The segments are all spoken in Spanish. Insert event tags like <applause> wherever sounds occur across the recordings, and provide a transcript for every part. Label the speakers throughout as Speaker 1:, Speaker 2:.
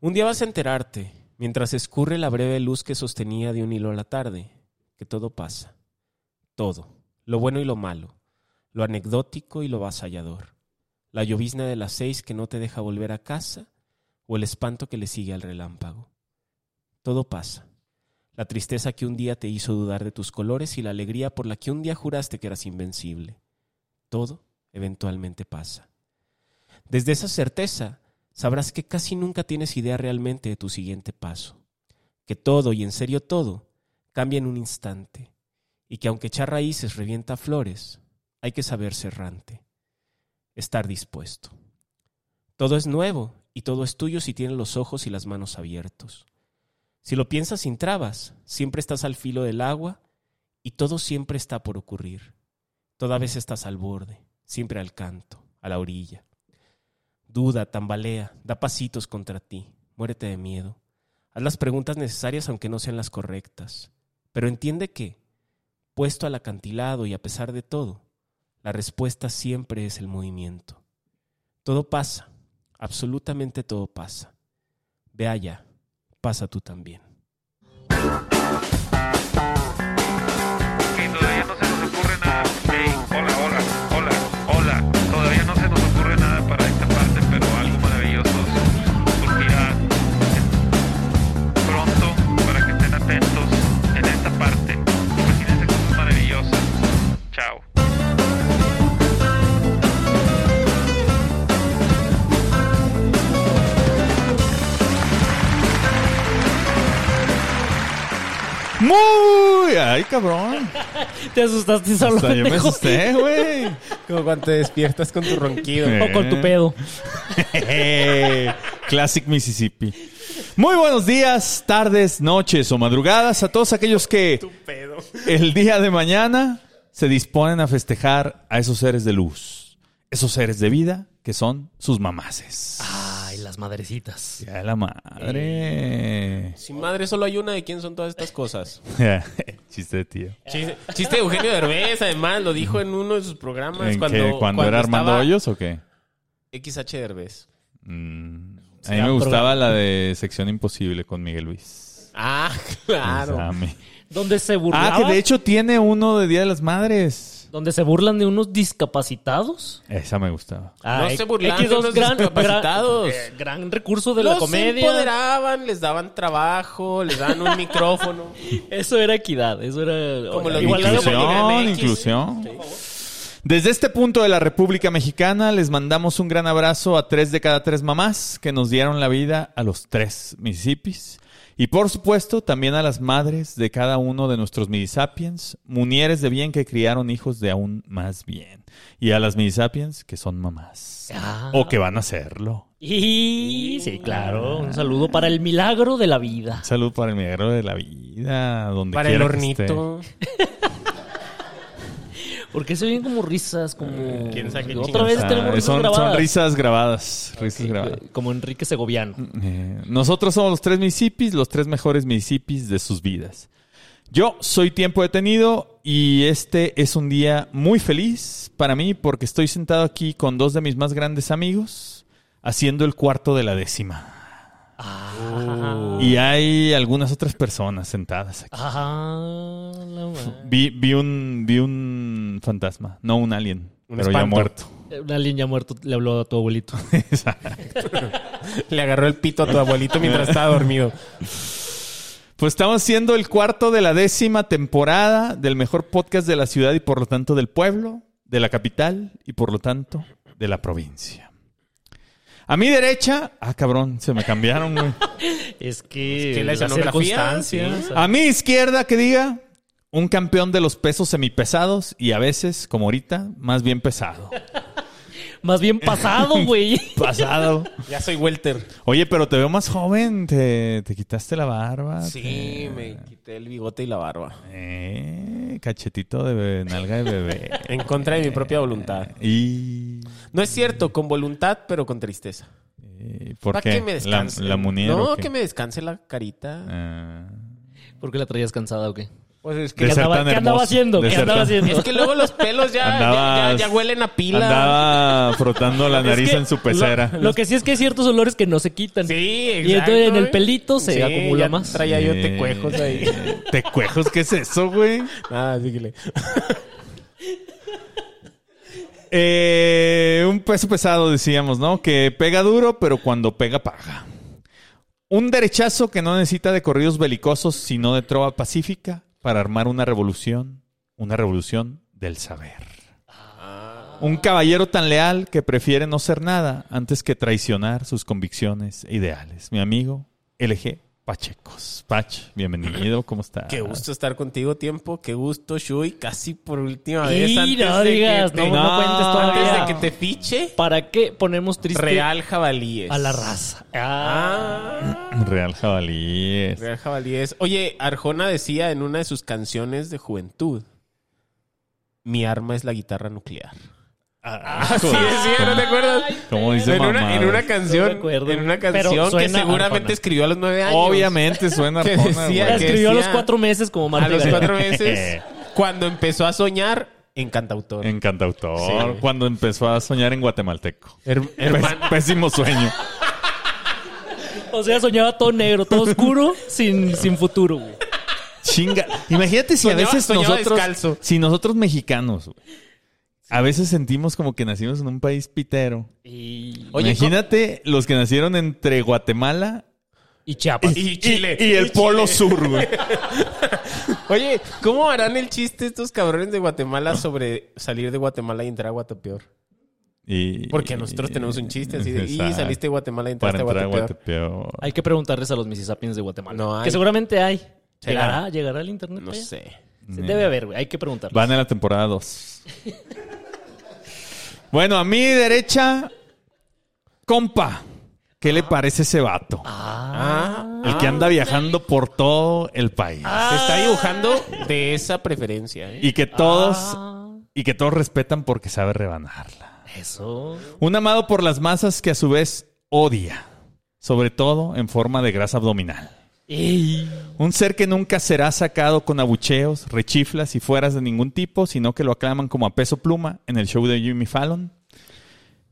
Speaker 1: Un día vas a enterarte, mientras escurre la breve luz que sostenía de un hilo a la tarde, que todo pasa. Todo, lo bueno y lo malo, lo anecdótico y lo vasallador, la llovizna de las seis que no te deja volver a casa o el espanto que le sigue al relámpago. Todo pasa. La tristeza que un día te hizo dudar de tus colores y la alegría por la que un día juraste que eras invencible. Todo eventualmente pasa. Desde esa certeza sabrás que casi nunca tienes idea realmente de tu siguiente paso, que todo y en serio todo cambia en un instante, y que aunque echar raíces revienta flores, hay que saber errante, estar dispuesto. Todo es nuevo y todo es tuyo si tienes los ojos y las manos abiertos. Si lo piensas sin trabas, siempre estás al filo del agua y todo siempre está por ocurrir. Toda vez estás al borde, siempre al canto, a la orilla. Duda, tambalea, da pasitos contra ti, muérete de miedo. Haz las preguntas necesarias aunque no sean las correctas. Pero entiende que, puesto al acantilado y a pesar de todo, la respuesta siempre es el movimiento. Todo pasa, absolutamente todo pasa. Ve allá pasa tú también.
Speaker 2: Que todavía no se nos ocurre nada. Ey, hola, hola, hola, hola. Todavía no se nos ocurre nada para esta parte, pero algo maravilloso surgirá pronto para que estén atentos en esta parte. Imagínense cosas maravillosas. Chao.
Speaker 3: Muy. Ay,
Speaker 1: <laughs>
Speaker 3: cabrón.
Speaker 4: Te asustaste solo.
Speaker 3: Hasta yo me
Speaker 4: pendejo.
Speaker 3: asusté, güey.
Speaker 1: <laughs>
Speaker 3: <laughs>
Speaker 1: Como cuando te despiertas con tu ronquido.
Speaker 3: Sí.
Speaker 4: O <laughs> con tu pedo.
Speaker 3: Classic Mississippi. Muy buenos días, tardes, noches o madrugadas a todos aquellos que el día de mañana se disponen a festejar a esos seres de luz, esos seres de vida que son sus mamaces.
Speaker 1: Ah.
Speaker 4: Ay, las madrecitas.
Speaker 3: Ya la madre.
Speaker 1: Sin madre solo hay una de quién son todas estas cosas.
Speaker 3: <laughs> Chiste de tío.
Speaker 1: Chiste, chiste de Eugenio Derbez, además, lo dijo en uno de sus programas
Speaker 3: ¿En
Speaker 1: cuando,
Speaker 3: qué? ¿Cuando, era Armando
Speaker 1: estaba
Speaker 3: Hoyos o qué?
Speaker 1: XH Derbez.
Speaker 3: Mm, a
Speaker 4: Será
Speaker 3: mí me
Speaker 4: un
Speaker 3: gustaba
Speaker 4: programa.
Speaker 3: la de Sección Imposible con Miguel Luis.
Speaker 1: Ah, claro.
Speaker 3: Esa, mi-
Speaker 4: Donde se burlaban.
Speaker 3: Ah, que de hecho tiene uno de Día de las Madres.
Speaker 4: Donde se burlan de unos discapacitados.
Speaker 3: Esa me gustaba.
Speaker 1: No
Speaker 4: Ay,
Speaker 1: se burlaban
Speaker 4: X2
Speaker 1: de los discapacitados.
Speaker 4: Gran, eh, gran recurso de la
Speaker 1: Los
Speaker 4: comedia.
Speaker 1: empoderaban, les daban trabajo, les daban
Speaker 4: <laughs>
Speaker 1: un micrófono.
Speaker 4: Eso era equidad. Eso era
Speaker 1: Como lo de
Speaker 4: igualdad de
Speaker 1: Inclusión.
Speaker 4: oportunidades.
Speaker 3: Inclusión,
Speaker 1: oportunidades.
Speaker 3: inclusión. Desde este punto de la República Mexicana les mandamos un gran abrazo a tres de cada tres mamás que nos dieron la vida a los tres Mississippis. Y por supuesto también a las madres de cada uno de nuestros Mississippians, munieres de bien que criaron hijos de aún más bien. Y a las Mississippians que son mamás.
Speaker 4: Ah.
Speaker 3: O que van a serlo.
Speaker 4: Y sí, claro. Un saludo para el milagro de la vida.
Speaker 3: Salud para el milagro de la vida, donde
Speaker 1: Para el
Speaker 3: quiera que esté.
Speaker 1: hornito.
Speaker 4: Porque se oyen como risas, como.
Speaker 1: ¿Quién sabe qué
Speaker 4: Otra
Speaker 1: chingados?
Speaker 4: vez
Speaker 3: Ah,
Speaker 4: tenemos risas
Speaker 3: son, son
Speaker 4: grabadas.
Speaker 3: risas grabadas. Risas grabadas.
Speaker 4: Eh, Como Enrique Segoviano.
Speaker 3: Eh, nosotros somos los tres municipios, los tres mejores municipios de sus vidas. Yo soy tiempo detenido y este es un día muy feliz para mí porque estoy sentado aquí con dos de mis más grandes amigos haciendo el cuarto de la décima.
Speaker 4: Ah,
Speaker 3: Y hay algunas otras personas sentadas aquí.
Speaker 4: ah, la madre.
Speaker 3: Vi, vi un, vi un fantasma, no un alien,
Speaker 1: Un
Speaker 3: pero ya
Speaker 1: espanto.
Speaker 3: muerto.
Speaker 4: <laughs>
Speaker 3: <laughs>
Speaker 4: Una línea muerto le habló a tu abuelito.
Speaker 1: <laughs> Le agarró el pito a tu abuelito mientras estaba
Speaker 3: <laughs>
Speaker 1: dormido.
Speaker 3: Pues estamos haciendo el cuarto de la décima temporada del mejor podcast de la ciudad y por lo tanto del pueblo, de la capital y por lo tanto de la provincia. A mi derecha, ah cabrón, se me cambiaron, güey.
Speaker 4: Es que,
Speaker 1: Es que la
Speaker 4: las
Speaker 1: escenografía,
Speaker 4: circunstancias.
Speaker 3: A mi izquierda, que diga, un campeón de los pesos semipesados y a veces, como ahorita, más bien pesado.
Speaker 4: Ah, Más bien <laughs> pasado, güey.
Speaker 3: Pasado.
Speaker 1: Ya soy Welter.
Speaker 3: Oye, pero te veo más joven, te, te quitaste la barba.
Speaker 1: Sí,
Speaker 3: te-
Speaker 1: me quité el bigote y la barba.
Speaker 3: Eh, cachetito de be- nalga de
Speaker 1: <laughs>
Speaker 3: bebé.
Speaker 1: En contra de mi propia voluntad.
Speaker 3: Y.
Speaker 1: No es cierto, con voluntad, pero con tristeza.
Speaker 3: y ¿Por
Speaker 1: ¿Para
Speaker 3: qué?
Speaker 1: que me
Speaker 3: la,
Speaker 1: descanse?
Speaker 3: la muniera.
Speaker 1: No,
Speaker 3: o qué?
Speaker 1: que me descanse la carita.
Speaker 3: Ah,
Speaker 4: ¿Por qué la traías cansada o qué? Pues es que
Speaker 3: De
Speaker 4: ¿qué
Speaker 3: ser
Speaker 4: andaba,
Speaker 3: tan
Speaker 4: ¿qué andaba
Speaker 3: hermoso,
Speaker 4: haciendo?
Speaker 3: de
Speaker 4: ¿Qué
Speaker 3: ser
Speaker 4: andaba
Speaker 3: tan-
Speaker 4: haciendo?
Speaker 1: Es que luego los pelos ya, ya,
Speaker 3: Andabas-
Speaker 1: ya- ya huelen a pila.
Speaker 3: Andaba
Speaker 1: <laughs>
Speaker 3: frotando <laughs> la
Speaker 4: Es
Speaker 3: nariz
Speaker 4: que
Speaker 3: en su pecera.
Speaker 4: Lo, lo que sí es que hay ciertos olores que no se quitan.
Speaker 1: Sí, exacto.
Speaker 4: Y entonces en el
Speaker 1: güey.
Speaker 4: pelito se
Speaker 1: Sí,
Speaker 4: acumula
Speaker 1: ya
Speaker 4: más.
Speaker 1: Traía yo tecuejos ahí.
Speaker 3: Eh, ¿Tecuejos? ¿Qué es eso, güey?
Speaker 1: Ah, síguele.
Speaker 3: Eh, un peso pesado, decíamos, ¿no? Que pega duro, pero cuando pega, paga. Un derechazo que no necesita de corridos belicosos, sino de trova pacífica para armar una revolución, una revolución del saber.
Speaker 1: Ah.
Speaker 3: Un caballero tan leal que prefiere no ser nada antes que traicionar sus convicciones e ideales. Mi amigo LG Pachecos. Pach, bienvenido, ¿cómo estás?
Speaker 1: Qué gusto estar contigo, tiempo. Qué gusto, Shui. Casi por última
Speaker 4: Y
Speaker 1: vez. antes
Speaker 4: no
Speaker 1: de que
Speaker 4: digas,
Speaker 1: te-
Speaker 4: no, no cuentes
Speaker 1: Antes
Speaker 4: todavía.
Speaker 1: de que te fiche,
Speaker 4: ¿Para qué ponemos triste
Speaker 1: Real Jabalíes.
Speaker 4: a la raza? Ah,
Speaker 1: Ah.
Speaker 3: Real Jabalí.
Speaker 1: Real Jabalíes. Oye, Arjona decía en una de sus canciones de juventud: Mi arma es la guitarra nuclear. Así decía, ¿no te acuerdas?
Speaker 3: ¿Cómo dice
Speaker 1: En una,
Speaker 3: mamá?
Speaker 1: en una canción,
Speaker 4: recuerdo.
Speaker 1: en una
Speaker 4: Pero
Speaker 1: canción que
Speaker 4: suena
Speaker 1: seguramente
Speaker 4: Arjona.
Speaker 1: escribió a los nueve años. <laughs>
Speaker 3: Obviamente suena
Speaker 1: Que
Speaker 3: Arjona,
Speaker 1: decía
Speaker 4: la
Speaker 3: güey.
Speaker 1: que-
Speaker 4: escribió a los
Speaker 1: decía-
Speaker 4: cuatro meses como
Speaker 1: A
Speaker 4: Marta
Speaker 1: los
Speaker 4: Gareda.
Speaker 1: cuatro meses,
Speaker 4: <laughs>
Speaker 1: cuando empezó a soñar en cantautor.
Speaker 3: En cantautor.
Speaker 1: Sí.
Speaker 3: Cuando empezó a soñar en guatemalteco.
Speaker 1: Her- hermano.
Speaker 3: Pés- pésimo sueño.
Speaker 4: O sea, soñaba todo
Speaker 1: <laughs>
Speaker 4: negro, todo oscuro, sin, sin futuro, güey.
Speaker 3: Chinga. Imagínate si a
Speaker 1: Soñaba-
Speaker 3: veces
Speaker 1: soñaba
Speaker 3: nosotros.
Speaker 1: descalzo.
Speaker 3: Si nosotros mexicanos, güey, A veces sentimos como que nacimos en un país pitero.
Speaker 4: Y,
Speaker 1: Oye,
Speaker 3: Imagínate los que nacieron entre Guatemala
Speaker 4: y Chiapas.
Speaker 1: Y Chile.
Speaker 3: y el
Speaker 1: Y Chile.
Speaker 3: Polo Sur, güey.
Speaker 1: <laughs> Oye, ¿cómo harán el chiste estos cabrones de Guatemala sobre salir de Guatemala y entrar a Guatapeor?
Speaker 3: Y-
Speaker 1: Porque nosotros tenemos un chiste así de, y
Speaker 3: Exacto.
Speaker 1: saliste de Guatemala y entraste
Speaker 3: para
Speaker 1: a
Speaker 3: entrar a
Speaker 1: Guatapeor.
Speaker 3: Guatepeor.
Speaker 4: Hay que preguntarles a los Mississippians de Guatemala.
Speaker 1: No hay.
Speaker 4: Que seguramente hay.
Speaker 1: ¿Será?
Speaker 4: ¿Llegará? ¿Llegará al internet?
Speaker 1: No
Speaker 4: para allá?
Speaker 1: sé.
Speaker 4: Se debe haber, güey. Hay que preguntarles.
Speaker 3: Van en la temporada 2. bueno, a mi derecha, compa. ¿Qué le parece ese vato?
Speaker 1: Ah,
Speaker 3: el que anda viajando por todo el país.
Speaker 1: se está dibujando de esa preferencia. ¿eh?
Speaker 3: Y que todos
Speaker 4: Ah,
Speaker 3: y que todos respetan porque sabe rebanarla.
Speaker 4: eso.
Speaker 3: Un amado por las masas que a su vez odia, sobre todo en forma de grasa abdominal.
Speaker 4: Ey.
Speaker 3: Un ser que nunca será sacado con abucheos, rechiflas y fueras de ningún tipo, sino que lo aclaman como a peso pluma en el show de Jimmy Fallon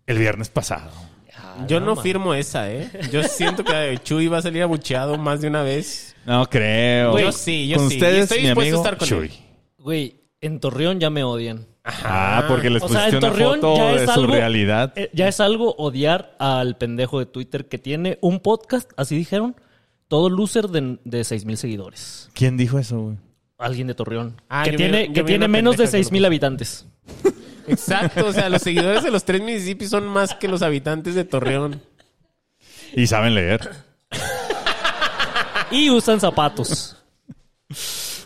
Speaker 3: el viernes pasado.
Speaker 4: Ah,
Speaker 1: Yo no
Speaker 4: ma-
Speaker 1: firmo esa, ¿eh? Yo siento que Chuy va a salir abucheado más de una vez.
Speaker 3: No creo.
Speaker 1: Yo sí, yo
Speaker 3: Con
Speaker 1: sí.
Speaker 3: ustedes,
Speaker 1: Y estoy
Speaker 3: mi
Speaker 1: dispuesto a
Speaker 3: amigo
Speaker 1: estar con
Speaker 3: Chuy.
Speaker 1: él.
Speaker 4: Güey, en Torreón ya me odian.
Speaker 3: Ah, porque les
Speaker 4: O sea,
Speaker 3: pusiste
Speaker 4: en
Speaker 3: una
Speaker 4: Torreón
Speaker 3: foto
Speaker 4: ya es
Speaker 3: de su
Speaker 4: algo-
Speaker 3: realidad.
Speaker 4: Eh, ya es algo odiar al pendejo de Twitter que tiene un podcast, así dijeron, todo loser de, de 6 mil seguidores.
Speaker 3: ¿Quién dijo eso, güey?
Speaker 4: Alguien de Torreón.
Speaker 1: Ah,
Speaker 4: que
Speaker 1: yo
Speaker 4: tiene,
Speaker 1: vi- yo
Speaker 4: que
Speaker 1: vi
Speaker 4: tiene
Speaker 1: una
Speaker 4: menos de
Speaker 1: pendeja que
Speaker 4: 6 mil
Speaker 1: lo
Speaker 4: habitantes.
Speaker 1: Exacto, o sea, los seguidores de los tres municipios son más que los habitantes de Torreón.
Speaker 3: Y saben leer.
Speaker 4: Y
Speaker 1: <laughs>
Speaker 4: usan zapatos.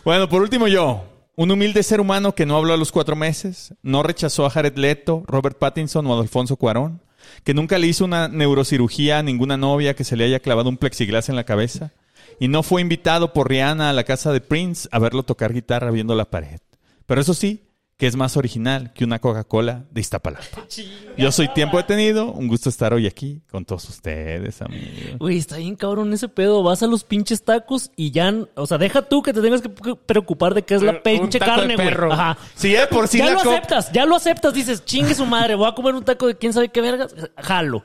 Speaker 3: Bueno, por último yo. Un humilde ser humano que no habló a los cuatro meses, no rechazó a Jared Leto, Robert Pattinson o Adolfonso Cuarón, que nunca le hizo una neurocirugía a ninguna novia que se le haya clavado un plexiglas en la cabeza, y no fue invitado por Rihanna a la casa de Prince a verlo tocar guitarra viendo la pared. Pero eso sí, que es más original que una Coca-Cola de Iztapalapa. Yo soy Tiempo Detenido, un gusto estar hoy aquí con todos ustedes, amigos.
Speaker 4: Güey, está bien cabrón ese pedo. Vas a los pinches tacos y ya... n- O sea, deja tú que te tengas que p- preocupar de qué es la
Speaker 1: Un
Speaker 4: pinche
Speaker 1: taco de
Speaker 4: carne, güey.
Speaker 1: perro.
Speaker 4: Ajá.
Speaker 3: Sí, eh, por si
Speaker 4: ya
Speaker 3: la
Speaker 4: lo
Speaker 3: Coca-
Speaker 4: aceptas, ya lo aceptas. Dices, chingue su madre, voy a comer un taco de quién sabe qué vergas. Jalo.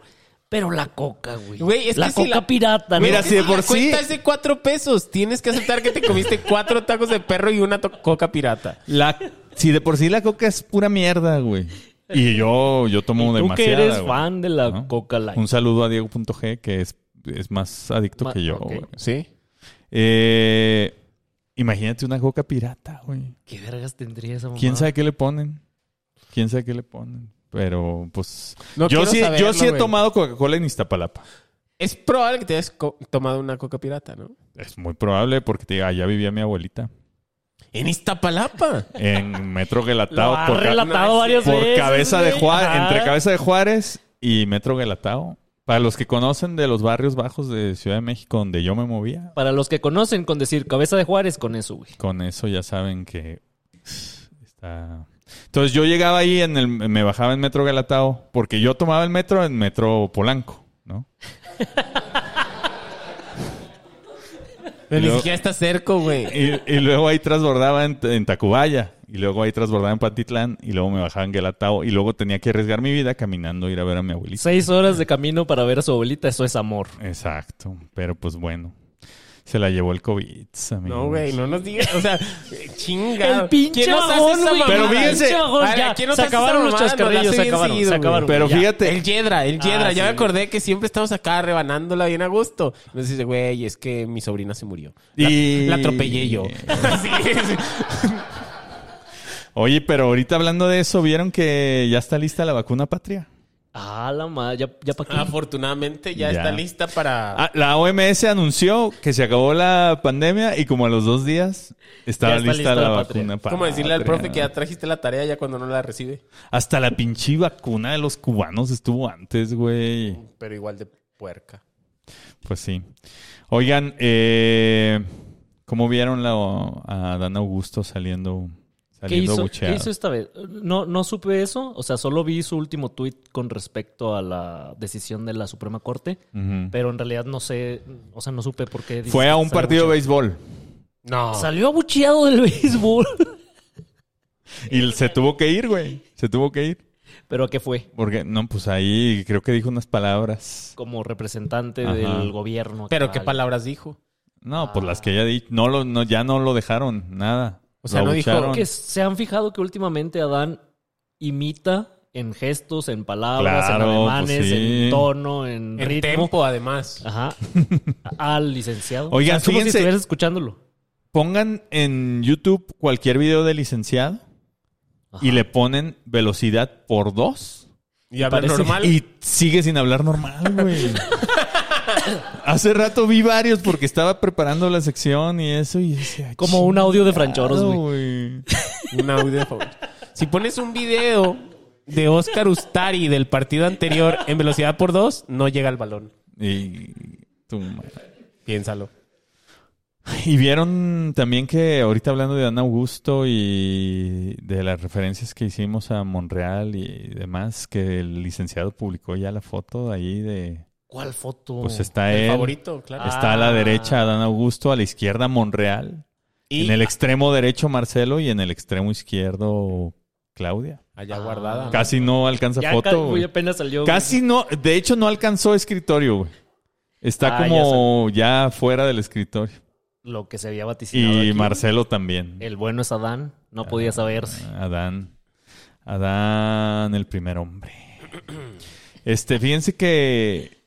Speaker 4: Pero la coca, güey.
Speaker 1: Güey, es
Speaker 4: la
Speaker 1: que si
Speaker 4: coca
Speaker 1: la-
Speaker 4: pirata, ¿no?
Speaker 1: Güey,
Speaker 3: Mira,
Speaker 1: es
Speaker 3: si
Speaker 1: que
Speaker 3: de por
Speaker 1: la
Speaker 3: sí-
Speaker 1: cuenta es de cuatro pesos. Tienes que aceptar que te comiste cuatro tacos de perro y una to- coca pirata.
Speaker 3: La, si de por sí la coca es pura mierda, güey. Y yo, yo tomo
Speaker 4: Tú
Speaker 3: demasiada.
Speaker 4: que eres
Speaker 3: güey.
Speaker 4: fan de la
Speaker 3: ¿No?
Speaker 4: coca light.
Speaker 3: Un saludo a Diego.g, que es, es más adicto
Speaker 4: Ma-
Speaker 3: que yo,
Speaker 4: ok.
Speaker 3: güey.
Speaker 1: ¿Sí?
Speaker 3: Eh, imagínate una coca pirata, güey.
Speaker 4: ¿Qué vergas tendría esa mamá?
Speaker 3: ¿Quién sabe qué le ponen? ¿Quién sabe qué le ponen? Pero, pues...
Speaker 1: No
Speaker 3: yo
Speaker 1: quiero
Speaker 3: sí, yo
Speaker 1: saberlo,
Speaker 3: sí he
Speaker 1: güey.
Speaker 3: tomado Coca-Cola en Iztapalapa.
Speaker 1: Es probable que te hayas co- tomado una coca pirata, ¿no?
Speaker 3: Es muy probable porque te digo, allá vivía mi abuelita.
Speaker 1: En Iztapalapa.
Speaker 3: En Metro
Speaker 4: Lo
Speaker 3: Gelatao.
Speaker 4: ha
Speaker 3: por ca-
Speaker 4: relatado
Speaker 1: no,
Speaker 4: <laughs> varias
Speaker 3: por
Speaker 4: veces.
Speaker 3: cabeza de
Speaker 4: güey.
Speaker 3: Juárez,
Speaker 4: Ajá.
Speaker 3: entre cabeza de Juárez y Metro Guelatao. Para los que conocen de los barrios bajos de Ciudad de México donde yo me movía,
Speaker 4: Para los que conocen con decir cabeza de Juárez, con eso, güey.
Speaker 3: con eso ya saben que está. Entonces yo llegaba ahí en el, me bajaba en Metro Galatao porque yo tomaba el metro en Metro Polanco, ¿no?
Speaker 5: Pero
Speaker 3: Y
Speaker 5: ni
Speaker 3: luego-
Speaker 5: siquiera está cerco, güey.
Speaker 3: Y, y luego ahí transbordaba en, en Tacubaya. Y luego ahí transbordaba en Patitlán. Y luego me bajaba en Guelatao. Y luego tenía que arriesgar mi vida caminando a ir a ver a mi abuelita.
Speaker 4: Seis horas de camino para ver a su abuelita, eso es amor.
Speaker 3: Exacto. Pero pues bueno. Se la llevó el COVID, amigos.
Speaker 5: No, güey, no nos digas. O sea, chinga.
Speaker 4: El pinche
Speaker 5: ¿Quién nos hace
Speaker 4: vagón,
Speaker 5: esa
Speaker 4: güey.
Speaker 5: mamada?
Speaker 3: Pero fíjense-
Speaker 4: Pinche vagón,
Speaker 5: Vale,
Speaker 4: ya.
Speaker 5: ¿quién nos
Speaker 4: Se
Speaker 5: hace esa
Speaker 4: acabaron los
Speaker 5: mamada? Nos la hace
Speaker 4: chascarrillos, se
Speaker 5: bien
Speaker 4: acabaron,
Speaker 5: seguido,
Speaker 4: se acabaron.
Speaker 5: güey.
Speaker 3: Pero
Speaker 4: Ya.
Speaker 3: fíjate.
Speaker 5: El Yedra, el Yedra.
Speaker 4: Ah,
Speaker 5: ya me
Speaker 4: sí.
Speaker 5: acordé que siempre estamos acá rebanándola bien a gusto. Nos dice, güey, es que mi sobrina se murió. La,
Speaker 3: Y-
Speaker 5: la atropellé yo. <laughs> Así es.
Speaker 3: Oye, pero ahorita hablando de eso, ¿vieron que ya está lista la vacuna patria?
Speaker 4: Ah, la madre, ya, ya para qué.
Speaker 5: Ah, Afortunadamente ya,
Speaker 3: Ya.
Speaker 5: está lista para...
Speaker 3: Ah, la OMS anunció que se acabó la pandemia y como a los dos días estaba
Speaker 4: Ya está
Speaker 3: lista,
Speaker 4: lista
Speaker 3: la,
Speaker 4: la patria.
Speaker 3: vacuna patria.
Speaker 5: Como decirle al profe que ya trajiste la tarea ya cuando no la recibe.
Speaker 3: Hasta la pinche vacuna de los cubanos estuvo antes, güey.
Speaker 5: Pero igual de puerca.
Speaker 3: Pues sí. Oigan, eh, ¿cómo vieron la, a Dan Augusto saliendo,
Speaker 4: ¿Qué
Speaker 3: saliendo
Speaker 4: hizo?
Speaker 3: abucheado?
Speaker 4: ¿Qué hizo esta vez? No, no supe eso, o sea, solo vi su último tuit con respecto a la decisión de la Suprema Corte,
Speaker 3: Ujú.
Speaker 4: pero en realidad no sé, o sea, no supe por qué. dice
Speaker 3: Fue
Speaker 4: que
Speaker 3: a un
Speaker 4: salió
Speaker 3: partido de
Speaker 4: abucheado.
Speaker 3: béisbol
Speaker 5: No.
Speaker 4: Salió abucheado del <laughs> béisbol.
Speaker 3: y se tuvo que ir, güey. Se tuvo que ir.
Speaker 4: ¿Pero a qué fue?
Speaker 3: Porque, no, pues ahí creo que dijo unas palabras.
Speaker 4: Como representante
Speaker 3: Ajá.
Speaker 4: del gobierno.
Speaker 5: Pero
Speaker 4: acá,
Speaker 5: qué palabras dijo.
Speaker 3: No, pues las que ya di, no lo, no, ya no lo dejaron, nada.
Speaker 5: O sea,
Speaker 3: Lo
Speaker 5: no dijo
Speaker 3: abuchearon.
Speaker 4: que se han fijado que últimamente Adán imita en gestos, en palabras,
Speaker 3: Claro,
Speaker 4: en ademanes,
Speaker 3: pues sí.
Speaker 4: en tono, en,
Speaker 5: En
Speaker 4: ritmo.
Speaker 5: tempo, además.
Speaker 3: <laughs>
Speaker 4: Ajá. Al licenciado.
Speaker 3: Oigan,
Speaker 4: O sea, es como si
Speaker 3: fíjense.
Speaker 4: estuvieras escuchándolo.
Speaker 3: Pongan en YouTube cualquier video de licenciado y le ponen velocidad por dos.
Speaker 5: Y habla
Speaker 4: Parece-
Speaker 5: normal.
Speaker 3: Y sigue sin hablar normal,
Speaker 5: <laughs>
Speaker 3: güey. Hace rato vi varios porque estaba preparando la sección y eso y decía,
Speaker 4: Como un audio de Franchoros,
Speaker 3: "Chingado,
Speaker 4: güey.
Speaker 3: güey.
Speaker 5: Un audio, por favor. Si pones un video de Oscar Ustari del partido anterior en velocidad por dos, no llega al balón.
Speaker 3: Y tu madre.
Speaker 5: Piénsalo.
Speaker 3: Y vieron también que ahorita hablando de Dan Augusto y de las referencias que hicimos a Monreal y demás, que el licenciado publicó ya la foto de ahí de...
Speaker 4: ¿Cuál foto?
Speaker 3: Pues está
Speaker 5: El
Speaker 3: él,
Speaker 5: favorito, claro.
Speaker 3: está a
Speaker 4: Ah.
Speaker 3: la derecha Dan Augusto, a la izquierda Monreal,
Speaker 5: y
Speaker 3: en el extremo derecho Marcelo y en el extremo izquierdo Claudia.
Speaker 5: allá
Speaker 4: Ah.
Speaker 5: guardada. ¿no?
Speaker 3: Casi no alcanza
Speaker 4: ya ca-
Speaker 3: foto.
Speaker 4: güey,
Speaker 3: güey.
Speaker 4: apenas salió. güey.
Speaker 3: Casi no, de hecho no alcanzó escritorio, güey. Está
Speaker 4: Ah, ya
Speaker 3: como ya, fuera del escritorio.
Speaker 4: Lo que se había vaticinado.
Speaker 3: Y Ah.
Speaker 4: aquí.
Speaker 3: Marcelo también.
Speaker 4: El bueno es Adán. No podía saberse.
Speaker 3: Adán. Adán, el primer hombre. Este, fíjense que.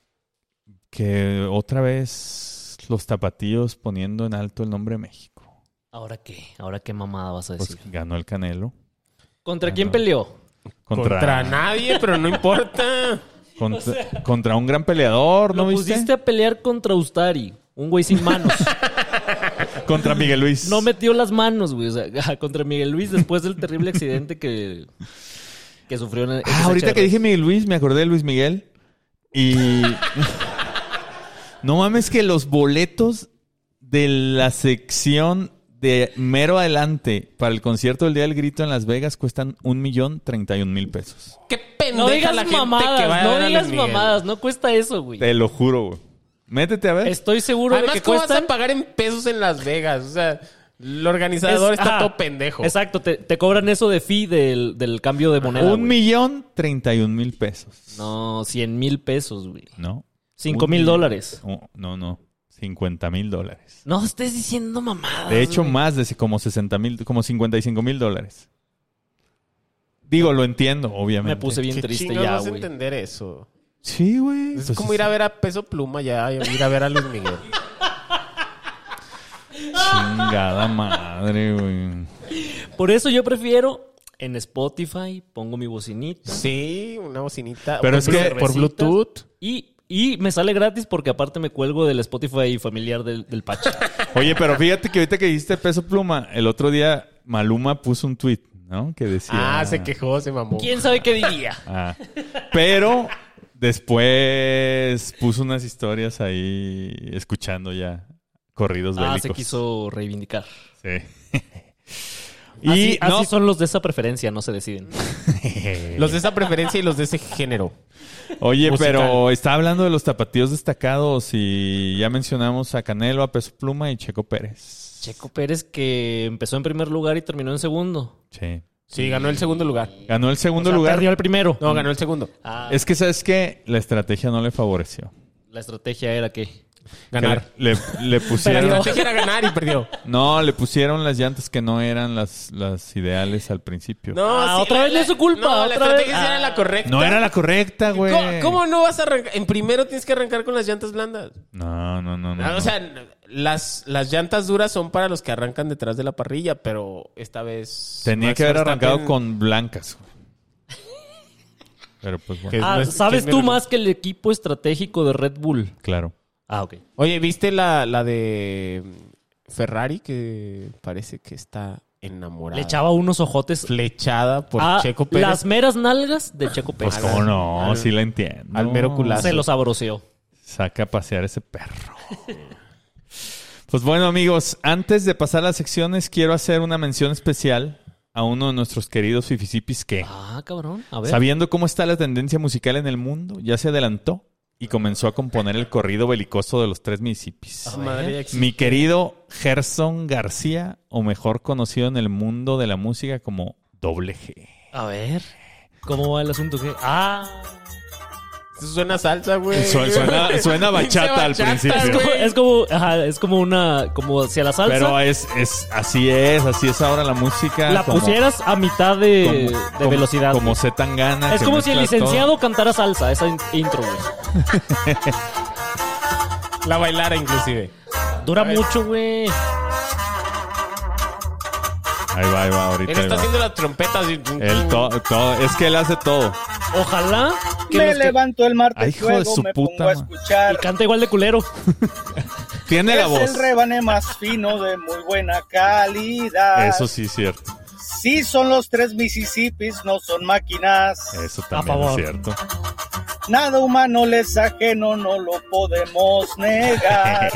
Speaker 3: Que otra vez los tapatíos poniendo en alto el nombre de México.
Speaker 4: ¿Ahora qué? ¿Ahora qué mamada vas a
Speaker 3: Pues
Speaker 4: decir?
Speaker 3: ganó el Canelo.
Speaker 4: ¿Contra
Speaker 3: ah,
Speaker 4: quién
Speaker 3: no.
Speaker 4: peleó?
Speaker 5: Contra,
Speaker 3: Contra, contra,
Speaker 5: nadie, pero no importa.
Speaker 4: <laughs>
Speaker 5: <laughs>
Speaker 3: contra un gran peleador,
Speaker 4: Lo
Speaker 3: ¿no
Speaker 4: pusiste
Speaker 3: viste?
Speaker 4: a pelear contra Ustari. Un güey sin manos.
Speaker 3: Contra Miguel Luis.
Speaker 4: No metió las manos, güey. O sea, <laughs> contra Miguel Luis después del terrible accidente que, que sufrió en el.
Speaker 3: Ah, ahorita que dije Miguel Luis, me acordé de Luis Miguel. Y. <laughs> no mames, que los boletos de la sección de mero adelante para el concierto del Día del Grito en Las Vegas cuestan un millón treinta y un mil pesos.
Speaker 5: Qué pendeja
Speaker 4: No digas
Speaker 5: la gente que va
Speaker 4: mamadas,
Speaker 5: a ver
Speaker 4: no
Speaker 5: a
Speaker 4: digas
Speaker 5: Luis Miguel.
Speaker 4: mamadas. No cuesta eso, güey.
Speaker 3: Te lo juro, güey. Métete a ver.
Speaker 4: Estoy seguro de
Speaker 5: Además,
Speaker 4: que
Speaker 5: ¿cómo vas
Speaker 4: cuestan.
Speaker 5: a pagar en pesos en Las Vegas? O sea, el organizador
Speaker 4: Es-
Speaker 5: está
Speaker 4: ajá.
Speaker 5: todo pendejo.
Speaker 4: Exacto, te, te cobran eso de fee del, del cambio de moneda.
Speaker 3: un
Speaker 4: güey.
Speaker 3: millón treinta y un mil pesos.
Speaker 4: No, 100 mil pesos, güey.
Speaker 3: No.
Speaker 4: 5
Speaker 3: Un
Speaker 4: mil
Speaker 3: millón.
Speaker 4: dólares.
Speaker 3: Oh, no, no. Cincuenta mil dólares.
Speaker 4: No estés diciendo mamadas.
Speaker 3: De hecho,
Speaker 4: güey.
Speaker 3: más de ese- como 60 mil, como 55 mil dólares. Digo, lo entiendo, obviamente.
Speaker 4: me puse bien
Speaker 5: Qué
Speaker 4: triste
Speaker 5: chingados
Speaker 4: ya,
Speaker 5: vas a
Speaker 4: güey.
Speaker 5: entender eso.
Speaker 3: Sí, güey.
Speaker 5: Es
Speaker 3: Pues
Speaker 5: como ir a ver a Peso Pluma ya, ir a ver a Luis Miguel.
Speaker 3: Chingada madre, güey.
Speaker 4: Por eso yo prefiero en Spotify, pongo mi bocinita.
Speaker 5: <laughs> Sí, una bocinita.
Speaker 3: Pero
Speaker 5: Por
Speaker 3: es que-
Speaker 5: Bluetooth- por
Speaker 4: cervecitas.
Speaker 5: Bluetooth.
Speaker 4: Y, y me sale gratis porque aparte me cuelgo del Spotify familiar del, del <laughs> Pacha.
Speaker 3: Oye, pero fíjate que ahorita que dijiste peso pluma, el otro día Maluma puso un tweet, ¿no? Que decía.
Speaker 5: Ah, se quejó, se mamó.
Speaker 4: ¿Quién sabe qué diría?
Speaker 3: Ah. Pero después puso unas historias ahí escuchando ya corridos
Speaker 4: Ah,
Speaker 3: bélicos.
Speaker 4: se quiso reivindicar.
Speaker 3: Sí. Y
Speaker 4: así, así
Speaker 3: no,
Speaker 4: son los de esa preferencia, no se deciden.
Speaker 5: Los de esa preferencia y los de ese género.
Speaker 3: Oye,
Speaker 5: musical.
Speaker 3: pero está hablando de los tapatíos destacados y ya mencionamos a Canelo, a Peso Pluma y Checo Pérez.
Speaker 4: Checo Pérez que empezó en primer lugar y terminó en segundo.
Speaker 3: Sí.
Speaker 5: Sí, ganó el segundo lugar.
Speaker 3: Ganó el segundo
Speaker 4: O sea,
Speaker 3: lugar.
Speaker 4: Perdió el primero.
Speaker 5: No, ganó el segundo.
Speaker 4: Ah,
Speaker 3: Es que sabes que la estrategia no le favoreció.
Speaker 4: la estrategia era que
Speaker 5: Ganar.
Speaker 3: Que Le,
Speaker 5: <laughs>
Speaker 3: le
Speaker 5: La
Speaker 3: pusieron.
Speaker 5: estrategia era ganar y perdió.
Speaker 3: No, le pusieron las llantas que no eran las, las ideales al principio. No,
Speaker 5: No,
Speaker 4: Ah, otra vez no es su culpa,
Speaker 5: No, la
Speaker 4: otra
Speaker 5: estrategia
Speaker 4: vez.
Speaker 5: sí era
Speaker 4: Ah.
Speaker 5: la correcta.
Speaker 3: era la correcta, güey.
Speaker 5: ¿Cómo, cómo no vas a arrancar? En primero tienes que arrancar con las llantas blandas.
Speaker 3: No, no, no, no.
Speaker 5: Ah,
Speaker 3: no.
Speaker 5: O sea, las, las llantas duras son para los que arrancan detrás de la parrilla, pero esta vez.
Speaker 3: Tenía
Speaker 5: Max
Speaker 3: que haber
Speaker 5: Verstappen-
Speaker 3: arrancado con blancas,
Speaker 5: <laughs>
Speaker 3: güey. Pero pues bueno.
Speaker 5: Es
Speaker 4: Ah,
Speaker 5: nuestro-
Speaker 4: ¿sabes
Speaker 5: chisme
Speaker 4: tú
Speaker 5: nuestro.
Speaker 4: más que el equipo estratégico de Red Bull?
Speaker 3: Claro.
Speaker 4: Ah, ok.
Speaker 5: Oye, ¿viste la, la de Ferrari que parece que está enamorada?
Speaker 4: Le echaba unos ojotes
Speaker 5: Flechada por
Speaker 4: a
Speaker 5: Checo Pérez.
Speaker 4: Ah, las meras nalgas de Checo Pérez.
Speaker 3: Pues cómo no, sí la entiendo.
Speaker 5: al mero culazo.
Speaker 4: Se los abroceó.
Speaker 3: Saca a pasear ese perro. Pues bueno, amigos, antes de pasar a las secciones, quiero hacer una mención especial a uno de nuestros queridos fifisipis que,
Speaker 4: Ah, cabrón. A ver.
Speaker 3: sabiendo cómo está la tendencia musical en el mundo, ya se adelantó y comenzó a componer el corrido belicoso de los tres municipios.
Speaker 5: Su madre ya existe.
Speaker 3: Mi querido Gerson García, o mejor conocido en el mundo de la música como Doble G.
Speaker 4: A ver. ¿Cómo va el asunto? ¿Qué? Ah.
Speaker 5: Eso Suena salsa, güey.
Speaker 3: Su- suena- suena bachata al
Speaker 5: Pinche bachata,
Speaker 3: principio.
Speaker 5: güey.
Speaker 4: Es como, ajá, es como una, como si a la salsa
Speaker 3: Pero es, es, así es, así es ahora la música.
Speaker 4: la
Speaker 3: como-
Speaker 4: pusieras a mitad de, de velocidad.
Speaker 3: Como se tan gana.
Speaker 4: es como si el licenciado cantara salsa, esa in- intro, güey.
Speaker 5: <laughs> La bailara, inclusive.
Speaker 4: Dura
Speaker 5: ver.
Speaker 4: mucho, güey.
Speaker 3: Ahí va, ahí va, ahorita.
Speaker 5: Él
Speaker 3: ahí
Speaker 5: está
Speaker 3: va.
Speaker 5: haciendo las trompetas. y-
Speaker 3: Él to- todo, es que él hace todo.
Speaker 4: Ojalá que
Speaker 6: Me
Speaker 4: los que-
Speaker 6: levanto el martes
Speaker 3: Ay, hijo
Speaker 6: luego
Speaker 3: de su
Speaker 6: me
Speaker 3: puta
Speaker 6: pongo a
Speaker 3: ma-
Speaker 4: y
Speaker 6: escuchar.
Speaker 4: canta igual de culero.
Speaker 3: Tiene la
Speaker 6: Es
Speaker 3: voz.
Speaker 6: el rebane más fino de muy buena calidad.
Speaker 3: Eso sí es cierto.
Speaker 6: Sí son los tres Mississippis, no son máquinas.
Speaker 3: Eso también es
Speaker 4: favor.
Speaker 3: cierto. <laughs>
Speaker 6: Nada humano les ajeno, no lo podemos
Speaker 3: <laughs>
Speaker 6: negar.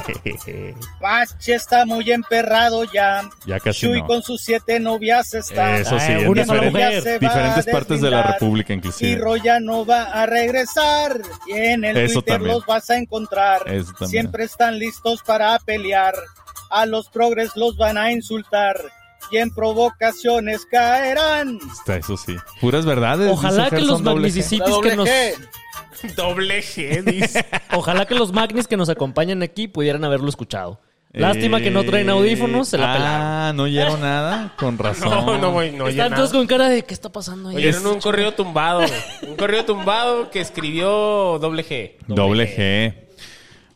Speaker 6: Pache está muy emperrado ya.
Speaker 3: ya casi
Speaker 6: Chuy
Speaker 3: no.
Speaker 6: con sus siete novias está.
Speaker 3: Eso sí,
Speaker 4: Ay,
Speaker 3: en
Speaker 4: una sola
Speaker 3: diferen-
Speaker 4: mujer.
Speaker 6: Ya se va
Speaker 3: diferentes
Speaker 6: a
Speaker 3: partes de la
Speaker 6: deslindar.
Speaker 3: República,
Speaker 6: Y
Speaker 3: inclusive.
Speaker 6: Roya no va a regresar. Y en el
Speaker 3: Eso
Speaker 6: Twitter
Speaker 3: también.
Speaker 6: los vas a encontrar.
Speaker 3: Eso también.
Speaker 6: Siempre están listos para pelear. A los progres los van a insultar. Y en provocaciones caerán.
Speaker 3: Está, eso sí. Puras verdades.
Speaker 4: Ojalá
Speaker 3: dice
Speaker 4: que los
Speaker 3: Gerson Doble G.
Speaker 6: La
Speaker 4: magnicisipis
Speaker 6: doble
Speaker 4: que nos,
Speaker 6: G.
Speaker 5: <laughs> Doble
Speaker 3: <laughs>
Speaker 5: G, dice.
Speaker 4: ojalá que los magnis que nos acompañan aquí pudieran haberlo escuchado. Lástima que no traen audífonos, se la
Speaker 3: Eh,
Speaker 4: pelaron.
Speaker 3: Ah, no oyeron nada.
Speaker 4: <laughs>
Speaker 3: Con razón.
Speaker 5: No, no, güey, no. oye
Speaker 4: Están
Speaker 5: nada.
Speaker 4: todos con cara de ¿qué está pasando ahí?
Speaker 5: Oyeron un correo tumbado. güey. Un correo tumbado que escribió Doble G.
Speaker 3: Doble G.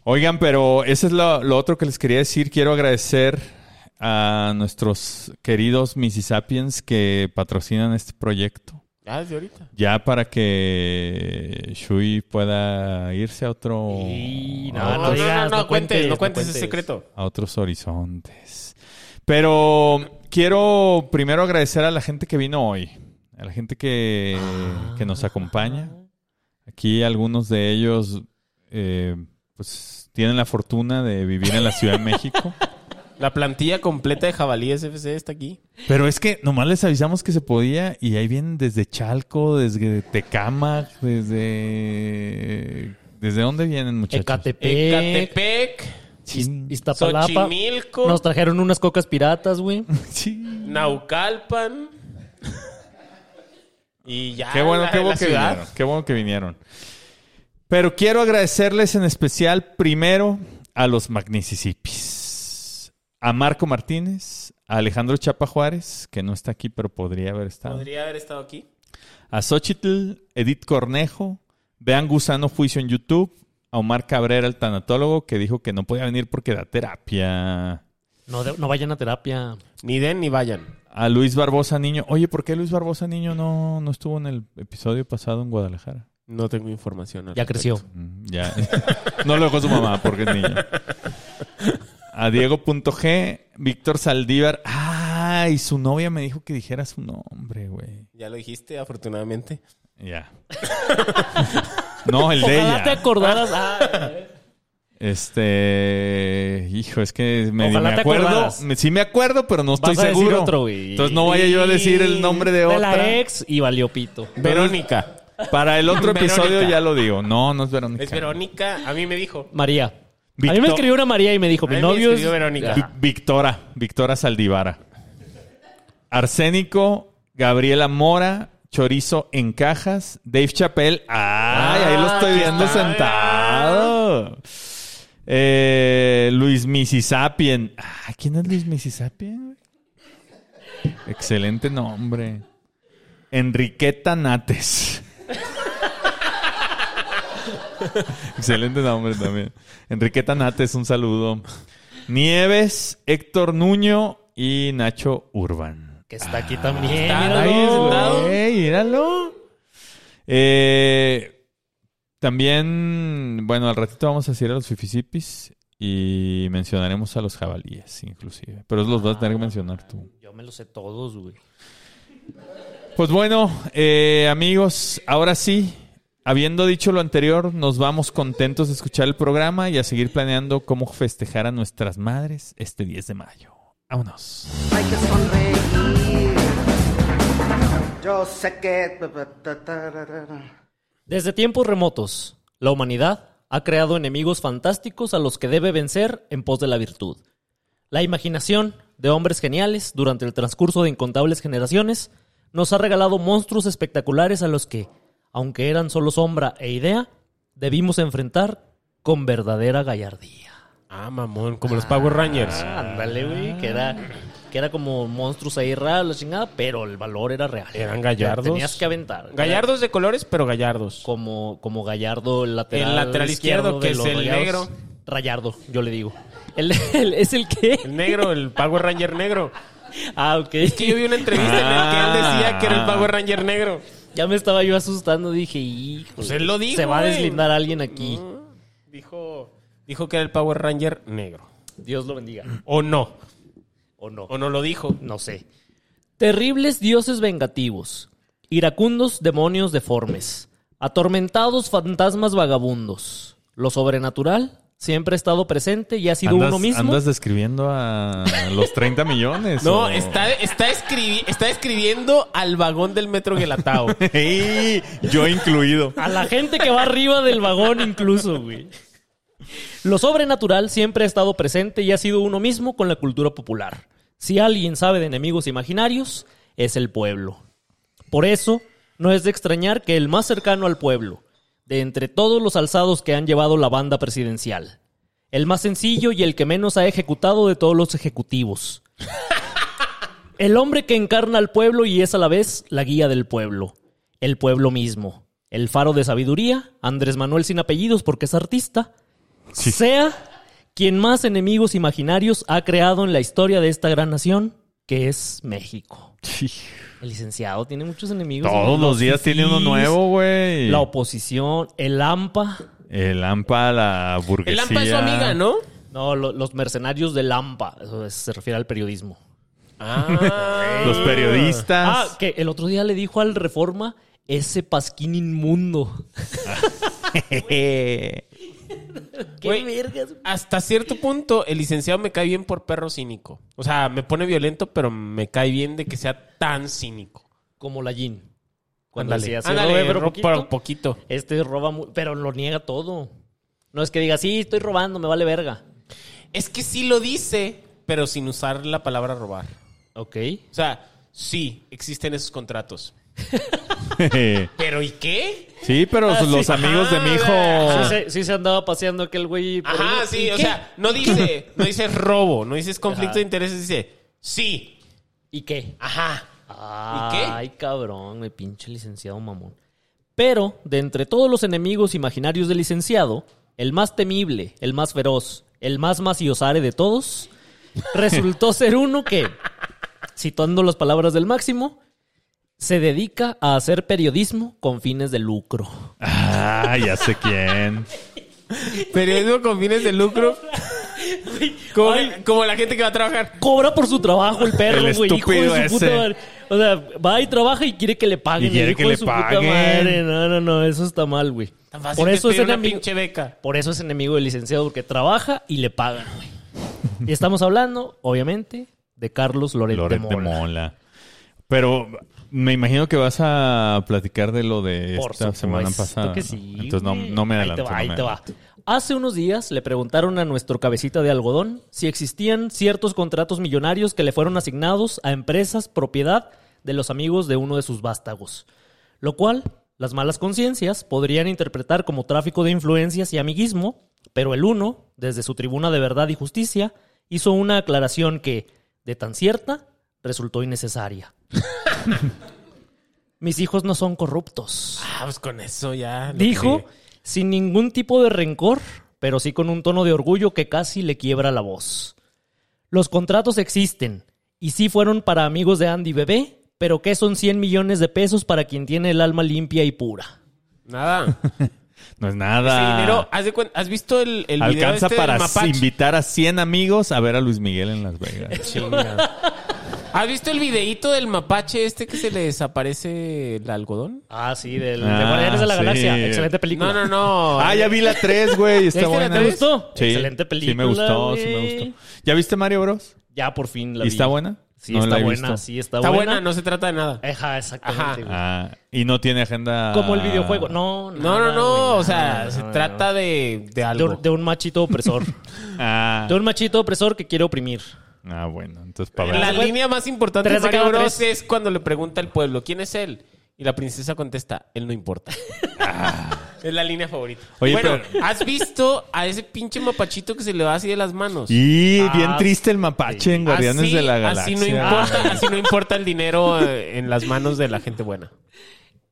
Speaker 3: Oigan, pero eso es lo, lo otro que les quería decir. Quiero agradecer a nuestros queridos Mississippians que patrocinan este proyecto.
Speaker 5: Ah, desde ahorita.
Speaker 3: Ya para que Shui pueda irse a otro
Speaker 4: Y no,
Speaker 5: No,
Speaker 3: a,
Speaker 5: no,
Speaker 3: otros,
Speaker 4: digas,
Speaker 5: no, no,
Speaker 4: no
Speaker 5: cuentes,
Speaker 4: cuentes,
Speaker 5: no
Speaker 4: no
Speaker 5: cuentes ese
Speaker 4: cuentes.
Speaker 5: secreto.
Speaker 3: a otros horizontes. Pero quiero primero agradecer a la gente que vino hoy, a la gente que, que nos acompaña. Aquí algunos de ellos eh, pues tienen la fortuna de vivir en la Ciudad de México.
Speaker 5: La plantilla completa de Jabalíes FC está aquí.
Speaker 3: Pero es que nomás les avisamos que se podía y ahí vienen desde Chalco, desde Tecama, desde... ¿Desde dónde vienen muchachos?
Speaker 4: Ecatepec,
Speaker 5: Ecatepec,
Speaker 3: Chin-
Speaker 4: Iztapalapa.
Speaker 5: Xochimilco,
Speaker 4: Nos trajeron unas cocas piratas, güey.
Speaker 3: Chin. <laughs>
Speaker 5: Naucalpan. Y ya.
Speaker 3: Qué bueno,
Speaker 5: la-
Speaker 3: qué bueno
Speaker 5: la
Speaker 3: que
Speaker 5: ciudad.
Speaker 3: vinieron. Qué bueno que vinieron. Pero quiero agradecerles en especial primero a los Magnicisipis. A Marco Martínez, a Alejandro Chapa Juárez, que no está aquí, pero podría haber estado.
Speaker 5: Podría haber estado aquí.
Speaker 3: A Xochitl, Edith Cornejo, vean Gusano Juicio en YouTube. A Omar Cabrera, el tanatólogo, que dijo que no podía venir porque da terapia.
Speaker 4: No, de- no vayan a terapia.
Speaker 5: Ni den ni vayan.
Speaker 3: A Luis Barbosa Niño. Oye, ¿por qué Luis Barbosa Niño no, no estuvo en el episodio pasado en Guadalajara?
Speaker 5: No tengo información. al
Speaker 4: Ya
Speaker 5: respecto.
Speaker 4: creció.
Speaker 3: Mm, Ya. <laughs> No lo dejó su mamá porque es niño. A Diego.g, Víctor Saldívar. Ay, su novia me dijo que dijera su nombre, güey.
Speaker 5: Ya lo dijiste, afortunadamente.
Speaker 3: Ya. <laughs> No, el de
Speaker 4: Ojalá te
Speaker 3: ella.
Speaker 4: acordaras. Ah,
Speaker 3: Este. Hijo, es que me,
Speaker 4: Ojalá
Speaker 3: me
Speaker 4: te
Speaker 3: acuerdo.
Speaker 4: acordaras.
Speaker 3: me- sí, me acuerdo, pero no estoy
Speaker 4: Vas a decir
Speaker 3: seguro.
Speaker 4: otro, güey.
Speaker 3: Entonces no vaya yo a decir el nombre de,
Speaker 4: De
Speaker 3: otra.
Speaker 4: la ex y valió pito.
Speaker 5: Verónica.
Speaker 3: Para el
Speaker 4: <laughs>
Speaker 3: otro episodio
Speaker 5: Verónica.
Speaker 3: ya lo digo. No, no es Verónica.
Speaker 5: Es Verónica, a mí me dijo.
Speaker 4: María. A mí
Speaker 3: Victor-
Speaker 4: me escribió una María y me dijo,
Speaker 5: A
Speaker 4: mi
Speaker 5: mí me
Speaker 4: novio es...
Speaker 5: escribió Verónica.
Speaker 3: Vi- Victora. Victora Saldivara. Arsénico, Gabriela Mora, Chorizo en cajas, Dave Chappelle. ¡Ay! ahí lo estoy
Speaker 5: aquí
Speaker 3: viendo
Speaker 5: está.
Speaker 3: sentado. Eh, Luis Misisapien. Ah, ¿Quién es Luis Misisapien? Excelente nombre. Enriqueta Nates. <laughs> Excelente nombre también. Enriqueta Nates, un saludo. Nieves, Héctor Nuño y Nacho Urban.
Speaker 4: Que está aquí también.
Speaker 5: está
Speaker 4: míralo.
Speaker 5: ahí sentado.
Speaker 3: Ey, míralo. Eh, también, bueno, al ratito vamos a decir a los fifisipis y mencionaremos a los jabalíes, inclusive. Pero los vas a tener que mencionar tú.
Speaker 4: Yo me lo sé todos, güey.
Speaker 3: Pues bueno, eh, amigos, ahora sí, habiendo dicho lo anterior, nos vamos contentos de escuchar el programa y a seguir planeando cómo festejar a nuestras madres este 10 de mayo. Vámonos.
Speaker 7: hay que sonreír. Yo sé que... ta, ta, ta, ta, ta.
Speaker 4: Desde tiempos remotos, la humanidad ha creado enemigos fantásticos a los que debe vencer en pos de la virtud. La imaginación de hombres geniales durante el transcurso de incontables generaciones nos ha regalado monstruos espectaculares a los que, aunque eran solo sombra e idea, debimos enfrentar con verdadera gallardía.
Speaker 5: Ah, mamón, como los
Speaker 4: Ah.
Speaker 5: Power Rangers.
Speaker 4: Ándale, güey, que era, que era como monstruos ahí raros, la chingada, pero el valor era real.
Speaker 5: Eran gallardos.
Speaker 4: Te Tenías que aventar.
Speaker 5: Gallardos de colores, pero gallardos.
Speaker 4: como, como Gallardo el lateral.
Speaker 5: El lateral izquierdo, que
Speaker 4: de
Speaker 5: es
Speaker 4: los
Speaker 5: el negro.
Speaker 4: Rayardo, yo le digo. El, el- ¿Es el qué?
Speaker 5: El negro, el Power Ranger negro.
Speaker 4: Ah, ok.
Speaker 5: Es que <laughs> yo vi una entrevista en la que él decía que era el Power Ranger negro.
Speaker 4: Ya me estaba yo asustando, dije, hijo.
Speaker 5: Pues él lo dijo,
Speaker 4: Se va a
Speaker 5: güey.
Speaker 4: deslindar alguien aquí.
Speaker 5: Dijo, dijo que era el Power Ranger negro.
Speaker 4: Dios lo bendiga.
Speaker 5: O no,
Speaker 4: O no.
Speaker 5: o no lo dijo.
Speaker 4: No sé. Terribles dioses vengativos, iracundos demonios deformes, atormentados fantasmas vagabundos. Lo sobrenatural siempre ha estado presente y ha sido uno mismo.
Speaker 3: andas describiendo a los 30
Speaker 4: <laughs>
Speaker 3: millones.
Speaker 5: No,
Speaker 3: o- <laughs>
Speaker 5: está, está, escribi- está escribiendo al vagón del metro <laughs> Guelatao.
Speaker 3: Ey, yo incluido.
Speaker 4: A la gente que va arriba del vagón incluso, güey. Lo sobrenatural siempre ha estado presente y ha sido uno mismo con la cultura popular. Si alguien sabe de enemigos imaginarios, es el pueblo. Por eso, no es de extrañar que el más cercano al pueblo, de entre todos los alzados que han llevado la banda presidencial, el más sencillo y el que menos ha ejecutado de todos los ejecutivos, <laughs> el hombre que encarna al pueblo y es a la vez la guía del pueblo. El pueblo mismo. El faro de sabiduría, Andrés Manuel sin apellidos porque es artista. Sea quien más enemigos imaginarios ha creado en la historia de esta gran nación, que es México. El licenciado tiene muchos enemigos.
Speaker 3: Todos los días tiene uno
Speaker 4: fifís,
Speaker 3: nuevo, güey.
Speaker 4: La oposición, el AMPA.
Speaker 3: El AMPA, la
Speaker 5: El
Speaker 3: burguesía.
Speaker 5: Lampa es su amiga, ¿no?
Speaker 4: No, lo- los mercenarios del AMPA. Eso es- se refiere al periodismo.
Speaker 5: Ah.
Speaker 3: Los periodistas.
Speaker 4: Ah, que el otro día le dijo al Reforma ese pasquín inmundo. Qué
Speaker 5: Güey,
Speaker 4: vergas.
Speaker 5: Hasta cierto punto, el licenciado me cae bien por perro cínico. O sea, me pone violento, pero me cae bien de que sea tan cínico.
Speaker 4: Como la Jean. Cuando
Speaker 5: Ándale,
Speaker 4: decía, "Se
Speaker 5: ándale,
Speaker 4: robe, pero
Speaker 5: ro-
Speaker 4: poquito".
Speaker 5: pero poquito.
Speaker 4: Este roba, mu- pero lo niega todo. No es que diga, sí, estoy robando, me vale verga.
Speaker 5: Es que sí lo dice, pero sin usar la palabra robar.
Speaker 4: Ok.
Speaker 5: O sea, sí, existen esos contratos.
Speaker 4: Ah.
Speaker 5: ¿Pero y qué?
Speaker 3: <laughs> sí, pero los amigos de mi
Speaker 4: Sí,
Speaker 3: hijo.
Speaker 4: se, sí se andaba paseando aquel güey. por
Speaker 5: Ajá,
Speaker 4: ahí.
Speaker 5: sí,
Speaker 4: ¿Y
Speaker 5: o
Speaker 4: qué?
Speaker 5: sea, no dice, no dice robo, no dices conflicto
Speaker 4: Ajá.
Speaker 5: de intereses, dice sí,
Speaker 4: ¿Y qué?
Speaker 5: ajá. qué?
Speaker 4: Ay, cabrón, me pinche licenciado mamón. Pero, de entre todos los enemigos imaginarios del licenciado, el más temible, el más feroz, el más maciosare de
Speaker 5: <laughs>
Speaker 4: todos, resultó ser uno que, citando las palabras del máximo, se dedica a hacer periodismo con fines de lucro.
Speaker 3: Ah, ya sé quién.
Speaker 4: <laughs>
Speaker 5: Periodismo con fines de lucro. Como,
Speaker 4: Ay.
Speaker 5: como la gente que va a trabajar.
Speaker 4: Cobra por su trabajo el perro,
Speaker 3: El
Speaker 4: güey. Hijo de
Speaker 3: estúpido
Speaker 4: su puta
Speaker 3: ese.
Speaker 4: madre. O sea, va y trabaja y quiere que le paguen.
Speaker 3: Y quiere
Speaker 4: hijo
Speaker 3: que
Speaker 4: de
Speaker 3: le
Speaker 4: su puta
Speaker 3: paguen.
Speaker 4: madre. No, no, no, eso está mal, güey. Por eso es
Speaker 5: una
Speaker 4: enemigo.
Speaker 5: pinche beca.
Speaker 4: Por eso es enemigo del licenciado, porque trabaja y le pagan, güey. Y estamos hablando, obviamente, de Carlos Lorente,
Speaker 3: Lorete
Speaker 4: Mola.
Speaker 3: Mola. Pero me imagino que vas a platicar de lo de
Speaker 4: Por
Speaker 3: esta
Speaker 4: supuesto
Speaker 3: semana pasada.
Speaker 4: que
Speaker 3: ¿no?
Speaker 4: sí,
Speaker 3: Entonces no,
Speaker 4: güey.
Speaker 3: no me
Speaker 4: Ahí te
Speaker 3: adelanto.
Speaker 4: va,
Speaker 3: no
Speaker 4: ahí
Speaker 3: me
Speaker 4: te va.
Speaker 3: adelanto.
Speaker 4: Hace unos días le preguntaron a nuestro cabecita de algodón si existían ciertos contratos millonarios que le fueron asignados a empresas propiedad de los amigos de uno de sus vástagos. Lo cual, las malas conciencias podrían interpretar como tráfico de influencias y amiguismo, pero el uno, desde su tribuna de verdad y justicia, hizo una aclaración que, de tan cierta, resultó innecesaria. Mis hijos no son corruptos.
Speaker 5: Ah, pues con eso ya. lo
Speaker 4: Dijo
Speaker 5: que-
Speaker 4: sin ningún tipo de rencor, pero sí con un tono de orgullo que casi le quiebra la voz. Los contratos existen y sí fueron para amigos de Andy Bebé, pero ¿qué son 100 millones de pesos para quien tiene el alma limpia y pura?
Speaker 5: Nada.
Speaker 3: No es
Speaker 5: Ese
Speaker 4: Ah.
Speaker 3: nada.
Speaker 5: dinero, haz de cuen- ¿has visto el, el video
Speaker 3: Alcanza
Speaker 5: este
Speaker 3: para
Speaker 5: del mapache?
Speaker 3: invitar a 100 amigos a ver a Luis Miguel en Las Vegas.
Speaker 5: <laughs> ¿Has visto el videíto del mapache este que se le desaparece el algodón?
Speaker 4: Ah, sí, del, de
Speaker 3: Ah,
Speaker 4: Guardianes de la
Speaker 3: sí.
Speaker 4: Galaxia. Excelente película.
Speaker 5: No, no, no.
Speaker 3: ah, ya vi la 3, güey. Está
Speaker 5: ¿Ya viste la
Speaker 3: buena.
Speaker 5: tres? ¿Te
Speaker 4: gustó?
Speaker 3: Sí, Sí,
Speaker 4: Excelente
Speaker 3: me
Speaker 4: película,
Speaker 3: gustó, sí
Speaker 4: güey.
Speaker 3: me gustó. ¿Ya viste Mario Bros?
Speaker 4: Ya por fin la
Speaker 3: ¿Y
Speaker 4: vi.
Speaker 3: está buena?
Speaker 4: Sí,
Speaker 3: No la
Speaker 4: está
Speaker 3: he
Speaker 4: buena,
Speaker 3: visto.
Speaker 4: sí, está,
Speaker 5: Está buena,
Speaker 4: buena.
Speaker 5: no se trata de nada.
Speaker 4: Ajá, exactamente. güey.
Speaker 3: Ah, y no tiene agenda.
Speaker 4: Como el videojuego.
Speaker 3: Ah.
Speaker 4: No,
Speaker 5: No, no,
Speaker 4: nada,
Speaker 5: no.
Speaker 4: güey,
Speaker 5: O sea,
Speaker 4: nada,
Speaker 5: se
Speaker 4: no,
Speaker 5: trata de, de
Speaker 4: no. De
Speaker 5: algo.
Speaker 4: un- de un
Speaker 3: <laughs>
Speaker 4: machito opresor.
Speaker 3: Ah,
Speaker 4: de un machito opresor que quiere oprimir.
Speaker 3: ah, bueno. Entonces, para
Speaker 5: La
Speaker 3: ver.
Speaker 5: línea más importante de
Speaker 4: Tres de
Speaker 5: Mario
Speaker 4: cada
Speaker 5: Bros.
Speaker 4: tres.
Speaker 5: es cuando le pregunta al pueblo, ¿quién es él? Y la princesa contesta, él no importa. Es la línea favorita.
Speaker 3: Ah. Oye,
Speaker 5: bueno,
Speaker 3: pero-
Speaker 5: ¿has visto a ese pinche mapachito que se le va así de las manos?
Speaker 3: Y bien
Speaker 4: Ah,
Speaker 3: triste el mapache en Guardianes
Speaker 5: Así-
Speaker 3: de la Galaxia. Ah.
Speaker 5: Así no, importa, así no importa el dinero eh, en las manos de la gente buena.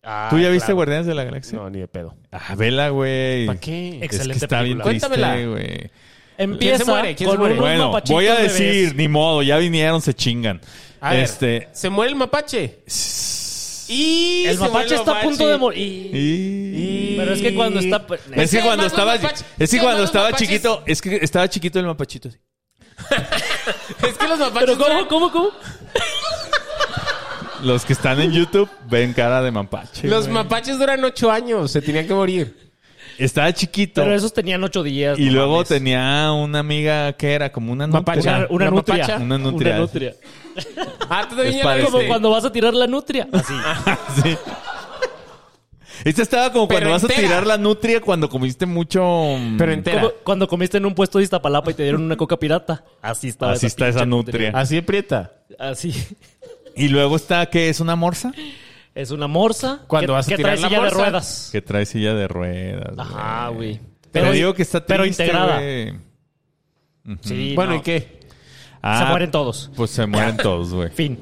Speaker 5: Ah,
Speaker 3: ¿Tú
Speaker 4: Ah,
Speaker 3: ya viste Guardianes de la Galaxia?
Speaker 5: No, ni de pedo.
Speaker 3: Ah, vela, güey.
Speaker 5: ¿Para qué?
Speaker 3: Es que
Speaker 4: Excelente
Speaker 3: está bien
Speaker 4: película.
Speaker 3: triste,
Speaker 5: Cuéntamela.
Speaker 3: güey.
Speaker 4: Empieza
Speaker 5: se muere? ¿Quién se
Speaker 4: con
Speaker 5: muere?
Speaker 4: unos
Speaker 3: Bueno,
Speaker 4: mapachitos
Speaker 3: voy a
Speaker 4: bebés.
Speaker 3: decir, ni modo, ya vinieron, se chingan.
Speaker 5: A ver,
Speaker 3: este.
Speaker 5: se muere el mapache. Y
Speaker 4: El
Speaker 5: se muere
Speaker 4: mapache está a punto de morir. Y-
Speaker 3: Y-
Speaker 4: Pero es que cuando está...
Speaker 3: Es que
Speaker 5: hay
Speaker 3: cuando
Speaker 5: más
Speaker 3: estaba,
Speaker 5: mapaches.
Speaker 3: es que
Speaker 5: Hay
Speaker 3: cuando
Speaker 5: más
Speaker 3: estaba
Speaker 5: mapaches.
Speaker 3: chiquito, es que estaba chiquito el mapachito. así.
Speaker 5: Es que los
Speaker 4: ¿Pero
Speaker 5: mapaches.
Speaker 4: cómo, cómo, cómo?
Speaker 3: Los que están en YouTube ven cara de mapache.
Speaker 5: Los
Speaker 3: güey.
Speaker 5: mapaches duran ocho años, se tenían que <laughs> morir.
Speaker 3: Estaba chiquito.
Speaker 4: Pero esos tenían ocho días.
Speaker 3: y
Speaker 4: no
Speaker 3: luego
Speaker 4: mames.
Speaker 3: tenía una amiga que era como una nutria.
Speaker 5: Mapacha.
Speaker 4: Una, una
Speaker 5: ¿Una
Speaker 4: nutria.
Speaker 5: mapacha?
Speaker 3: Una nutria. <laughs>
Speaker 5: Ah, tú también
Speaker 3: Es
Speaker 5: ya la
Speaker 3: parecido.
Speaker 4: Como
Speaker 5: viste.
Speaker 4: cuando vas a tirar la nutria. Así.
Speaker 3: Ah, Sí. Esta estaba como
Speaker 5: Pero
Speaker 3: cuando vas a
Speaker 5: entera.
Speaker 3: tirar la nutria cuando comiste mucho. mm,
Speaker 5: Pero entera.
Speaker 4: Como cuando comiste en un puesto de Iztapalapa y te dieron una coca pirata. Así estaba
Speaker 3: Así está esa
Speaker 4: pinche
Speaker 3: nutria.
Speaker 5: Así aprieta.
Speaker 4: Así.
Speaker 3: Y luego está que es una morsa
Speaker 4: Es una morsa.
Speaker 5: Cuando
Speaker 4: que-
Speaker 5: vas a
Speaker 4: que
Speaker 5: tirar
Speaker 4: trae
Speaker 5: la
Speaker 4: silla
Speaker 5: morsa.
Speaker 4: de ruedas.
Speaker 3: que trae silla de ruedas.
Speaker 4: Ajá, güey.
Speaker 3: Pero, digo que está triste,
Speaker 4: Pero integrada.
Speaker 3: güey.
Speaker 4: Sí,
Speaker 5: bueno,
Speaker 4: no.
Speaker 5: ¿y qué?
Speaker 3: Ah,
Speaker 4: Se mueren todos.
Speaker 3: Pues se mueren todos, güey.
Speaker 4: Fin.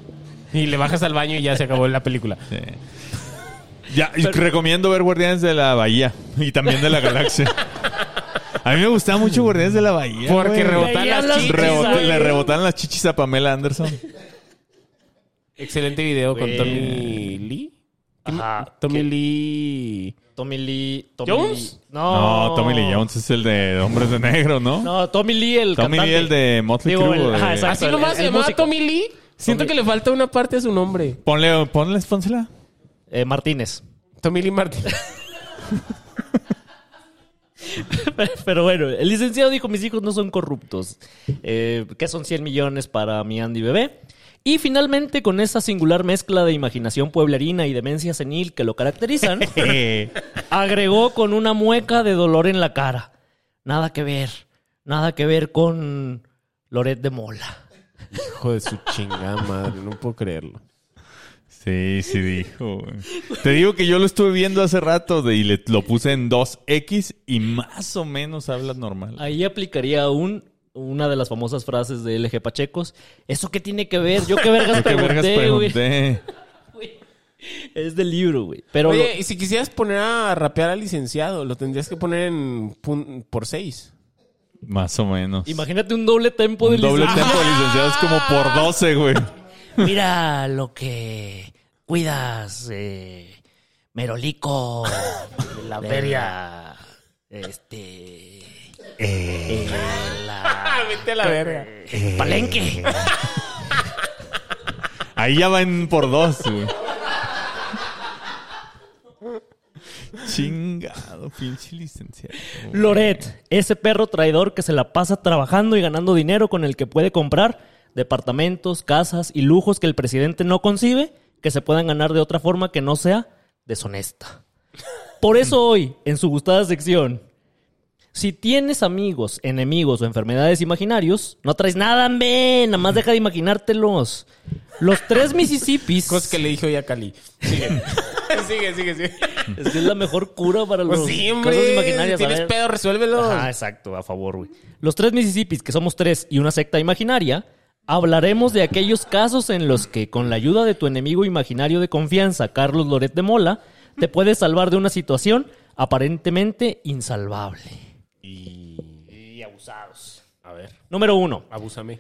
Speaker 5: Y le bajas al baño y ya se acabó la película.
Speaker 3: Sí. Ya, y recomiendo ver Guardianes de la Bahía y también de la Galaxia. A mí me gustaba mucho Guardianes de la Bahía. güey.
Speaker 5: Porque rebotan
Speaker 4: Veía
Speaker 5: las
Speaker 4: las
Speaker 5: chichis.
Speaker 3: Rebota-
Speaker 4: güey.
Speaker 3: le rebotaron las chichis a Pamela Anderson.
Speaker 5: Excelente video con
Speaker 4: Güey.
Speaker 5: Tommy Lee.
Speaker 4: Ajá.
Speaker 5: Tommy Lee.
Speaker 4: Tommy Lee. Tommy
Speaker 5: ¿Jones?
Speaker 4: Lee. No.
Speaker 3: No, Tommy Lee Jones es el de Hombres de Negro, ¿no?
Speaker 4: No, Tommy Lee, el
Speaker 3: Tommy
Speaker 4: cantante.
Speaker 3: Lee, el de Motley
Speaker 4: Digo,
Speaker 3: Crue.
Speaker 4: el-
Speaker 3: güey.
Speaker 4: ajá, exacto.
Speaker 5: Así
Speaker 4: el-
Speaker 5: nomás
Speaker 4: el
Speaker 5: se llamaba
Speaker 4: músico.
Speaker 5: Tommy Lee. Siento
Speaker 4: Tommy-
Speaker 5: que le falta una parte a su nombre.
Speaker 3: Ponle, ponle, pónsela.
Speaker 4: Eh, Martínez.
Speaker 5: Tommy Lee Martin.
Speaker 4: <laughs> Pero bueno, el licenciado dijo, mis hijos no son corruptos, eh, que son 100 millones para mi Andy bebé. Y finalmente, con esa singular mezcla de imaginación pueblerina y demencia senil que lo
Speaker 3: <laughs>
Speaker 4: caracterizan, agregó con una mueca de dolor en la cara. Nada que ver, nada que ver con Loret de Mola.
Speaker 5: <laughs> Hijo de su chingada madre, no puedo creerlo.
Speaker 3: Sí, sí dijo. güey. Te digo que yo lo estuve viendo hace rato de- y le, lo puse en 2X y más o menos hablas normal.
Speaker 4: Ahí aplicaría un, una de las famosas frases de LG Pachecos. ¿Eso qué tiene que ver? Yo qué
Speaker 3: <laughs>
Speaker 4: vergas
Speaker 3: ¿Yo qué vergas
Speaker 4: pregunté, güey.
Speaker 3: pregunté?
Speaker 4: Es del libro, güey. Pero
Speaker 5: Oye, y si quisieras poner a rapear al licenciado, lo tendrías que poner en pun- por seis.
Speaker 3: Más o menos.
Speaker 4: Imagínate un doble tempo
Speaker 3: Un
Speaker 4: de
Speaker 3: doble
Speaker 4: licencia.
Speaker 3: tempo de licenciados como por 12, güey.
Speaker 4: Ah, Mira lo que cuidas, eh, Merolico. De <laughs> la feria. Este. eh, la
Speaker 5: vete a la verga.
Speaker 4: Palenque.
Speaker 3: Ahí ya van por dos, güey. Chingado, pinche licenciado.
Speaker 4: Loret, ese perro traidor que se la pasa trabajando y ganando dinero con el que puede comprar departamentos, casas y lujos que el presidente no concibe que se puedan ganar de otra forma que no sea deshonesta. Por eso hoy, en su gustada sección, si tienes amigos, enemigos o enfermedades imaginarios, no traes nada, men, nada más deja de imaginártelos. Los tres
Speaker 5: <laughs>
Speaker 4: Mississippis
Speaker 5: Cosas Pues que le dije hoy a Cali. Sigue. <laughs> sigue, sigue, sigue.
Speaker 4: es que es la mejor cura para los
Speaker 5: Pues sí,
Speaker 4: cosas
Speaker 5: hombre.
Speaker 4: imaginarias.
Speaker 5: Si
Speaker 4: a
Speaker 5: tienes
Speaker 4: ver.
Speaker 5: pedo, resuélvelo.
Speaker 4: Ah, exacto, a favor, güey. Los tres Mississippis, que somos tres y una secta imaginaria, hablaremos de aquellos casos en los que, con la ayuda de tu enemigo imaginario de confianza, Carlos Loret de Mola, te puedes salvar de una situación aparentemente insalvable.
Speaker 5: Y abusados. A ver,
Speaker 4: Número uno.
Speaker 5: abúsame.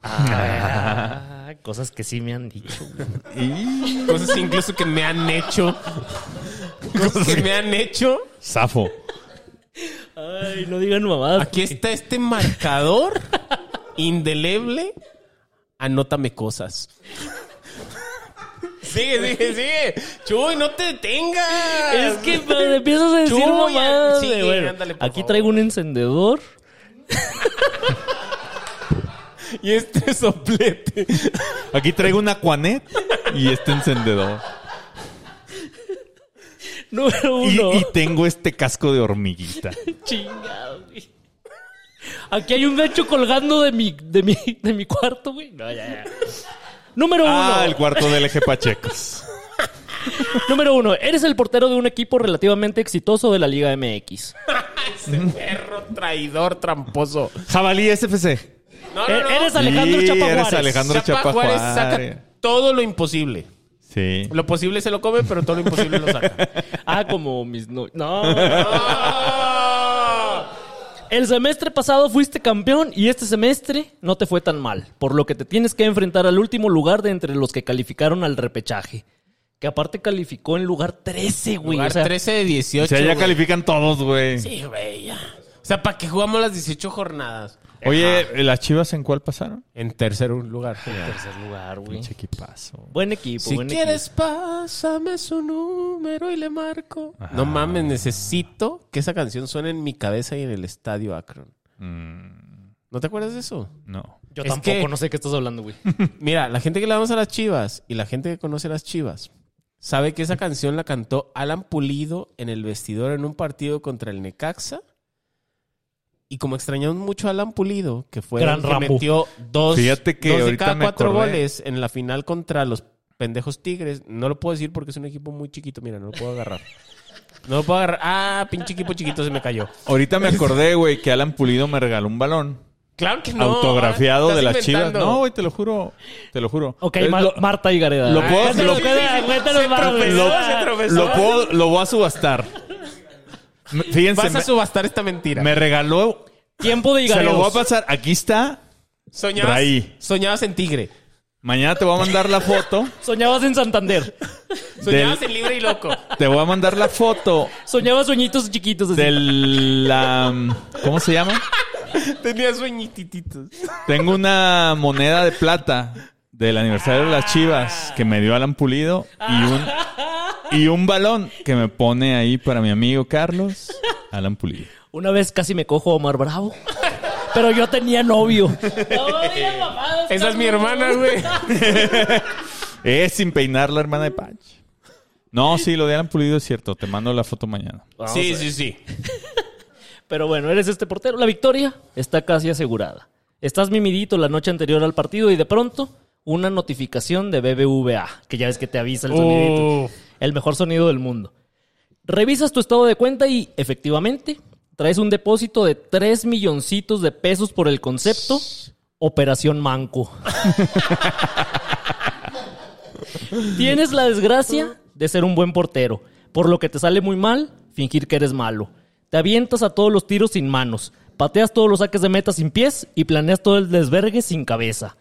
Speaker 4: Ah, cosas que sí me han dicho. güey.
Speaker 5: Cosas incluso que me han hecho. Cosas que me han hecho.
Speaker 3: Safo.
Speaker 4: Ay, no digan mamadas.
Speaker 5: Aquí está este marcador indeleble. Anótame cosas. Sigue, sigue, sigue. Chuy, no te detengas.
Speaker 4: Es que me empiezas a decir
Speaker 5: Chuy,
Speaker 4: mamadas.
Speaker 5: sí,
Speaker 4: güey. Bueno,
Speaker 5: ándale, por
Speaker 4: aquí
Speaker 5: favor.
Speaker 4: traigo un encendedor.
Speaker 5: Y este soplete.
Speaker 3: Aquí traigo un Aquanet y este encendedor.
Speaker 4: Número
Speaker 3: Y,
Speaker 4: uno.
Speaker 3: y tengo este casco de hormiguita.
Speaker 4: Chingado, güey. Aquí hay un gancho colgando de mi, de mi, de mi cuarto, güey. No, ya, ya. Número uno.
Speaker 3: Ah, el cuarto del eje Pachecos.
Speaker 4: Número uno. Eres el portero de un equipo relativamente exitoso de la Liga MX.
Speaker 5: Ese Este perro traidor, tramposo.
Speaker 3: Jabalí SFC.
Speaker 5: No, no, no.
Speaker 4: E- Eres Alejandro
Speaker 3: Sí,
Speaker 4: Chapa
Speaker 3: eres
Speaker 4: Juárez.
Speaker 3: Alejandro
Speaker 5: Chapa
Speaker 3: Chapa
Speaker 5: Juárez
Speaker 3: Juárez.
Speaker 5: saca todo lo imposible.
Speaker 3: Sí.
Speaker 5: Lo posible se lo come, pero todo lo imposible lo saca.
Speaker 4: Ah, como mis... No, no, no. El semestre pasado fuiste campeón y este semestre no te fue tan mal, por lo que te tienes que enfrentar al último lugar de entre los que calificaron al repechaje. Que aparte calificó en lugar 13, güey.
Speaker 5: Lugar
Speaker 4: o sea,
Speaker 5: 13 de 18.
Speaker 3: O sea, ya
Speaker 5: güey.
Speaker 3: califican todos, güey.
Speaker 5: Sí, güey, ya. O sea, ¿para qué jugamos las 18 jornadas?
Speaker 3: Oye, ¿las chivas en cuál pasaron?
Speaker 5: En tercer lugar.
Speaker 4: tercer lugar, güey.
Speaker 3: Pinche equipazo.
Speaker 4: Buen equipo,
Speaker 5: Si
Speaker 4: buen equipo.
Speaker 5: quieres, pásame su número y le marco. No mames, necesito que esa canción suene en mi cabeza y en el estadio Akron. ¿No te acuerdas de eso?
Speaker 3: Mm, No.
Speaker 4: Yo
Speaker 5: Es
Speaker 4: tampoco
Speaker 5: que-
Speaker 4: no sé qué estás hablando, güey.
Speaker 5: Mira, la gente que le vamos a las chivas y la gente que conoce las chivas sabe que esa canción la cantó Alan Pulido en el vestidor en un partido contra el Necaxa. Y como extrañamos mucho a Alan Pulido, que fue
Speaker 4: Gran
Speaker 5: el que
Speaker 4: Rambo.
Speaker 5: metió dos,
Speaker 3: Fíjate que
Speaker 5: dos de
Speaker 3: ahorita
Speaker 5: cada
Speaker 3: me
Speaker 5: cuatro
Speaker 3: acordé.
Speaker 5: goles en la final contra los pendejos Tigres, no lo puedo decir porque es un equipo muy chiquito. Mira, no lo puedo agarrar. No lo puedo agarrar. Ah, pinche equipo chiquito se me cayó.
Speaker 3: Ahorita me acordé, güey, que Alan Pulido me regaló un balón.
Speaker 5: Claro que no.
Speaker 3: autografiado
Speaker 5: ahora
Speaker 3: de las
Speaker 5: estás
Speaker 3: chivas.
Speaker 5: inventando.
Speaker 3: No, güey, te lo juro. Te lo juro.
Speaker 4: <laughs> Ok,
Speaker 3: Es
Speaker 4: Mar-
Speaker 3: lo,
Speaker 4: Marta y Gareda.
Speaker 3: lo
Speaker 4: Ah,
Speaker 3: puedo-
Speaker 4: cuéntalo,
Speaker 3: lo-
Speaker 4: cuéntalo, cuéntalo,
Speaker 5: Se
Speaker 4: Marta, güey.
Speaker 5: tropezó, se tropezó.
Speaker 3: lo, puedo- lo voy a subastar. Me- Fíjense,
Speaker 5: Vas a
Speaker 3: me,
Speaker 5: subastar esta mentira.
Speaker 3: me regaló.
Speaker 4: Tiempo de
Speaker 3: Se lo voy a
Speaker 4: Igareos.
Speaker 3: pasar. Aquí está.
Speaker 5: Soñabas,
Speaker 3: Raí.
Speaker 5: soñabas en Tigre.
Speaker 3: Mañana te voy a mandar la foto.
Speaker 4: Soñabas en Santander.
Speaker 5: <laughs> Soñabas
Speaker 3: Del-
Speaker 5: en Libre y Loco.
Speaker 3: Te voy a mandar la foto
Speaker 4: Soñabas sueñitos chiquitos. así.
Speaker 3: de la. ¿Cómo se llama?
Speaker 5: <laughs> Tenía sueñitititos.
Speaker 3: Tengo una moneda de plata del aniversario de las Chivas que me dio Alan Pulido y un, y un balón que me pone ahí para mi amigo Carlos, Alan Pulido.
Speaker 4: Una vez casi me cojo a Omar Bravo. Pero yo tenía novio. No, digas mamadas,
Speaker 5: Esa es mi
Speaker 4: cabrón.
Speaker 5: hermana, güey.
Speaker 3: Es sin peinar la hermana de Patch. No, sí, lo de Alan Pulido es cierto. Te mando la foto mañana.
Speaker 5: Sí, sí, sí.
Speaker 4: Pero bueno, eres este portero. La victoria está casi asegurada. Estás mimidito la noche anterior al partido y de pronto una notificación de BBVA, que ya ves que te avisa el
Speaker 5: Oh,
Speaker 4: sonidito.
Speaker 5: Uf.
Speaker 4: El mejor sonido del mundo. Revisas tu estado de cuenta y efectivamente traes un depósito de 3 milloncitos de pesos por el concepto Operación Manco. <laughs> Tienes la desgracia de ser un buen portero, por lo que te sale muy mal fingir que eres malo. Te avientas a todos los tiros sin manos, pateas todos los saques de meta sin pies y planeas todo el desvergue sin cabeza.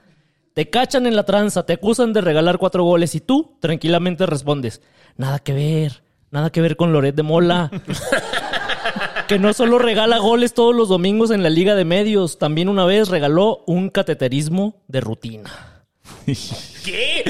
Speaker 4: Te cachan en la tranza, te acusan de regalar cuatro goles y tú tranquilamente respondes, nada que ver, nada que ver con Loret de Mola. <laughs> que no solo regala goles todos los domingos en la Liga de Medios, también una vez regaló un cateterismo de rutina.
Speaker 5: ¿Qué?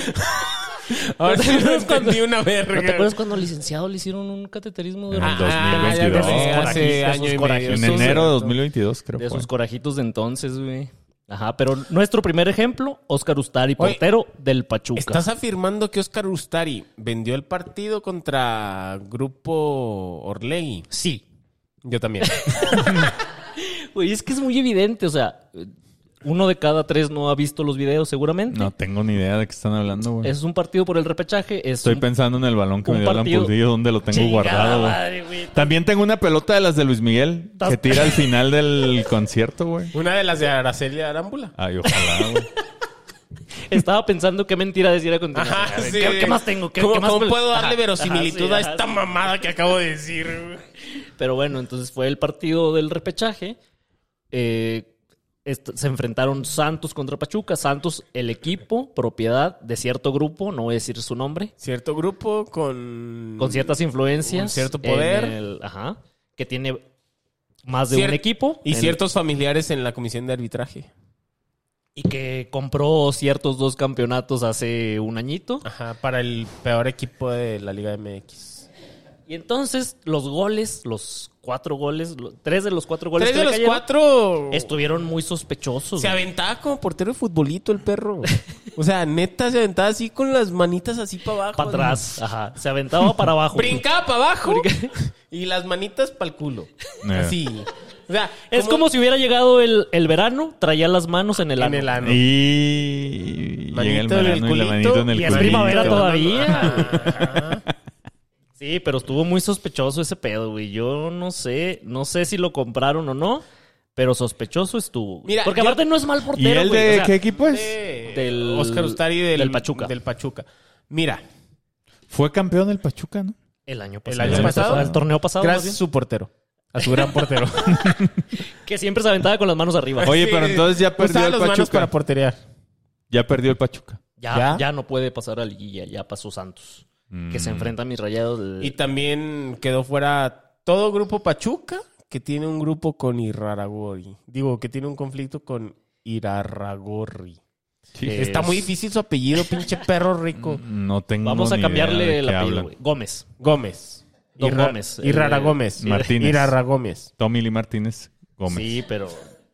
Speaker 5: Ahora sí no entendí una verga.
Speaker 4: ¿No te acuerdas cuando al licenciado le hicieron un cateterismo
Speaker 5: Ah,
Speaker 4: de
Speaker 3: En el 2022.
Speaker 4: rutina? Esos corajitos, esos
Speaker 5: ya sé, hace año y
Speaker 4: corajitos.
Speaker 5: medio.
Speaker 3: En enero de 2022, creo.
Speaker 4: De
Speaker 3: fue.
Speaker 4: esos corajitos de entonces, güey. Ajá, pero nuestro primer ejemplo, Oscar Ustari,
Speaker 5: Oye,
Speaker 4: portero del Pachuca.
Speaker 5: ¿Estás afirmando que Oscar Ustari vendió el partido contra Grupo Orlegui?
Speaker 4: Sí.
Speaker 5: Yo también.
Speaker 4: Güey, es que es muy evidente, o sea, uno de cada tres no ha visto los videos seguramente.
Speaker 3: No tengo ni idea de qué están hablando, güey.
Speaker 4: Es un partido por el repechaje. Es
Speaker 3: Estoy
Speaker 4: un-
Speaker 3: pensando en el balón que
Speaker 4: un
Speaker 3: me dio Alan
Speaker 4: partido-
Speaker 3: Pulido, donde lo tengo
Speaker 4: Chingada
Speaker 3: guardado, güey.
Speaker 4: madre, güey.
Speaker 3: También tengo una pelota de las de Luis Miguel
Speaker 4: Estás-
Speaker 3: que tira al final del concierto, güey.
Speaker 5: Una de las de Araceli Arámbula.
Speaker 3: Ay, ojalá,
Speaker 4: <laughs>
Speaker 3: güey.
Speaker 4: Estaba pensando qué mentira decir a continuación.
Speaker 5: Ajá,
Speaker 4: A ver,
Speaker 5: sí.
Speaker 4: ¿qué, qué más tengo? ¿Qué,
Speaker 5: ¿Cómo,
Speaker 4: qué más
Speaker 5: cómo
Speaker 4: me-
Speaker 5: puedo Ah,
Speaker 4: Ajá,
Speaker 5: darle verosimilitud
Speaker 4: ajá, sí,
Speaker 5: a
Speaker 4: ajá,
Speaker 5: esta
Speaker 4: sí.
Speaker 5: mamada que acabo de decir? güey?
Speaker 4: Pero bueno, entonces fue el partido del repechaje. Eh, est- se enfrentaron Santos contra Pachuca. Santos, el equipo, propiedad de cierto grupo, no voy a decir su nombre,
Speaker 5: Cierto grupo con...
Speaker 4: con ciertas influencias.
Speaker 5: Un cierto
Speaker 4: en
Speaker 5: poder.
Speaker 4: el- ajá, que tiene más de
Speaker 5: Cier-
Speaker 4: un equipo.
Speaker 5: Y
Speaker 4: en-
Speaker 5: ciertos familiares en la comisión de arbitraje.
Speaker 4: Y que compró ciertos dos campeonatos hace un añito.
Speaker 5: Ajá, para el peor equipo de la Liga MX.
Speaker 4: Y entonces los goles, los cuatro goles, lo- tres de los cuatro goles
Speaker 5: Tres
Speaker 4: que le
Speaker 5: de los
Speaker 4: cayeron,
Speaker 5: cuatro...
Speaker 4: estuvieron muy sospechosos.
Speaker 5: Se
Speaker 4: güey.
Speaker 5: aventaba como portero de futbolito el <laughs> perro. O sea, neta, se aventaba así con las manitas así para abajo.
Speaker 4: Para atrás, ajá. Se aventaba para abajo.
Speaker 5: Brincaba para abajo <laughs> y las manitas para el culo.
Speaker 3: Eh.
Speaker 5: Así. O sea,
Speaker 4: Es como si hubiera llegado el, el verano, traía las manos en el
Speaker 5: en
Speaker 4: ano.
Speaker 5: el ano.
Speaker 3: Y llega el
Speaker 5: Manito en
Speaker 3: verano
Speaker 5: el
Speaker 3: y la
Speaker 5: culito
Speaker 3: manito en el
Speaker 4: y es
Speaker 3: culito.
Speaker 4: primavera
Speaker 5: todavía.
Speaker 4: Sí, pero estuvo muy sospechoso ese pedo, güey. Yo no sé, no sé si lo compraron o no, pero sospechoso estuvo. güey.
Speaker 5: Mira,
Speaker 4: Porque
Speaker 5: yo-
Speaker 4: aparte no es mal
Speaker 3: ¿Y
Speaker 4: portero,
Speaker 3: el
Speaker 4: güey.
Speaker 3: de
Speaker 4: O sea,
Speaker 3: qué equipo es?
Speaker 5: eh,
Speaker 4: Del-
Speaker 5: del Oscar Ustari del,
Speaker 4: del Pachuca.
Speaker 5: del Pachuca. Mira,
Speaker 3: Fue campeón el Pachuca, ¿no?
Speaker 4: El año
Speaker 5: El
Speaker 4: pasado.
Speaker 5: año pasado.
Speaker 4: El torneo pasado. más
Speaker 5: gracias a su portero, a su gran <laughs> portero.
Speaker 4: bien, que siempre se aventaba con las manos arriba.
Speaker 3: Oye, pero entonces ya
Speaker 5: Usaba
Speaker 3: perdió el
Speaker 5: las manos
Speaker 3: Pachuca.
Speaker 5: para porterear.
Speaker 3: Ya perdió el Pachuca.
Speaker 4: ya,
Speaker 5: ¿ya? Mm.
Speaker 4: ¿Ya? no puede pasar a liguilla, ya pasó Santos. Que se enfrenta a mis rayados. del-
Speaker 5: Y también quedó fuera todo grupo Pachuca, que tiene un grupo con Iraragorri. Digo, que tiene un conflicto con Iraragorri.
Speaker 3: Sí.
Speaker 4: Eh,
Speaker 5: Está muy difícil su apellido, pinche perro rico.
Speaker 3: No tengo
Speaker 4: Vamos a
Speaker 3: ni idea
Speaker 4: cambiarle
Speaker 3: de
Speaker 4: el
Speaker 3: qué
Speaker 4: apellido,
Speaker 3: hablan.
Speaker 4: güey. Gómez.
Speaker 5: Gómez.
Speaker 4: Don
Speaker 5: Irra-
Speaker 4: Gómez,
Speaker 5: Irrara
Speaker 4: eh, <laughs>
Speaker 5: Gómez.
Speaker 3: Martínez.
Speaker 5: Irarra Gómez.
Speaker 3: Tommy Lee Martínez Gómez.
Speaker 4: Sí, pero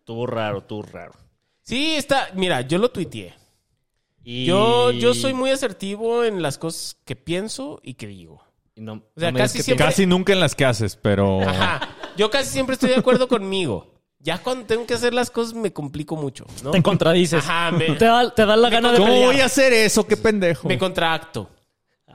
Speaker 4: tú raro, tú raro.
Speaker 5: Sí, está. Mira, yo lo tuiteé.
Speaker 4: Y-
Speaker 5: Yo, yo soy muy asertivo en las cosas que pienso y que digo.
Speaker 4: y no-
Speaker 5: sea,
Speaker 4: no me digas
Speaker 5: casi
Speaker 4: que
Speaker 5: siempre-
Speaker 3: Casi nunca en las que haces, pero... <laughs>
Speaker 5: Ajá. Yo casi siempre estoy de acuerdo conmigo. Ya cuando tengo que hacer las cosas me complico mucho, ¿no?
Speaker 4: Te, te contradices.
Speaker 5: Ajá, me-
Speaker 4: te, da, te da la gana de
Speaker 3: ¿Cómo
Speaker 4: pelear.
Speaker 3: voy a
Speaker 5: <laughs>
Speaker 3: hacer eso? ¡Qué pendejo!
Speaker 5: Me contracto.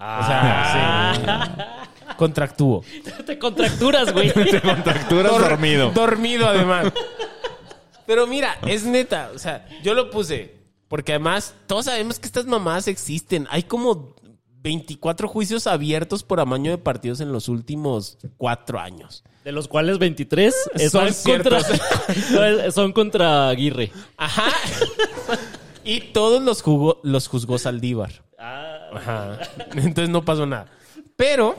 Speaker 4: Ah,
Speaker 5: Contractúo.
Speaker 4: sí. Te contracturas, güey.
Speaker 3: Contracturas
Speaker 5: Dor-
Speaker 3: dormido.
Speaker 5: Dormido, además. <laughs> Pero mira, es neta. O sea, yo lo puse. Porque además, todos sabemos que estas mamadas existen. Hay como 24 juicios abiertos por amaño de partidos en los últimos cuatro años.
Speaker 4: De los cuales 23 son,
Speaker 5: Son
Speaker 4: contra,
Speaker 5: ciertos.
Speaker 4: son contra <laughs> Aguirre.
Speaker 5: Ajá. Y todos los, jugó, los juzgó Saldívar. Ajá. <laughs> Entonces no pasó nada. Pero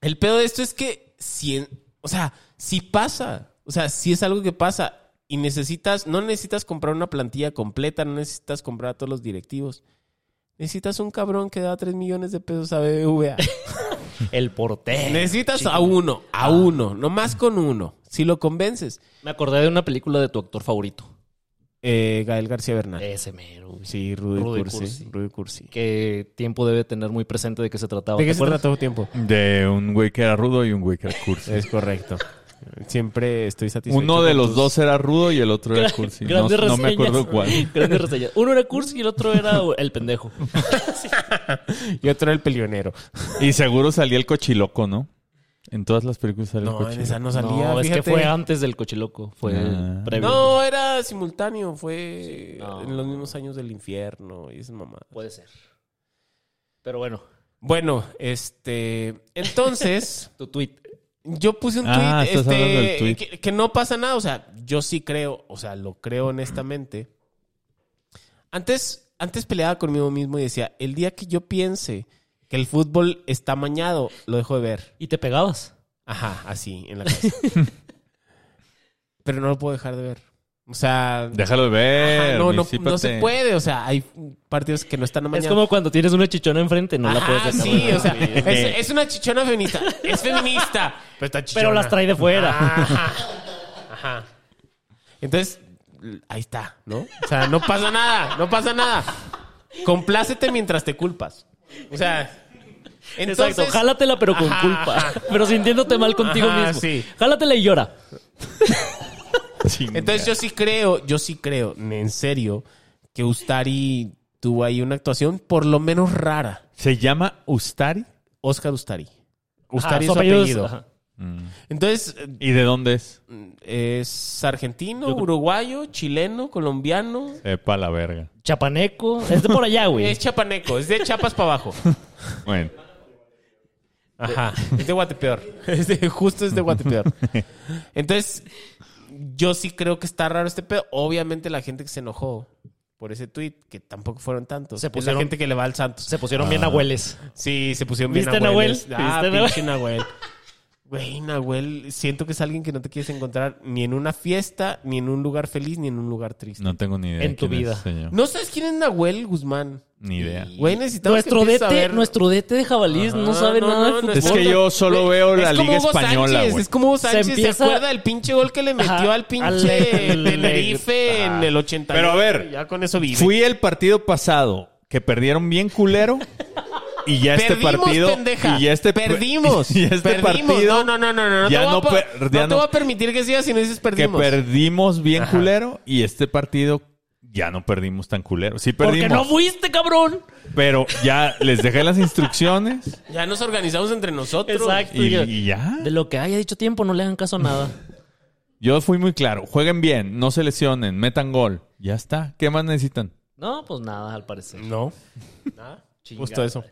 Speaker 5: el pedo de esto es que, si, en- o sea, si pasa, o sea, si es algo que pasa y necesitas, no necesitas comprar una plantilla completa, no necesitas comprar a todos los directivos. Necesitas un cabrón que da 3 millones de pesos a <laughs> BBVA.
Speaker 4: El
Speaker 5: Eh,
Speaker 4: portero.
Speaker 5: necesitas a uno, a uno, nomás con uno. Si lo convences,
Speaker 4: Me acordé de una película de tu actor favorito.
Speaker 5: eh, Gael García Bernal.
Speaker 4: Ese mero, güey.
Speaker 5: Sí, Rudy,
Speaker 4: Rudy
Speaker 5: Cursi.
Speaker 4: Cursi.
Speaker 5: Rudy Cursi.
Speaker 4: Que tiempo debe tener muy presente de qué se trataba.
Speaker 5: ¿De qué
Speaker 4: ¿Te
Speaker 5: se
Speaker 4: acuerdas?
Speaker 5: trata todo tiempo?
Speaker 3: De un güey que era rudo y un güey que era cursi.
Speaker 5: <laughs> Es correcto. Siempre estoy satisfecho.
Speaker 3: Uno de
Speaker 5: con
Speaker 3: los
Speaker 5: tus-
Speaker 3: dos era rudo y el otro era cursi. No,
Speaker 4: Grandes
Speaker 3: no me
Speaker 4: reseñas.
Speaker 3: acuerdo cuál.
Speaker 4: <laughs> Grandes reseñas. Uno era Cursi y el otro era el pendejo.
Speaker 5: <laughs> Y otro era el peleonero.
Speaker 3: Y seguro salía el cochiloco, ¿no? En todas las películas salía el
Speaker 5: No, en
Speaker 3: cochiloco.
Speaker 5: esa no salía.
Speaker 4: No, es que
Speaker 5: fíjate.
Speaker 4: fue antes del cochiloco. Fue
Speaker 3: Ah.
Speaker 4: previo.
Speaker 5: No, era simultáneo. Fue
Speaker 4: no.
Speaker 5: en los mismos años del infierno. Y es mamá.
Speaker 4: Puede ser. Pero bueno,
Speaker 5: Bueno, este. Entonces, <laughs>
Speaker 4: tu tweet.
Speaker 5: yo puse un tweet,
Speaker 3: Ah, estás
Speaker 5: este,
Speaker 3: hablando del tuit.
Speaker 5: Que, que no pasa nada. O sea, yo sí creo. O sea, lo creo honestamente. Antes, antes peleaba conmigo mismo y decía: el día que yo piense que el fútbol está mañado, lo dejo de ver.
Speaker 4: Y te pegabas.
Speaker 5: Ajá, así, en la casa. <laughs> Pero no lo puedo dejar de ver. O sea,
Speaker 3: Déjalo de ver.
Speaker 5: ajá, no, no,
Speaker 3: disípate.
Speaker 5: no se puede. O sea, hay partidos que no están mañana.
Speaker 4: Es como cuando tienes una chichona enfrente, no la
Speaker 5: Ajá,
Speaker 4: puedes dejar.
Speaker 5: sí,
Speaker 4: de ver.
Speaker 5: o sea, es, es una chichona feminista. Es feminista. <laughs> Pero está chichona.
Speaker 4: Pero las trae de fuera.
Speaker 5: Ajá. Ajá. Entonces, l- ahí está, ¿no? O sea, no pasa nada, no pasa nada. Complácete mientras te culpas. O sea, entonces...
Speaker 4: Exacto, jálatela pero con
Speaker 5: Ajá,
Speaker 4: culpa. <laughs>
Speaker 5: ajá.
Speaker 4: Pero sintiéndote mal contigo
Speaker 5: Ajá,
Speaker 4: mismo.
Speaker 5: sí.
Speaker 4: Jálatela y llora.
Speaker 3: Chinga.
Speaker 5: Entonces yo sí creo, yo sí creo, en serio, que Ustari tuvo ahí una actuación por lo menos rara.
Speaker 3: ¿Se llama Ustari?
Speaker 5: Oscar Ustari.
Speaker 4: Ajá,
Speaker 5: Ustari
Speaker 4: su
Speaker 5: es su
Speaker 4: apellido es-
Speaker 5: apellido.
Speaker 4: ajá.
Speaker 5: Entonces, eh,
Speaker 3: ¿Y de dónde es?
Speaker 5: es argentino, uruguayo, chileno, colombiano.
Speaker 3: Epa la verga.
Speaker 4: Chapaneco. Es de por
Speaker 5: <laughs>
Speaker 4: allá, güey.
Speaker 5: Es chapaneco, es de Chapas para
Speaker 4: <laughs>
Speaker 5: abajo.
Speaker 3: Bueno.
Speaker 5: Ajá, es
Speaker 4: <laughs>
Speaker 5: de Guatepeor. Es de- justo es de Guatepeor. Entonces, yo sí creo que está raro este pedo. Obviamente la gente que se enojó por ese tweet, que tampoco fueron tantos.
Speaker 4: Se
Speaker 5: Es
Speaker 4: pusieron-
Speaker 5: la gente que le va al Santos.
Speaker 4: Se pusieron bien abueles.
Speaker 5: Sí, se pusieron bien
Speaker 4: Ah. ¿Viste,
Speaker 5: abuelos.
Speaker 4: Nahuel?
Speaker 5: Ah,
Speaker 4: ¿Viste,
Speaker 5: pinche Nahuel. Güey, Nahuel, siento que es alguien que no te quieres encontrar ni en una fiesta, ni en un lugar feliz, ni en un lugar triste.
Speaker 3: No tengo ni idea.
Speaker 4: En tu
Speaker 3: quién es
Speaker 4: vida.
Speaker 3: ese señor.
Speaker 5: ¿No sabes quién es Nahuel Guzmán?
Speaker 3: Ni idea.
Speaker 5: Güey, necesitamos
Speaker 4: Nuestro
Speaker 5: que empieces a
Speaker 4: DT,
Speaker 5: ver-
Speaker 4: nuestro DT de jabalís no
Speaker 5: Ajá,
Speaker 4: sabe
Speaker 5: no,
Speaker 4: nada
Speaker 5: no,
Speaker 4: de
Speaker 5: no
Speaker 4: fútbol.
Speaker 5: es
Speaker 3: Es que yo solo veo la
Speaker 5: Es como
Speaker 3: Liga
Speaker 5: Hugo
Speaker 3: Española,
Speaker 5: Sánchez,
Speaker 3: güey.
Speaker 5: Es como Hugo Sánchez. ¿Se,
Speaker 4: empieza-
Speaker 5: acuerda del pinche gol que le metió
Speaker 4: Ajá,
Speaker 5: al pinche
Speaker 4: al- al- <laughs>
Speaker 5: <laughs> Tenerife
Speaker 4: ajá.
Speaker 5: en el 80?
Speaker 3: Pero a ver,
Speaker 5: Ya con eso vive.
Speaker 3: Fui el partido pasado que perdieron bien culero y ya este
Speaker 5: Perdimos,
Speaker 3: partido
Speaker 5: pendeja.
Speaker 3: y ya este
Speaker 5: perdimos.
Speaker 3: <laughs> y este
Speaker 5: perdimos.
Speaker 3: partido
Speaker 5: No, no, no, no. No, no
Speaker 3: ya
Speaker 5: te, voy
Speaker 3: no
Speaker 5: a, po-
Speaker 3: per- ya
Speaker 5: no te
Speaker 3: no-
Speaker 5: voy a permitir que sigas si no dices
Speaker 3: que
Speaker 5: perdimos.
Speaker 3: perdimos bien
Speaker 5: Ajá.
Speaker 3: culero y este partido ya no perdimos tan culero. Sí
Speaker 4: Porque
Speaker 3: perdimos,
Speaker 4: no fuiste, cabrón.
Speaker 3: pero ya les dejé las
Speaker 5: <laughs>
Speaker 3: instrucciones
Speaker 5: Ya nos organizamos entre nosotros.
Speaker 4: Exacto.
Speaker 3: y, y ya.
Speaker 4: De lo que haya dicho tiempo, no le hagan caso a nada. <laughs>
Speaker 3: Yo fui muy claro, jueguen bien, no se lesionen, metan gol, ya está. ¿Qué más necesitan?
Speaker 4: No, pues nada, al parecer.
Speaker 5: No. Justo eso.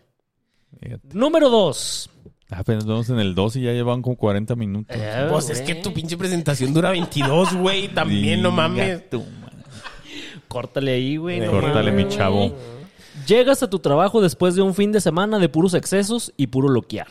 Speaker 3: Fíjate.
Speaker 4: Número dos.
Speaker 3: Apenas vamos en el 2 y ya llevan como 40 minutos.
Speaker 5: Pues es que tu pinche presentación dura <laughs> 22, güey. También, no mames.
Speaker 3: Chinga tu madre.
Speaker 4: Córtale ahí, güey. no
Speaker 3: Eh, Córtale,
Speaker 4: mames,
Speaker 3: mi chavo.
Speaker 4: güey. Llegas a tu trabajo después de un fin de semana de puros excesos y puro loquear.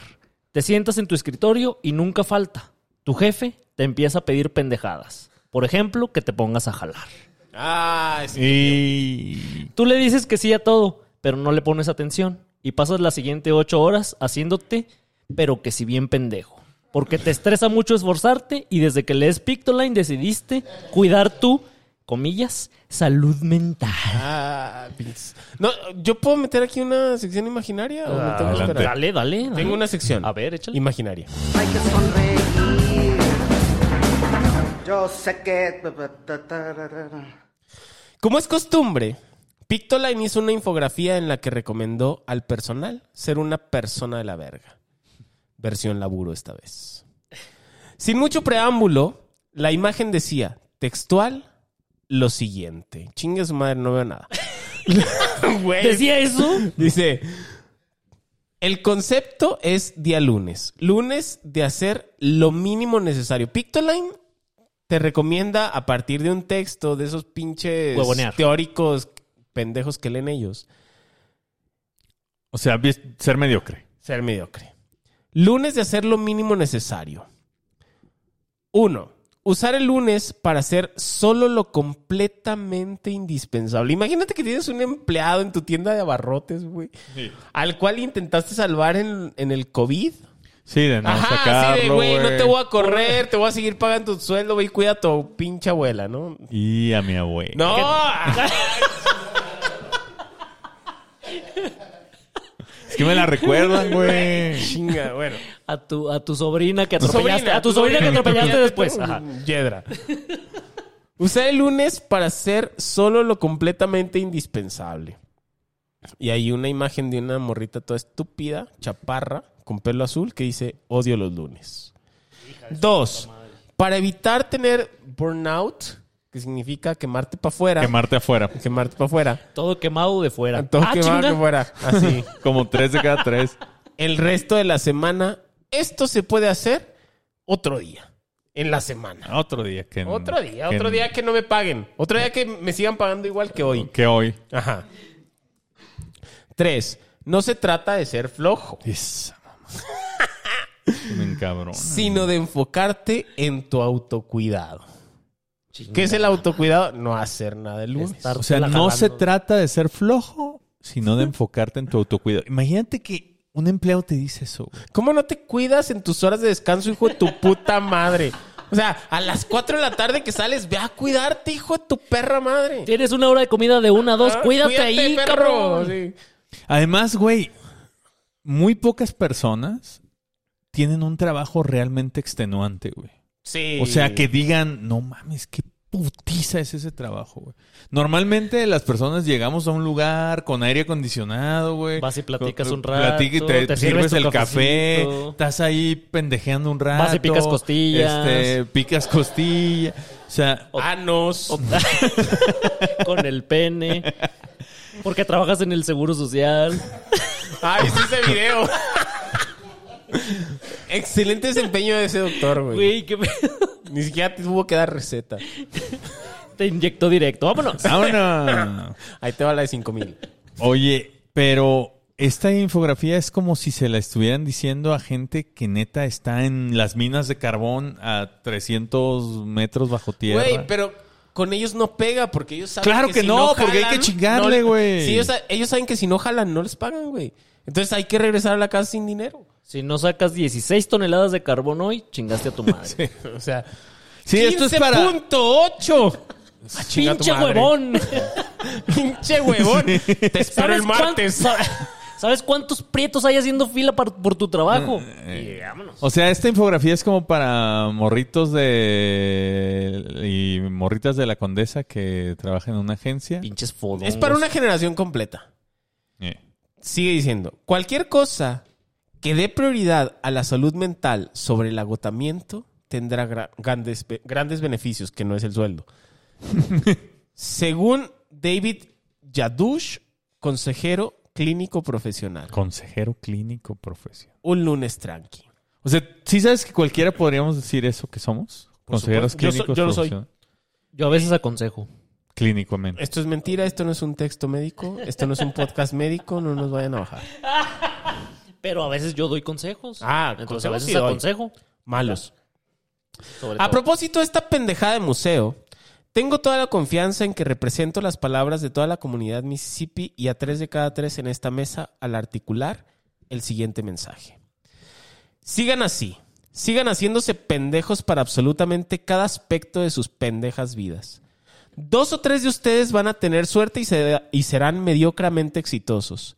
Speaker 4: Te sientas en tu escritorio y nunca falta. Tu jefe te empieza a pedir pendejadas. Por ejemplo, que te pongas a jalar.
Speaker 5: Ah, sí.
Speaker 3: Y
Speaker 4: Tú le dices que sí a todo, pero no le pones atención. Y pasas las siguientes ocho horas haciéndote, pero que si bien pendejo. Porque te estresa mucho esforzarte y desde que lees Pictoline decidiste cuidar tu, comillas, salud mental.
Speaker 5: Ah, pinches. No, ¿yo puedo meter aquí una sección imaginaria o me tengo que
Speaker 3: Adelante.
Speaker 5: esperar?
Speaker 4: Dale, dale. dale.
Speaker 5: Tengo una sección.
Speaker 4: A ver, échale.
Speaker 5: Imaginaria.
Speaker 7: Hay que sonreír. Yo sé que.
Speaker 5: Como es costumbre, Pictoline hizo una infografía en la que recomendó al personal ser una persona de la verga. Versión laburo esta vez. Sin mucho preámbulo, la imagen decía textual lo siguiente. Chingue su madre, no
Speaker 4: <laughs>
Speaker 5: veo nada. <laughs>
Speaker 4: <laughs>
Speaker 5: Güey.
Speaker 4: ¿Decía eso?
Speaker 5: Dice, el concepto es día lunes. Lunes de hacer lo mínimo necesario. Pictoline te recomienda a partir de un texto de esos pinches
Speaker 4: Huevonear.
Speaker 5: teóricos pendejos que leen ellos,
Speaker 3: O sea, vis- ser mediocre.
Speaker 5: ser mediocre. Lunes de hacer lo mínimo necesario. Uno, usar el lunes para hacer solo lo completamente indispensable. Imagínate que tienes un empleado en tu tienda de abarrotes, güey. al cual intentaste salvar en, en el COVID.
Speaker 3: Sí, de no
Speaker 5: Ajá,
Speaker 3: sacarlo,
Speaker 5: así de, güey, no
Speaker 3: güey.
Speaker 5: te voy a correr, te voy a seguir pagando tu sueldo, güey, cuida a tu pinche abuela, ¿no?
Speaker 3: Y a mi abuela.
Speaker 5: ¡No!
Speaker 3: Es que me la recuerdan,
Speaker 5: <laughs>
Speaker 3: güey.
Speaker 5: <laughs> Chinga, bueno.
Speaker 4: A tu, a tu sobrina que atropellaste. a tu sobrina, que
Speaker 5: <laughs>
Speaker 4: atropellaste después. Ajá.
Speaker 5: Yedra. Usar el lunes para hacer solo lo completamente indispensable. Y hay una imagen de una morrita toda estúpida, chaparra, con pelo azul, que dice, odio los lunes. Dos, para evitar tener burnout, que significa quemarte para afuera.
Speaker 3: Quemarte afuera.
Speaker 5: Quemarte para afuera.
Speaker 4: Todo quemado de fuera.
Speaker 5: Todo
Speaker 4: ah,
Speaker 5: quemado
Speaker 4: chinga.
Speaker 5: pa' fuera.
Speaker 4: <laughs>
Speaker 5: Así.
Speaker 3: Como tres de cada tres.
Speaker 5: el resto de la semana, esto se puede hacer otro día, en la semana.
Speaker 3: Otro día que...
Speaker 5: Otro día, otro
Speaker 3: que-
Speaker 5: día que no me paguen. Otro día que me sigan pagando igual que hoy.
Speaker 3: Que hoy.
Speaker 5: Ajá. Tres, no se trata de ser flojo.
Speaker 3: Es- Me encabrona.
Speaker 5: sino de enfocarte en tu autocuidado. ¿Qué es el autocuidado? No hacer nada el lunes.
Speaker 4: Estar-
Speaker 3: O sea,
Speaker 4: La
Speaker 3: no
Speaker 4: jalando.
Speaker 3: se trata de ser flojo, sino de enfocarte en tu autocuidado. Imagínate que un empleado te dice eso. güey.
Speaker 5: ¿Cómo no te cuidas en tus horas de descanso, hijo de tu puta madre? O sea, a las 4 de la tarde que sales, ve a cuidarte, hijo de tu perra madre.
Speaker 4: Tienes una hora de comida de una a dos.
Speaker 5: Ah,
Speaker 4: cuídate, ahí, cabrón.
Speaker 5: sí.
Speaker 3: Además, güey, muy pocas personas tienen un trabajo realmente extenuante, güey.
Speaker 5: Sí.
Speaker 3: O sea,
Speaker 4: Eh,
Speaker 3: que digan, no mames, qué putiza es ese trabajo, güey. Normalmente las personas llegamos a un lugar con aire acondicionado, güey.
Speaker 4: Vas y platicas
Speaker 3: Con-
Speaker 4: un rato,
Speaker 3: platica y te,
Speaker 4: te sirves
Speaker 3: sirves
Speaker 4: tu
Speaker 3: el café,
Speaker 4: cafecito.
Speaker 3: estás ahí pendejeando un rato.
Speaker 4: Vas y picas costillas.
Speaker 3: Este, picas costillas. O sea,
Speaker 5: Anos.
Speaker 4: Con el pene. Porque trabajas en el seguro social.
Speaker 5: Ay, sí, Ah, ese video. Excelente desempeño de ese doctor, güey.
Speaker 4: Güey, qué pedo.
Speaker 5: Ni siquiera te tuvo que dar receta.
Speaker 4: Te inyectó directo. Vámonos.
Speaker 3: ahora.
Speaker 5: Ahí te va la de 5000.
Speaker 3: Oye, pero esta infografía es como si se la estuvieran diciendo a gente que neta está en las minas de carbón a 300 metros bajo tierra.
Speaker 5: Güey, pero con ellos no pega porque ellos saben
Speaker 3: Claro que
Speaker 5: si
Speaker 3: no, porque hay que
Speaker 5: jalan,
Speaker 3: chingarle,
Speaker 5: no-
Speaker 3: güey.
Speaker 5: Sí, ellos, sa- ellos saben que si no jalan, no les pagan, güey. Entonces hay que regresar a la casa sin dinero.
Speaker 4: Si no sacas 16 toneladas de carbón hoy, chingaste a tu madre.
Speaker 5: O sea,
Speaker 3: Sí, esto es para.
Speaker 5: 15.8. Ah, chinga tu
Speaker 4: ¡Pinche
Speaker 5: madre.
Speaker 4: huevón!
Speaker 5: Pinche <laughs> huevón. Te espero el
Speaker 4: cuán-
Speaker 5: martes.
Speaker 4: sa- ¿Sabes cuántos prietos hay haciendo fila par- por tu trabajo?
Speaker 5: Mm.
Speaker 4: Y vámonos.
Speaker 3: Eh. O sea, esta infografía es como para morritos de. y morritas de la condesa que trabajan en una agencia.
Speaker 4: Pinches fodos.
Speaker 5: Es para una generación completa.
Speaker 3: Eh.
Speaker 5: Sigue diciendo, cualquier cosa que dé prioridad a la salud mental sobre el agotamiento tendrá gra- grandes, be- grandes beneficios, que no es el <laughs> sueldo. Según David Yadush, consejero clínico profesional.
Speaker 3: Consejero clínico profesional.
Speaker 5: Un lunes tranqui.
Speaker 3: O sea, ¿sí sabes que cualquiera podríamos decir eso que somos? Consejeros
Speaker 5: supuesto. Yo soy-
Speaker 3: clínicos
Speaker 5: yo lo soy. Eh.
Speaker 3: profesionales.
Speaker 4: Yo a veces aconsejo.
Speaker 3: Clínicamente.
Speaker 5: Esto es mentira, esto no es un texto médico, esto no es un podcast médico, no nos vayan a bajar.
Speaker 4: Pero a veces yo doy consejos.
Speaker 5: Ah,
Speaker 4: Entonces a
Speaker 5: consejos sí
Speaker 4: veces
Speaker 5: doy. Ah,
Speaker 4: aconsejo.
Speaker 5: Malos.
Speaker 4: Sobre
Speaker 5: A
Speaker 4: todo.
Speaker 5: propósito de esta pendejada de museo, tengo toda la confianza en que represento las palabras de toda la comunidad Mississippi y a tres de cada tres en esta mesa al articular el siguiente mensaje. Sigan así, sigan haciéndose pendejos para absolutamente cada aspecto de sus pendejas vidas. Dos o tres de ustedes van a tener suerte y, se- y serán mediocramente exitosos.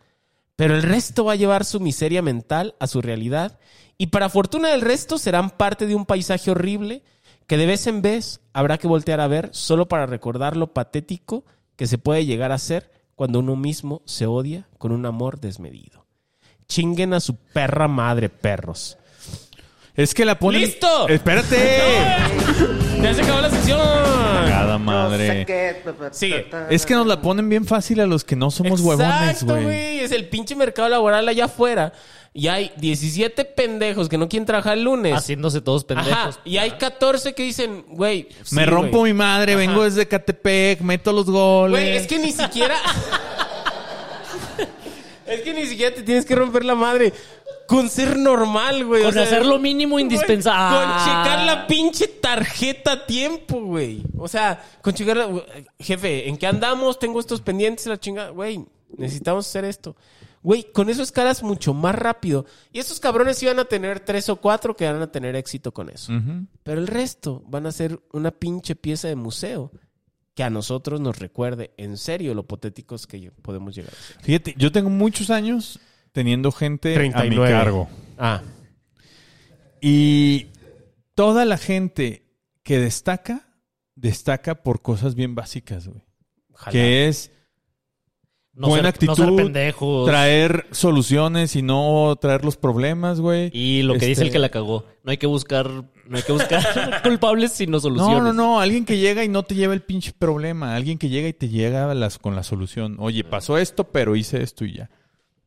Speaker 5: Pero el resto va a llevar su miseria mental a su realidad y para fortuna del resto serán parte de un paisaje horrible que de vez en vez habrá que voltear a ver solo para recordar lo patético que se puede llegar a ser cuando uno mismo se odia con un amor desmedido. Chinguen a su perra madre, perros.
Speaker 3: Es que la ponen.
Speaker 5: ¡Listo!
Speaker 3: ¡Espérate!
Speaker 5: ¡Eh! ¡Ya se acabó la sección!
Speaker 3: Cada madre. Es que nos la ponen bien fácil a los que no somos huevones,
Speaker 5: Exacto,
Speaker 3: güey.
Speaker 5: güey. Es el pinche mercado laboral allá afuera. Y hay 17 pendejos que no quieren trabajar el lunes.
Speaker 3: Ah,
Speaker 4: Haciéndose todos pendejos.
Speaker 5: Ajá, y hay 14 que dicen, güey. sí,
Speaker 3: Me rompo
Speaker 5: güey.
Speaker 3: mi madre, vengo desde Catepec, meto los goles.
Speaker 5: Güey, es que ni siquiera. es que ni siquiera te tienes que romper la madre. Con ser normal, güey.
Speaker 4: Con hacer lo mínimo
Speaker 5: güey,
Speaker 4: indispensable. Ah.
Speaker 5: Con checar la pinche tarjeta a tiempo, güey. O sea, con checar la. Jefe, ¿en qué andamos? Tengo estos pendientes, la chingada. Güey, necesitamos hacer esto. Güey, con eso escalas mucho más rápido. Y esos cabrones iban a tener tres o cuatro que van a tener éxito con eso.
Speaker 3: Ujú.
Speaker 5: Pero el resto van a ser una pinche pieza de museo que a nosotros nos recuerde en serio lo patéticos que podemos llegar a ser.
Speaker 3: Fíjate, yo tengo muchos años teniendo gente a mi cargo.
Speaker 5: Ah,
Speaker 3: Y toda la gente que destaca, destaca por cosas bien básicas, güey.
Speaker 5: ojalá.
Speaker 3: Que es
Speaker 4: No
Speaker 3: buena
Speaker 4: ser-
Speaker 3: actitud,
Speaker 4: No ser pendejos.
Speaker 3: traer soluciones y no traer los problemas, güey.
Speaker 4: Y lo que dice
Speaker 3: Este-
Speaker 4: el que la cagó. No hay que buscar, no hay que <laughs> buscar culpables sino soluciones.
Speaker 3: No, no, no. Alguien que llega y no te lleva el pinche problema. Alguien que llega y te llega las, con la solución. Oye, pasó esto, pero hice esto y ya.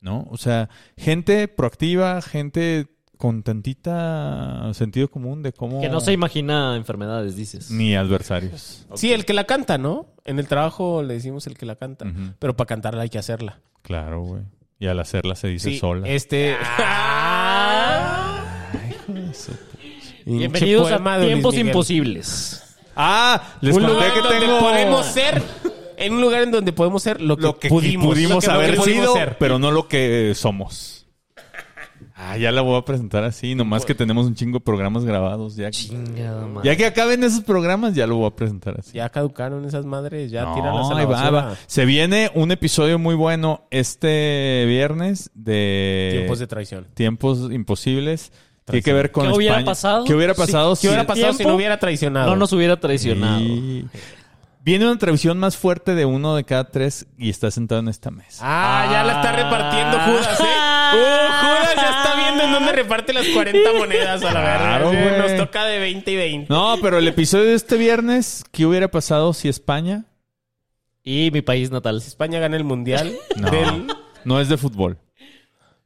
Speaker 3: ¿No? O sea, gente proactiva, gente con tantita sentido común de cómo...
Speaker 4: Que no se imagina enfermedades, dices.
Speaker 3: Ni adversarios.
Speaker 5: Sí, el que la canta, ¿no? En el trabajo le decimos el que la canta.
Speaker 3: Ujú.
Speaker 5: Pero para cantarla hay que hacerla. este,
Speaker 4: <laughs>
Speaker 5: <laughs>
Speaker 3: Claro, güey. Y al hacerla se dice
Speaker 5: Sí,
Speaker 3: sola.
Speaker 5: este... Pinche
Speaker 4: Bienvenidos
Speaker 5: poema
Speaker 4: a
Speaker 5: de Luis
Speaker 4: Tiempos
Speaker 5: Miguel.
Speaker 4: Imposibles.
Speaker 3: Ah, les
Speaker 5: Un
Speaker 3: conté
Speaker 5: lugar
Speaker 3: que
Speaker 5: en donde
Speaker 3: tengo...
Speaker 5: podemos ser. En un lugar en donde podemos ser lo que,
Speaker 3: lo que
Speaker 5: pudimos,
Speaker 3: pudimos,
Speaker 5: lo que
Speaker 3: haber
Speaker 5: pudimos
Speaker 3: sido,
Speaker 5: ser.
Speaker 3: pero no lo que somos. Ah, ya la voy a presentar así, nomás que tenemos un chingo de programas grabados. Ya,
Speaker 4: Chingada madre.
Speaker 3: ya que acaben esos programas, ya lo voy a presentar así.
Speaker 5: Ya caducaron esas madres, ya
Speaker 3: No,
Speaker 5: tiraron a la
Speaker 3: ahí va,
Speaker 5: basura.
Speaker 3: va. Se viene un episodio muy bueno este viernes de
Speaker 5: Tiempos de traición.
Speaker 3: Tiempos imposibles. Tiene que ver con
Speaker 4: ¿Qué hubiera
Speaker 3: España.
Speaker 4: pasado?
Speaker 3: ¿Qué hubiera pasado?
Speaker 5: Sí, ¿Qué hubiera pasado si
Speaker 4: tiempo?
Speaker 5: no hubiera traicionado?
Speaker 4: No nos hubiera traicionado.
Speaker 3: Sí. Viene una tradición más fuerte de uno de cada tres y está sentado en esta mesa.
Speaker 5: Ah, ya la está repartiendo Judas, ¿eh?
Speaker 4: Ah.
Speaker 5: Uh, Judas ya está viendo en dónde reparte las 40 monedas a la
Speaker 3: Claro,
Speaker 5: verdad.
Speaker 3: güey.
Speaker 5: Nos toca de 20 y 20.
Speaker 3: No, pero el episodio de este viernes, ¿qué hubiera pasado si España?
Speaker 4: Y mi país natal.
Speaker 5: España gana el mundial.
Speaker 3: No,
Speaker 5: Del...
Speaker 3: no es de fútbol,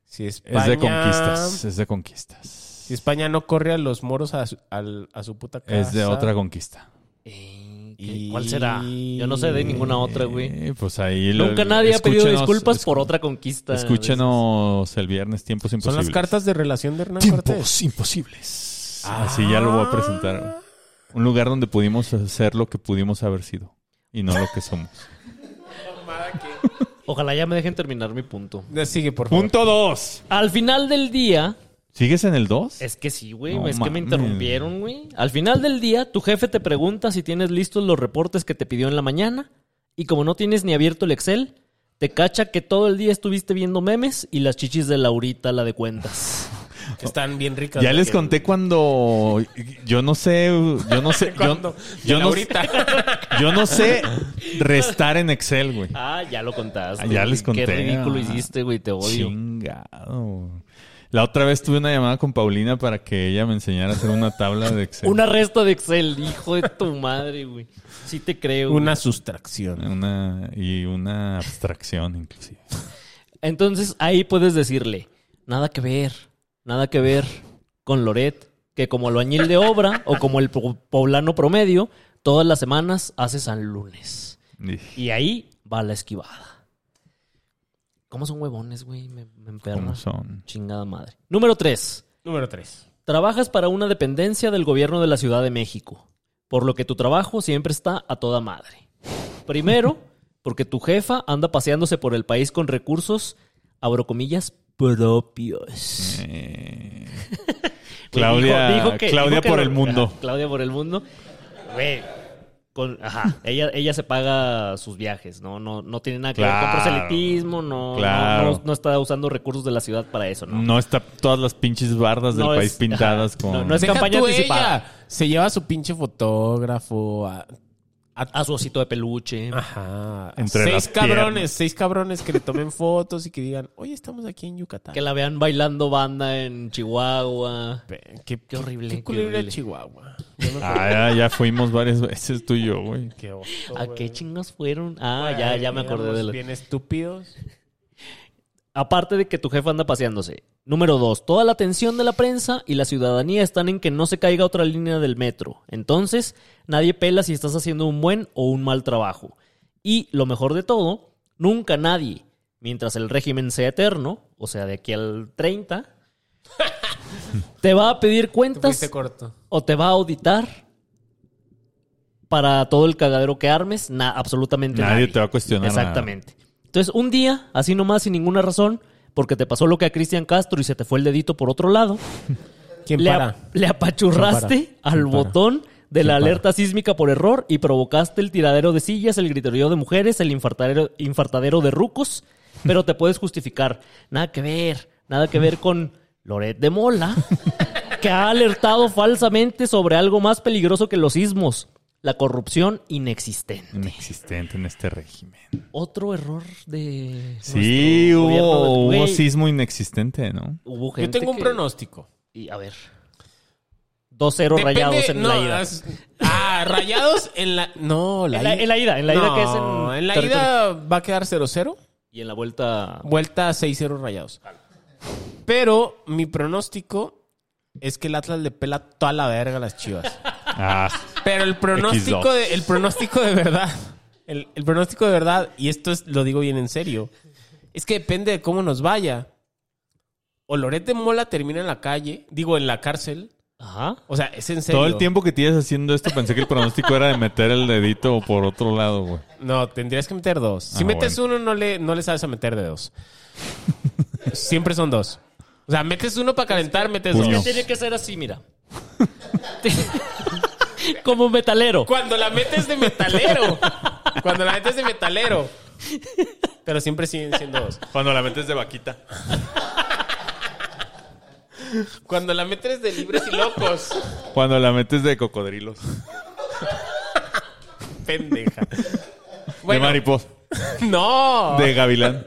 Speaker 5: Si España...
Speaker 3: es de conquistas, es de conquistas,
Speaker 5: Si España no corre a los moros a su, al- a su puta casa.
Speaker 3: es de otra conquista.
Speaker 5: Y-
Speaker 4: Eh, ¿Cuál será? Yo no sé de ninguna otra, güey.
Speaker 3: Eh, pues ahí lo-
Speaker 4: Nunca nadie ha pedido
Speaker 3: escúchenos,
Speaker 4: disculpas
Speaker 3: escu-
Speaker 4: por otra conquista.
Speaker 3: Escúchenos el viernes Tiempos
Speaker 5: Son
Speaker 3: Imposibles.
Speaker 5: las cartas de relación de Hernán Cortés.
Speaker 3: Tiempos Imposibles. Así ya lo voy a presentar. Un lugar donde pudimos hacer lo que pudimos haber sido y no lo que somos.
Speaker 4: Ojalá ya me dejen terminar mi punto.
Speaker 5: Ya Sigue, por favor.
Speaker 3: Punto 2.
Speaker 4: Al final del día,
Speaker 3: ¿Sigues en el 2?
Speaker 4: es que sí, güey,
Speaker 3: No
Speaker 4: es que me
Speaker 3: mames.
Speaker 4: interrumpieron, güey. Al final del día, tu jefe te pregunta si tienes listos los reportes que te pidió en la mañana y como no tienes ni abierto el Excel, te cacha que todo el día estuviste viendo memes y las chichis de Laurita, la de
Speaker 3: <laughs>
Speaker 4: cuentas.
Speaker 5: Están bien ricas.
Speaker 3: Ya
Speaker 5: güey.
Speaker 3: les conté cuando yo no sé, yo no sé, yo,
Speaker 5: ¿Cuándo?
Speaker 3: yo,
Speaker 5: Ya
Speaker 3: no, <laughs>
Speaker 5: ahorita.
Speaker 3: yo no sé restar en Excel, güey.
Speaker 4: Ah, ya lo contaste.
Speaker 3: Ah, ya
Speaker 4: güey.
Speaker 3: les conté.
Speaker 4: Qué ridículo
Speaker 3: Ah,
Speaker 4: hiciste, güey, te odio.
Speaker 3: Chingado. La otra vez tuve una llamada con Paulina para que ella me enseñara a hacer una tabla de Excel.
Speaker 4: Una resta de Excel, hijo de tu <laughs> madre, güey. Sí te creo. güey.
Speaker 5: Una sustracción.
Speaker 3: Una- y una abstracción inclusive.
Speaker 4: Entonces ahí puedes decirle, nada que ver, nada que ver con Loret, que como albañil de obra o como el po- poblano promedio, todas las semanas hace San Lunes.
Speaker 3: Y-
Speaker 4: Y ahí va la esquivada. ¿Cómo son huevones, güey? Me, me emperra.
Speaker 3: ¿Cómo son?
Speaker 4: Chingada madre. Número 3.
Speaker 5: Número 3.
Speaker 4: Trabajas para una dependencia del gobierno de la Ciudad de México, por lo que tu trabajo siempre está a toda madre.
Speaker 3: <laughs>
Speaker 4: Primero, porque tu jefa anda paseándose por el país con recursos, abro comillas, propios. Pues
Speaker 3: Eh, Claudia,
Speaker 4: Dijo- dijo que-
Speaker 3: Claudia
Speaker 4: dijo que
Speaker 3: por
Speaker 4: no-
Speaker 3: el mundo.
Speaker 4: Ajá, Claudia por el mundo. Güey, con- ajá, ella, ella se paga sus viajes, ¿no? No, no tiene nada que ver
Speaker 3: Claro.
Speaker 4: con proselitismo, no, no-
Speaker 3: Claro.
Speaker 4: no, no está usando recursos de la ciudad para eso, ¿no?
Speaker 3: No está todas las pinches bardas del
Speaker 4: No
Speaker 3: país
Speaker 4: es-
Speaker 3: pintadas
Speaker 4: ajá,
Speaker 3: con.
Speaker 4: no- no es Campaña anticipada.
Speaker 5: Se lleva a su pinche fotógrafo. A,
Speaker 4: A su osito de peluche.
Speaker 5: ajá. a
Speaker 3: Entre
Speaker 5: seis
Speaker 3: las
Speaker 5: cabrones.
Speaker 3: piernas.
Speaker 5: Seis cabrones que le
Speaker 3: <laughs>
Speaker 5: tomen fotos y que digan, oye, estamos aquí en Yucatán.
Speaker 4: Que la vean bailando banda en Chihuahua.
Speaker 5: Pe- Qué, qué
Speaker 4: horrible,
Speaker 5: Qué
Speaker 4: qué
Speaker 5: culero era
Speaker 4: horrible.
Speaker 5: Chihuahua. Yo no-
Speaker 3: Ah, ya, ya fuimos varias veces tú y yo, güey.
Speaker 5: Ah, qué oso,
Speaker 4: ¿A
Speaker 5: güey.
Speaker 4: qué chingos fueron? Ah, ya, ya me acordé
Speaker 5: Éramos
Speaker 4: de la...
Speaker 5: Bien estúpidos.
Speaker 4: Aparte de que tu jefe anda paseándose. Número dos, toda la atención de la prensa y la ciudadanía están en que no se caiga otra línea del metro. Entonces, nadie pela si estás haciendo un buen o un mal trabajo. Y lo mejor de todo, nunca nadie, mientras el régimen sea eterno, o sea, de aquí al
Speaker 5: <laughs>
Speaker 4: 30, te va a pedir
Speaker 5: Te
Speaker 4: cuentas
Speaker 5: fuiste corto.
Speaker 4: o te va a auditar para todo el cagadero que armes, na- absolutamente
Speaker 3: Nadie
Speaker 4: nadie.
Speaker 3: te va a cuestionar nada.
Speaker 4: Exactamente. Entonces, un día, así nomás, sin ninguna razón, porque te pasó lo que a Cristian Castro y se te fue el dedito por otro lado,
Speaker 5: ¿Quién
Speaker 4: le,
Speaker 5: para?
Speaker 4: ap- le apachurraste
Speaker 5: ¿Quién
Speaker 4: al botón de la
Speaker 3: para?
Speaker 4: alerta sísmica por error y provocaste el tiradero de sillas, el griterío de mujeres, el infartadero, infartadero de rucos, pero te puedes justificar. Nada que ver, nada que ver con Loret de Mola, que ha alertado falsamente sobre algo más peligroso que los sismos, la corrupción inexistente.
Speaker 3: Inexistente en este régimen.
Speaker 4: Otro error Pues de...
Speaker 3: Sí,
Speaker 4: nuestro gobierno
Speaker 3: hubo,
Speaker 4: del-
Speaker 3: hubo
Speaker 4: Güey,
Speaker 3: sismo inexistente, ¿no?
Speaker 4: hubo
Speaker 5: Yo
Speaker 4: gente
Speaker 5: tengo un
Speaker 4: que-
Speaker 5: pronóstico.
Speaker 4: Y a ver. 2-0
Speaker 5: Depende-
Speaker 4: rayados en la
Speaker 5: no,
Speaker 4: ida.
Speaker 5: es- ah, rayados en la. No, la
Speaker 4: En la-
Speaker 5: ida.
Speaker 4: en la ida, en la ida que es en
Speaker 5: la
Speaker 4: territorio-
Speaker 5: ida va a quedar 0-0.
Speaker 4: Y en la vuelta.
Speaker 5: Vuelta 6-0 rayados. Pero mi pronóstico es que el Atlas le pela toda la verga a las chivas.
Speaker 3: Ah,
Speaker 5: Pero el pronóstico,
Speaker 3: X2.
Speaker 5: de, el pronóstico de verdad, el, el pronóstico de verdad, y esto es, lo digo bien en serio, es que depende de cómo nos vaya. O Loret de Mola termina en la calle, digo, en la cárcel,
Speaker 4: Ajá.
Speaker 5: O sea, es en serio.
Speaker 3: Todo el tiempo que tienes haciendo esto pensé que el pronóstico era de meter el dedito por otro lado, güey.
Speaker 5: No, tendrías que meter dos. Si
Speaker 3: Ah,
Speaker 5: metes uno, no le, no le sabes a meter de dos. Siempre son dos. O sea, metes uno para calentar, metes
Speaker 3: Puño.
Speaker 5: dos.
Speaker 4: Tiene que ser así, mira. <laughs> Como metalero.
Speaker 5: Cuando la metes de metalero. Cuando la metes de metalero. Pero siempre siguen siendo dos.
Speaker 3: Cuando la metes de vaquita.
Speaker 5: Cuando la metes de libres
Speaker 4: <laughs>
Speaker 5: y locos.
Speaker 3: Cuando la metes de cocodrilos.
Speaker 5: Pendeja.
Speaker 3: de
Speaker 5: Bueno,
Speaker 3: mariposa.
Speaker 5: no.
Speaker 3: De gavilán.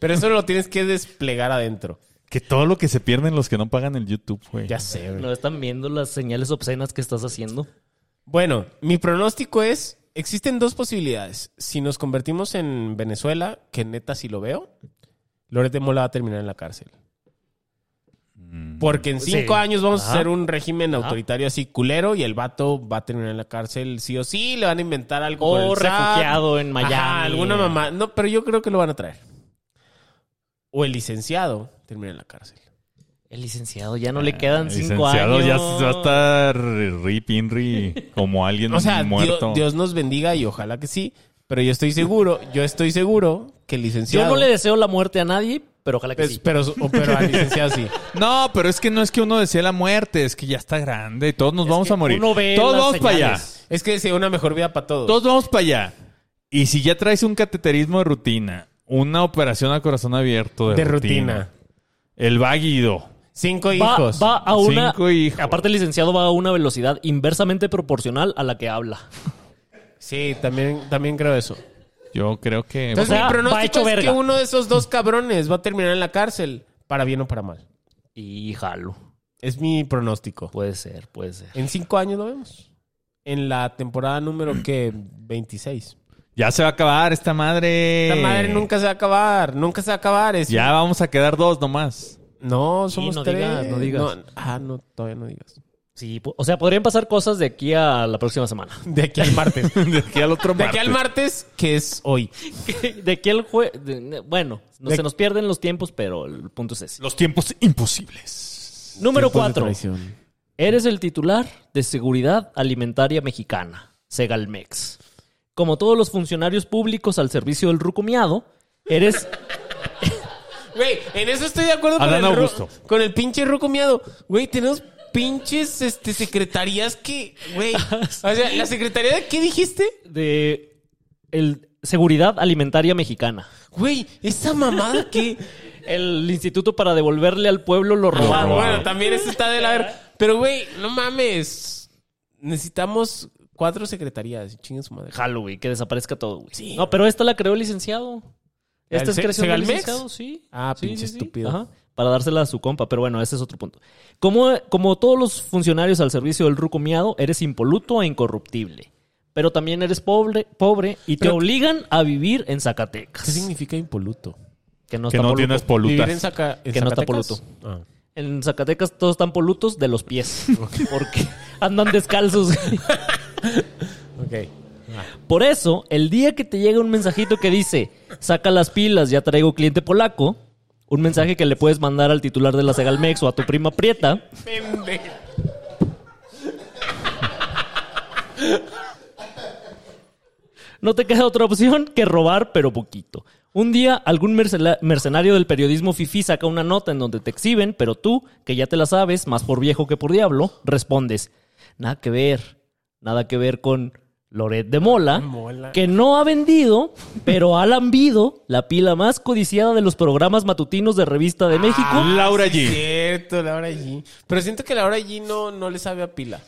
Speaker 5: Pero eso lo tienes que desplegar adentro.
Speaker 3: Que todo lo que se pierden los que no pagan el YouTube, güey.
Speaker 5: Ya sé, güey.
Speaker 4: ¿No están viendo las señales obscenas que estás haciendo?
Speaker 5: Bueno, mi pronóstico es, existen dos posibilidades. Si nos convertimos en Venezuela, que neta si lo veo, Loret de Mola va a terminar en la cárcel. Porque en cinco
Speaker 4: Mm. Sí.
Speaker 5: años vamos a
Speaker 4: Ajá.
Speaker 5: hacer un régimen autoritario así culero y el vato va a terminar en la cárcel sí o sí, le van a inventar algo.
Speaker 4: O
Speaker 5: con el SAT.
Speaker 4: refugiado en Miami.
Speaker 5: Ajá, alguna mamá. No, pero yo creo que lo van a traer. O el licenciado termina en la cárcel.
Speaker 4: El licenciado ya no le quedan
Speaker 3: El
Speaker 4: cinco
Speaker 3: licenciado
Speaker 4: años.
Speaker 3: ya se va a estar ri, pinri como alguien
Speaker 5: O sea,
Speaker 3: muerto.
Speaker 5: Dios, Dios nos bendiga y ojalá que sí. Pero yo estoy seguro, yo estoy seguro que el
Speaker 4: Yo
Speaker 5: licenciado.
Speaker 4: no le deseo la muerte a nadie, pero ojalá que
Speaker 5: Pues,
Speaker 4: sí.
Speaker 5: Pero, o- pero al licenciado sí.
Speaker 3: No, pero es que no es que uno desee la muerte, es que ya está grande y todos nos vamos
Speaker 4: que
Speaker 3: a morir.
Speaker 4: uno ve
Speaker 3: todos
Speaker 4: las
Speaker 3: vamos para allá.
Speaker 4: señales.
Speaker 5: Es que sea una mejor vida para todos.
Speaker 3: Todos vamos para allá. Y si ya traes un cateterismo de rutina, una operación a corazón abierto de,
Speaker 5: de
Speaker 3: rutina,
Speaker 5: rutina.
Speaker 3: el váguido.
Speaker 5: Cinco
Speaker 4: Va,
Speaker 5: hijos.
Speaker 4: va a una.
Speaker 3: Cinco hijos.
Speaker 4: Aparte, el licenciado va a una velocidad inversamente proporcional a la que habla.
Speaker 5: Sí, también, también creo eso.
Speaker 3: Yo creo que
Speaker 5: Entonces,
Speaker 4: O sea,
Speaker 5: mi
Speaker 4: va
Speaker 5: pronóstico
Speaker 4: hecho
Speaker 5: es que
Speaker 4: verga.
Speaker 5: uno de esos dos cabrones va a terminar en la cárcel, para bien o para mal.
Speaker 4: Y jalo.
Speaker 5: Es mi pronóstico.
Speaker 4: Puede ser, puede ser.
Speaker 5: En cinco años lo vemos. En la temporada número que 26.
Speaker 3: ya se va a acabar esta madre.
Speaker 5: La madre nunca se va a acabar, nunca se va a acabar. Es
Speaker 3: Eh. Ya vamos a quedar dos nomás.
Speaker 5: No,
Speaker 4: Sí,
Speaker 5: somos
Speaker 4: no
Speaker 5: tres.
Speaker 4: digas, no digas.
Speaker 5: No, ah, no, todavía no digas.
Speaker 4: Sí, po- o sea, podrían pasar cosas de aquí a la próxima semana.
Speaker 5: De aquí al martes.
Speaker 3: <laughs> De aquí al otro
Speaker 5: De aquí al
Speaker 3: martes.
Speaker 5: martes, que es hoy.
Speaker 4: <laughs> De aquí el jue... de- Bueno, no-
Speaker 5: De-
Speaker 4: se nos pierden los tiempos, pero el punto es ese.
Speaker 3: Los tiempos imposibles.
Speaker 4: Número
Speaker 5: Tiempos de
Speaker 4: cuatro.
Speaker 5: traición.
Speaker 4: Eres el titular de Seguridad Alimentaria Mexicana, Segalmex. Como todos los funcionarios públicos al servicio del rucomiado, eres...
Speaker 5: Güey, en eso estoy de acuerdo con
Speaker 3: Adán
Speaker 5: el, ro-
Speaker 3: Augusto.
Speaker 5: con el pinche ruco miado. Güey, tenemos pinches este, secretarías que...
Speaker 4: <laughs>
Speaker 5: Güey, o sea, la secretaría de qué dijiste?
Speaker 4: de el Seguridad Alimentaria Mexicana.
Speaker 5: Güey, esa mamada que...
Speaker 4: El instituto para devolverle al pueblo lo
Speaker 5: Ah,
Speaker 4: robado.
Speaker 5: bueno, también eso está de la ver. Pero, güey, no mames. Necesitamos cuatro secretarías. Chinga su madre.
Speaker 4: Halloween, que desaparezca todo, güey.
Speaker 5: Sí.
Speaker 4: No, pero esta la creó el licenciado.
Speaker 5: ¿La
Speaker 4: Esta
Speaker 5: del
Speaker 4: es
Speaker 5: Se-
Speaker 4: creación del
Speaker 5: Segalmex?
Speaker 4: licenciado, sí.
Speaker 5: Ah,
Speaker 4: Sí,
Speaker 5: pinche
Speaker 4: sí, sí.
Speaker 5: estúpido.
Speaker 4: Ajá. Para dársela a su compa, pero bueno, ese es otro punto. Como, como todos los funcionarios al servicio del rucomiado, eres impoluto e incorruptible. Pero también eres pobre, pobre y te
Speaker 5: Pero-
Speaker 4: obligan a vivir en
Speaker 5: ¿Qué
Speaker 4: Zacatecas.
Speaker 5: significa impoluto?
Speaker 4: Que no,
Speaker 3: Que
Speaker 4: está
Speaker 3: no
Speaker 4: poluto.
Speaker 3: tienes
Speaker 5: Vivir en
Speaker 3: polutas.
Speaker 5: Zaca- en
Speaker 4: Que no está
Speaker 5: Zacatecas. Ah.
Speaker 4: En Zacatecas todos están polutos de los
Speaker 5: <laughs>
Speaker 4: pies. Porque andan descalzos.
Speaker 5: Ok. Ah.
Speaker 4: Por eso, el día que te llega un mensajito que dice, saca las pilas, ya traigo cliente polaco, un mensaje que le puedes mandar al titular de la Segalmex o a tu prima Prieta, no te queda otra opción que robar, pero poquito. Un día, algún mercela- mercenario del periodismo Fifi saca una nota en donde te exhiben, pero tú, que ya te la sabes, más por viejo que por diablo, respondes, nada que ver, nada que ver con Loret de Mola,
Speaker 5: Mola.
Speaker 4: que no ha vendido, pero ha lambido la pila más codiciada de los programas matutinos de Revista de México.
Speaker 3: Laura
Speaker 5: Ah, Sí,
Speaker 3: G.
Speaker 5: Cierto, la hora allí. Pero siento que la hora allí no, no le sabe a pila.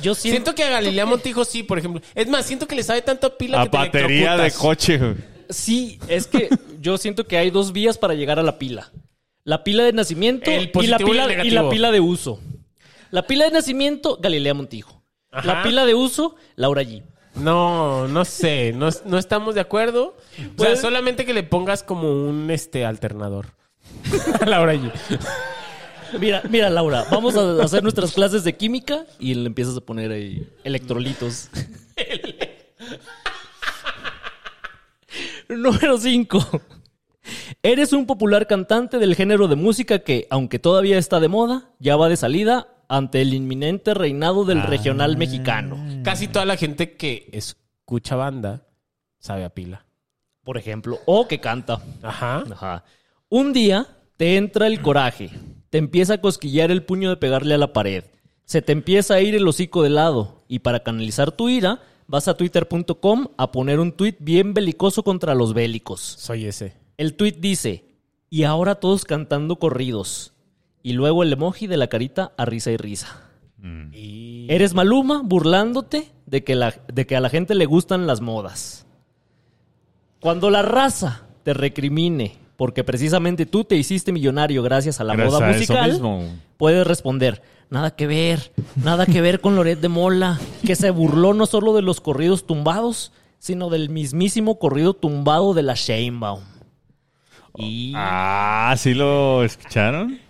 Speaker 4: Yo
Speaker 5: Siento que a Galilea Montijo sí, por ejemplo. Es más, siento que le sabe tanto a pila
Speaker 3: A
Speaker 5: que te
Speaker 3: batería de
Speaker 5: electrocutas.
Speaker 3: coche. güey.
Speaker 4: Sí, es
Speaker 5: <laughs>
Speaker 4: que yo siento que hay dos vías para llegar a la pila. La pila de nacimiento
Speaker 5: El
Speaker 4: y, la
Speaker 5: positivo y el
Speaker 4: pila, y
Speaker 5: negativo.
Speaker 4: la pila de uso. La pila de nacimiento, Galilea Montijo. La pila de uso, Laura G.
Speaker 5: No, no sé. No, no estamos de acuerdo. O sea,
Speaker 4: Pues-
Speaker 5: solamente que le pongas como un este <laughs> alternador. A la hora allí.
Speaker 4: Mira, mira, Laura, vamos a hacer nuestras clases de química y le empiezas a poner ahí electrolitos. Número 5. Eres un popular cantante del género de música que, aunque todavía está de moda, ya va de salida ante el inminente reinado del regional mexicano.
Speaker 5: Casi toda la gente que escucha banda sabe a pila.
Speaker 4: Por ejemplo, o que canta.
Speaker 5: Ajá.
Speaker 4: Ajá. Un día te entra el coraje, te empieza a cosquillar el puño de pegarle a la pared, se te empieza a ir el hocico de lado y para canalizar tu ira vas a twitter.com a poner un tuit bien belicoso contra los bélicos.
Speaker 5: Soy ese.
Speaker 4: El tuit dice, y ahora todos cantando corridos. Y luego el emoji de la carita a risa y risa.
Speaker 3: Mm.
Speaker 4: Eres Maluma burlándote de que, la- de que a la gente le gustan las modas. Cuando la raza te recrimine porque precisamente tú te hiciste millonario gracias a la
Speaker 3: Gracias
Speaker 4: moda
Speaker 3: a eso
Speaker 4: musical,
Speaker 3: mismo.
Speaker 4: puedes responder, nada que ver, nada que ver con Loret de Mola, que se burló no solo de los corridos tumbados, sino del mismísimo corrido tumbado de la Sheinbaum. Y
Speaker 3: Oh. Ah, ¿sí lo escucharon?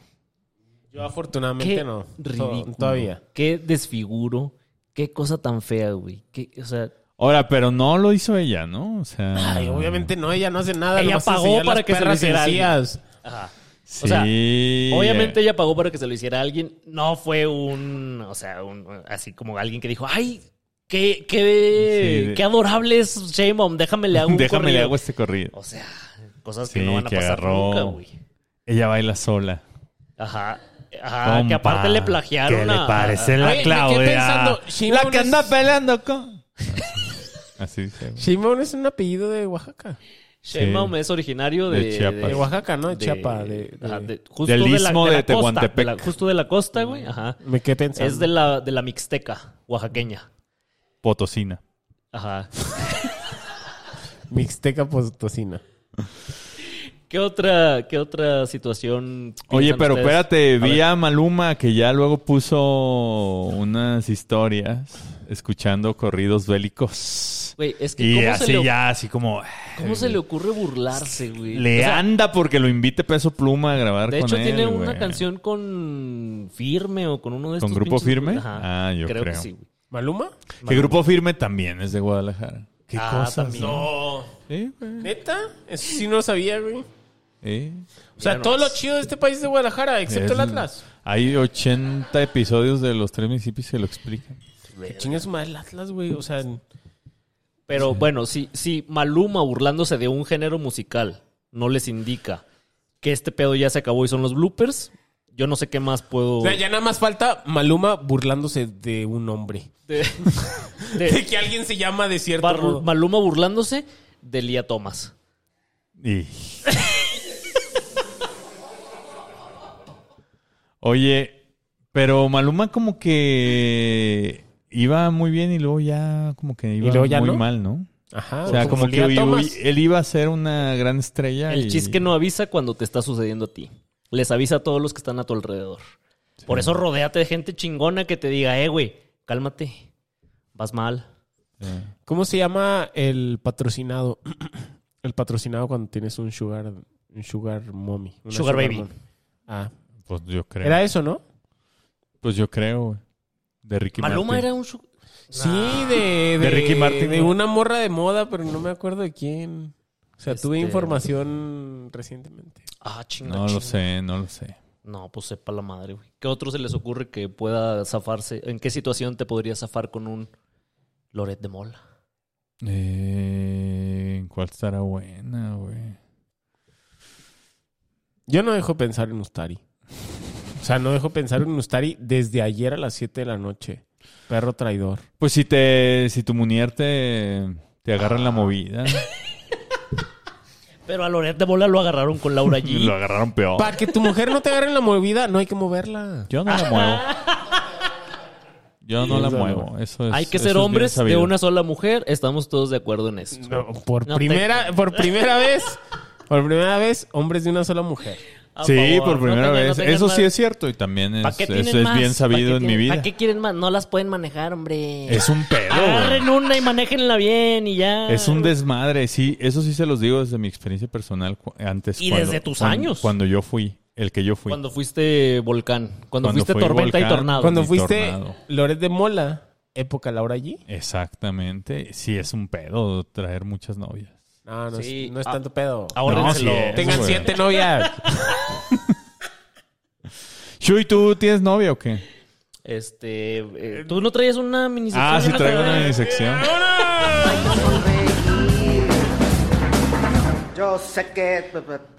Speaker 5: Yo afortunadamente
Speaker 4: qué
Speaker 5: no. To-
Speaker 4: ridículo,
Speaker 5: Todavía.
Speaker 4: qué desfiguro, qué cosa tan fea, güey. Qué- o sea,
Speaker 3: Ahora, pero no lo hizo ella, ¿no? O sea.
Speaker 5: Ay, obviamente no, ella no hace nada.
Speaker 4: Ella
Speaker 5: nomás
Speaker 4: pagó
Speaker 5: enseñar
Speaker 4: para
Speaker 5: las
Speaker 4: que se lo
Speaker 5: perras
Speaker 4: hiciera alguien.
Speaker 5: encías.
Speaker 3: Sí.
Speaker 4: o sea, Obviamente
Speaker 3: eh.
Speaker 4: ella pagó para que se lo hiciera a alguien. No fue un, o sea, un- así como alguien que dijo, ay, qué, qué,
Speaker 3: Sí, de-
Speaker 4: qué adorable es Sheinbaum, déjame le hago un
Speaker 3: Déjame le
Speaker 4: corrido".
Speaker 3: hago este corrido.
Speaker 4: O sea, cosas que
Speaker 3: Sí,
Speaker 4: no van a
Speaker 3: que
Speaker 4: pasar
Speaker 3: agarró.
Speaker 4: nunca, güey.
Speaker 3: Ella baila sola.
Speaker 4: Ajá. Ajá, que
Speaker 3: Compa,
Speaker 4: aparte le plagiaron
Speaker 3: ¿qué
Speaker 4: a...
Speaker 3: le parece la
Speaker 5: Oye, me quedé
Speaker 3: Claudia?
Speaker 5: pensando, Sheinbaum es-
Speaker 3: peleando con. <laughs> Así dice.
Speaker 5: Shimon es un apellido de Oaxaca.
Speaker 4: Sheinbaum
Speaker 3: Sí.
Speaker 4: es originario de...
Speaker 3: De Chiapas.
Speaker 5: De Oaxaca, ¿no? De Chiapa, de- de-
Speaker 4: ajá, Pues, ah, de- justo
Speaker 3: Del
Speaker 4: de la-
Speaker 3: istmo
Speaker 4: de
Speaker 3: de
Speaker 4: la costa,
Speaker 3: Tehuantepec.
Speaker 4: de la- justo de la costa, güey. Ajá.
Speaker 5: Me quedé pensando.
Speaker 4: Es de la, de la Mixteca, oaxaqueña.
Speaker 3: Potosina.
Speaker 4: Ajá.
Speaker 5: Mixteca Potosina.
Speaker 4: ¿Qué otra, qué otra situación?
Speaker 3: Oye,
Speaker 4: piensan
Speaker 3: pero
Speaker 4: ustedes?
Speaker 3: espérate,
Speaker 4: A
Speaker 3: vi
Speaker 4: ver,
Speaker 3: a Maluma que ya luego puso unas historias escuchando corridos bélicos.
Speaker 4: Güey, es que
Speaker 3: Y
Speaker 4: ¿cómo, se
Speaker 3: así
Speaker 4: le,
Speaker 3: ya, así como...
Speaker 4: ¿cómo se le ocurre burlarse, güey?
Speaker 3: Le
Speaker 4: O sea,
Speaker 3: anda porque lo invite Peso Pluma a grabar
Speaker 4: de
Speaker 3: con
Speaker 4: hecho,
Speaker 3: él,
Speaker 4: tiene una
Speaker 3: güey.
Speaker 4: canción con Firme o con uno de
Speaker 3: ¿Con
Speaker 4: estos.
Speaker 3: Grupo
Speaker 4: pinches-
Speaker 3: Firme?
Speaker 4: Ajá,
Speaker 3: Ah, yo
Speaker 4: que
Speaker 3: creo.
Speaker 4: sí, güey.
Speaker 5: ¿Maluma?
Speaker 3: Que Grupo Firme también es de Guadalajara. Qué
Speaker 4: Ah,
Speaker 3: cosas,
Speaker 4: también.
Speaker 3: ¿no?
Speaker 5: Oh,
Speaker 3: Sí, güey.
Speaker 5: ¿Neta? Eso sí no lo sabía, güey.
Speaker 3: Sí.
Speaker 5: O sea,
Speaker 4: Mira
Speaker 5: todo lo
Speaker 4: nomás.
Speaker 5: chido de este país de Guadalajara, excepto
Speaker 3: Es-
Speaker 5: el Atlas.
Speaker 3: Hay 80 episodios de los tres municipios que lo explican.
Speaker 5: Que chingue su madre el Atlas, güey. O sea, en-
Speaker 4: Pero bueno, si, si Maluma burlándose de un género musical no les indica que este pedo ya se acabó y son los bloopers, yo no sé qué más puedo.
Speaker 5: o sea, ya nada más falta Maluma burlándose de un hombre.
Speaker 4: de-
Speaker 5: De
Speaker 4: de-
Speaker 5: que alguien se llama de cierto
Speaker 4: Bar-
Speaker 5: modo.
Speaker 4: Maluma burlándose de Lía Thomas.
Speaker 3: Y- Oye, pero Maluma como que iba muy bien y luego ya como que iba
Speaker 5: luego ya
Speaker 3: muy
Speaker 5: no?
Speaker 3: mal, ¿no?
Speaker 5: Ajá.
Speaker 3: O sea, como que
Speaker 5: Lía
Speaker 3: hu-
Speaker 5: Thomas.
Speaker 3: hu- él iba a ser una gran estrella.
Speaker 4: El
Speaker 3: y-
Speaker 4: chis que no avisa cuando te está sucediendo a ti. Les avisa a todos los que están a tu alrededor. Por eso rodéate de gente chingona que te diga, eh, güey, cálmate. Vas mal.
Speaker 3: Eh,
Speaker 5: ¿Cómo se llama el patrocinado? <clears throat> El patrocinado cuando tienes un sugar, un sugar mommy. una
Speaker 4: Sugar baby.
Speaker 5: mommy. Ah,
Speaker 3: Pues yo creo.
Speaker 5: era eso, ¿no?
Speaker 3: Pues yo creo, güey. De Ricky
Speaker 5: Ah,
Speaker 4: Maluma
Speaker 3: Martin.
Speaker 4: era un... su-
Speaker 5: Sí, de,
Speaker 3: De Ricky Martin,
Speaker 5: De
Speaker 3: ¿no?
Speaker 5: una morra de moda, pero no me acuerdo de quién. O sea, tuve
Speaker 4: Este-
Speaker 5: información recientemente.
Speaker 4: Ah, chinga,
Speaker 3: No lo
Speaker 4: chinga.
Speaker 3: sé, no lo sé.
Speaker 4: No, pues sepa la madre, güey. ¿Qué otro se les ocurre que pueda zafarse? ¿En qué situación te podría zafar con un Loret de Mola?
Speaker 3: Eh, ¿en ¿Cuál estará buena, güey?
Speaker 5: Yo no dejo pensar en Ustari. O sea, no dejo pensar en Ustari desde ayer a las 7 de la noche. Perro traidor.
Speaker 3: Pues si te, si tu munier te, te agarra en la
Speaker 4: <laughs>
Speaker 3: movida,
Speaker 4: Pero a Loret de Mola lo agarraron con
Speaker 3: <laughs>
Speaker 4: Laura G.
Speaker 3: lo agarraron peor.
Speaker 5: Para que tu mujer no te agarre en la movida, no hay que moverla.
Speaker 3: Yo no la muevo. Yo no la muevo. Eso es,
Speaker 4: Hay que
Speaker 3: eso es
Speaker 4: ser
Speaker 3: bien
Speaker 4: hombres de
Speaker 3: sabido. Mm.
Speaker 4: una sola mujer. Estamos todos de acuerdo en eso.
Speaker 5: No, por
Speaker 4: No te-
Speaker 5: primera, por primera vez, por primera vez, hombres de una sola mujer.
Speaker 4: A
Speaker 3: Sí,
Speaker 4: favor,
Speaker 3: por primera
Speaker 4: no tengan- no
Speaker 3: vez.
Speaker 4: tengan
Speaker 3: Eso sí
Speaker 4: más-
Speaker 3: es cierto y también
Speaker 4: ¿Para
Speaker 3: es,
Speaker 4: qué
Speaker 3: eso
Speaker 4: tienen
Speaker 3: es
Speaker 4: más?
Speaker 3: bien sabido
Speaker 4: ¿Para
Speaker 3: en mi
Speaker 4: qué tienen-
Speaker 3: vida.
Speaker 4: ¿Para qué quieren más? No las pueden manejar, hombre.
Speaker 3: Es un pedo. güey.
Speaker 4: Agarren una y manéjenla bien y ya.
Speaker 3: Es un desmadre, sí. Eso sí se los digo desde mi experiencia personal cu- antes.
Speaker 4: Y desde tus
Speaker 3: cuan-
Speaker 4: años.
Speaker 3: Cuando yo fui, el que yo fui.
Speaker 4: Cuando fuiste volcán, cuando,
Speaker 3: Cuando
Speaker 4: fuiste
Speaker 3: fui
Speaker 4: tormenta y
Speaker 3: volcán,
Speaker 4: tornado.
Speaker 5: Cuando
Speaker 3: mi
Speaker 5: fuiste
Speaker 3: tornado.
Speaker 5: Loret de Mola, época Laura allí.
Speaker 3: Exactamente. Sí, es un pedo traer muchas novias.
Speaker 5: No, no,
Speaker 4: Sí.
Speaker 5: es, no es
Speaker 4: Ah,
Speaker 5: tanto pedo.
Speaker 4: ahórrenselo.
Speaker 3: No, sí es.
Speaker 5: Tengan
Speaker 3: güey.
Speaker 5: siete novias.
Speaker 4: <laughs>
Speaker 3: Shui, ¿tú tienes novia o qué?
Speaker 4: Este, eh, tú no traías una minisección.
Speaker 3: Ah, sí
Speaker 4: Jonathan? <laughs>
Speaker 3: traigo una disección.
Speaker 7: Yo sé que.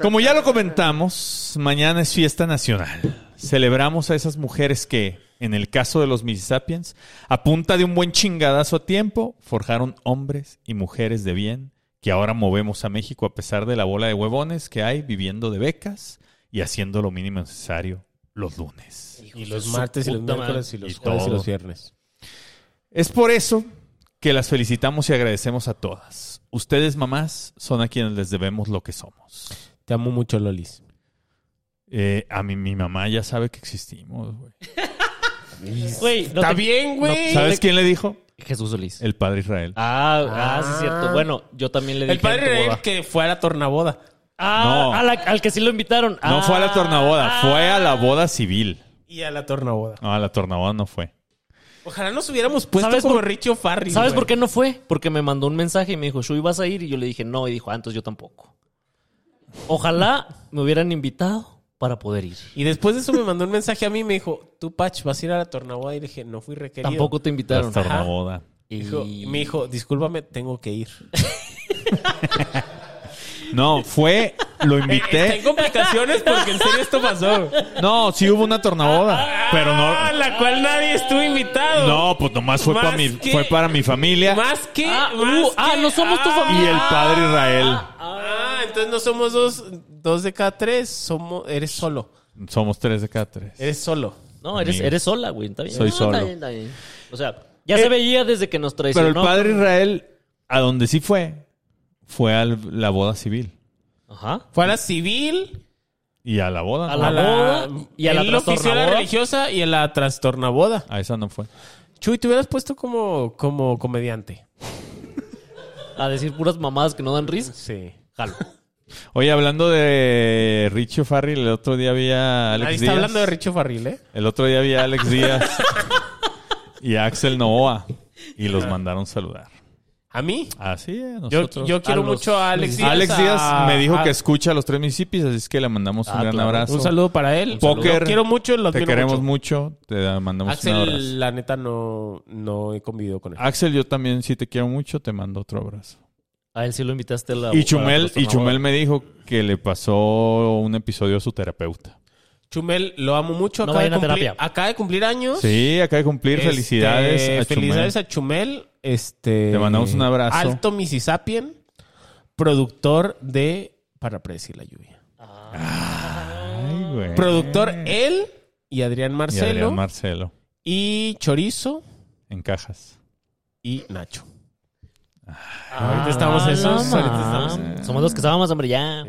Speaker 3: Como ya lo comentamos, mañana es fiesta nacional. Celebramos a esas mujeres que, en el caso de los Mississippians, a punta de un buen chingadazo a tiempo, forjaron hombres y mujeres de bien que ahora movemos a México a pesar de la bola de huevones que hay viviendo de becas y haciendo lo mínimo necesario los lunes.
Speaker 5: Y los martes y los
Speaker 4: puta
Speaker 5: miércoles y
Speaker 3: madre.
Speaker 5: los
Speaker 3: Y
Speaker 5: jueves y
Speaker 3: todo.
Speaker 5: los viernes.
Speaker 3: Es por eso que las felicitamos y agradecemos a todas. Ustedes, mamás, son a quienes les debemos lo que somos.
Speaker 5: Te amo mucho, Lolis.
Speaker 3: Eh, a mí, mi mamá ya sabe que existimos, güey.
Speaker 4: Güey, no
Speaker 5: Está
Speaker 4: te-
Speaker 5: bien, güey.
Speaker 3: No, ¿Sabes quién le dijo?
Speaker 4: Jesús Solís.
Speaker 3: El padre Israel.
Speaker 4: Ah, ah,
Speaker 5: Ah.
Speaker 4: sí, es cierto. Bueno, yo también le dije.
Speaker 5: El padre
Speaker 4: en tu
Speaker 5: era
Speaker 4: boda.
Speaker 5: el que fue a la tornaboda.
Speaker 4: Ah,
Speaker 3: No.
Speaker 4: a la- al que sí lo invitaron.
Speaker 3: No
Speaker 4: Ah,
Speaker 3: fue a la tornaboda,
Speaker 4: ah.
Speaker 3: fue a la boda civil.
Speaker 5: Y a la tornaboda.
Speaker 3: No, a la tornaboda no fue.
Speaker 5: Ojalá nos hubiéramos puesto
Speaker 4: ¿Sabes
Speaker 5: como
Speaker 4: por-
Speaker 5: Richie Farry.
Speaker 4: ¿Sabes por qué no fue? Porque me mandó un mensaje y me dijo, Shui, ¿vas a ir? Y yo le dije, no. Y dijo, ah, entonces yo tampoco. Ojalá me hubieran invitado para poder ir.
Speaker 5: Y después de eso me mandó un mensaje a mí y me dijo, tú, Pach, vas a ir a la tornaboda. Y le dije, no fui requerido.
Speaker 4: Tampoco te
Speaker 3: La
Speaker 4: invitaron.
Speaker 3: tornaboda.
Speaker 4: Y-
Speaker 5: Dijo- y me dijo, discúlpame, tengo que <laughs> ir.
Speaker 3: No, fue, lo
Speaker 5: Hay <laughs>
Speaker 3: invité.
Speaker 5: complicaciones porque en serio esto pasó.
Speaker 3: No, sí hubo una tornaboda, pero
Speaker 5: A
Speaker 3: no.
Speaker 5: la cual nadie estuvo invitado.
Speaker 3: No, pues nomás fue
Speaker 5: Ah, Más
Speaker 3: para mi,
Speaker 5: que-
Speaker 3: fue para mi familia
Speaker 5: Más que.
Speaker 4: Ah,
Speaker 5: más
Speaker 4: uh, ah,
Speaker 5: que-
Speaker 4: no somos tu familia.
Speaker 3: y el padre Israel.
Speaker 5: Ah, entonces no somos dos, dos de cada tres. Somos, eres solo.
Speaker 3: Somos tres de cada tres.
Speaker 5: Eres solo.
Speaker 4: No, eres,
Speaker 3: Amigo.
Speaker 4: eres sola, güey. Está bien.
Speaker 3: Soy
Speaker 4: No, está
Speaker 3: solo.
Speaker 4: bien, está bien. O sea,
Speaker 5: Eh,
Speaker 4: ya se veía desde que nos
Speaker 3: Pero
Speaker 4: traicionó.
Speaker 3: el padre Israel, a donde sí fue, fue a la boda civil.
Speaker 4: Ajá.
Speaker 5: Fue a la civil,
Speaker 3: Y a la boda.
Speaker 4: A
Speaker 3: no.
Speaker 5: a
Speaker 4: la-
Speaker 5: la,
Speaker 4: boda y a la
Speaker 5: él lo ofició a la
Speaker 4: trastornaboda.
Speaker 5: religiosa y a la trastornaboda.
Speaker 3: a esa no fue.
Speaker 5: Chuy, te hubieras puesto como, como comediante.
Speaker 4: A decir puras mamadas que no dan risa.
Speaker 5: Sí.
Speaker 4: Jalo.
Speaker 3: Oye, hablando de Richie Farrell, el otro día había Alex
Speaker 5: Ahí está
Speaker 3: Díaz.
Speaker 5: hablando de Richo Farril, ¿eh?
Speaker 3: El otro día había
Speaker 5: <laughs>
Speaker 3: Alex Díaz y a Axel Novoa y los mandaron saludar.
Speaker 5: A mí.
Speaker 3: Así es,
Speaker 5: Yo,
Speaker 3: nosotros.
Speaker 5: yo quiero
Speaker 4: a los-
Speaker 5: mucho a Alex Díaz.
Speaker 3: Alex Díaz
Speaker 5: a-
Speaker 3: me dijo
Speaker 5: a-
Speaker 3: que escucha a los tres municipios, así es que le mandamos un
Speaker 4: Ah,
Speaker 3: gran
Speaker 4: claro.
Speaker 3: abrazo.
Speaker 5: Un saludo para él.
Speaker 3: Póker,
Speaker 5: Lo quiero mucho, lo
Speaker 3: Te
Speaker 5: admiro
Speaker 3: queremos
Speaker 5: mucho.
Speaker 3: mucho, te mandamos un abrazo.
Speaker 5: Axel, la neta, no, no he convivido con él.
Speaker 3: Axel, yo también sí te quiero mucho, te mando otro abrazo.
Speaker 4: A él sí lo invitaste a la.
Speaker 3: Y Chumel,
Speaker 4: a la
Speaker 3: y Chumel me dijo que le pasó un episodio a su terapeuta.
Speaker 5: Chumel, lo amo mucho.
Speaker 4: No
Speaker 5: Acaba,
Speaker 4: vayan a
Speaker 5: de, cumplir,
Speaker 4: terapia.
Speaker 5: acaba de cumplir años.
Speaker 3: Sí, acaba de cumplir.
Speaker 5: Este,
Speaker 3: felicidades a
Speaker 5: Felicidades
Speaker 3: Chumel.
Speaker 5: a Chumel. Este,
Speaker 3: Te mandamos un abrazo.
Speaker 5: Alto Mississippian, productor de Para Predecir la Lluvia.
Speaker 3: Ay, güey.
Speaker 5: Productor él y Adrián
Speaker 3: Mm. Y
Speaker 5: Marcelo. Y,
Speaker 3: Adrián Marcelo.
Speaker 5: Chorizo
Speaker 3: En cajas.
Speaker 5: y Nacho.
Speaker 4: Ah,
Speaker 5: Ahorita estamos
Speaker 4: la
Speaker 5: esos,
Speaker 4: ma-
Speaker 5: ahorita estamos
Speaker 4: Somos los que estábamos, hombre, ya.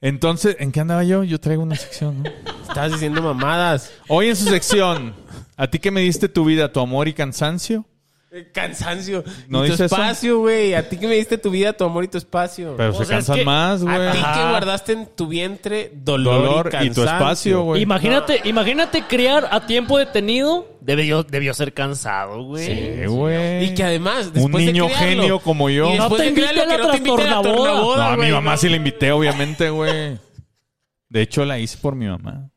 Speaker 3: Entonces, ¿en qué andaba yo? Yo traigo una sección, ¿no?
Speaker 5: Estás diciendo mamadas.
Speaker 3: Hoy en su sección, a ti que me diste tu vida, tu amor y cansancio,
Speaker 5: Eh, Cansancio.
Speaker 3: ¿No
Speaker 5: y tu
Speaker 3: dice eso?
Speaker 5: espacio, güey. A ti que me diste tu vida, tu amor y tu espacio.
Speaker 3: pero
Speaker 4: O
Speaker 3: se
Speaker 4: sea, es
Speaker 3: cansan
Speaker 4: que
Speaker 3: más,
Speaker 5: Pues a ti
Speaker 3: güey.
Speaker 5: que guardaste en tu vientre dolor,
Speaker 3: Dolor y, tu
Speaker 5: cansancio.
Speaker 3: espacio,
Speaker 5: Pues
Speaker 3: güey.
Speaker 4: Imagínate, imagínate crear a tiempo detenido. Debió, debió ser cansado, güey.
Speaker 3: Sí, güey.
Speaker 5: Y que además,
Speaker 3: Un
Speaker 5: después de
Speaker 3: niño
Speaker 5: crearlo,
Speaker 3: genio como yo.
Speaker 5: y
Speaker 4: No
Speaker 5: después
Speaker 4: te
Speaker 5: de crearlo,
Speaker 4: invite a
Speaker 5: que
Speaker 4: la
Speaker 5: no te invite a la
Speaker 4: trastornaboda.
Speaker 5: tornaboda,
Speaker 3: No, a mi
Speaker 5: güey,
Speaker 3: mamá
Speaker 5: no.
Speaker 3: sí la invité, obviamente, güey. De hecho, la hice por mi mamá.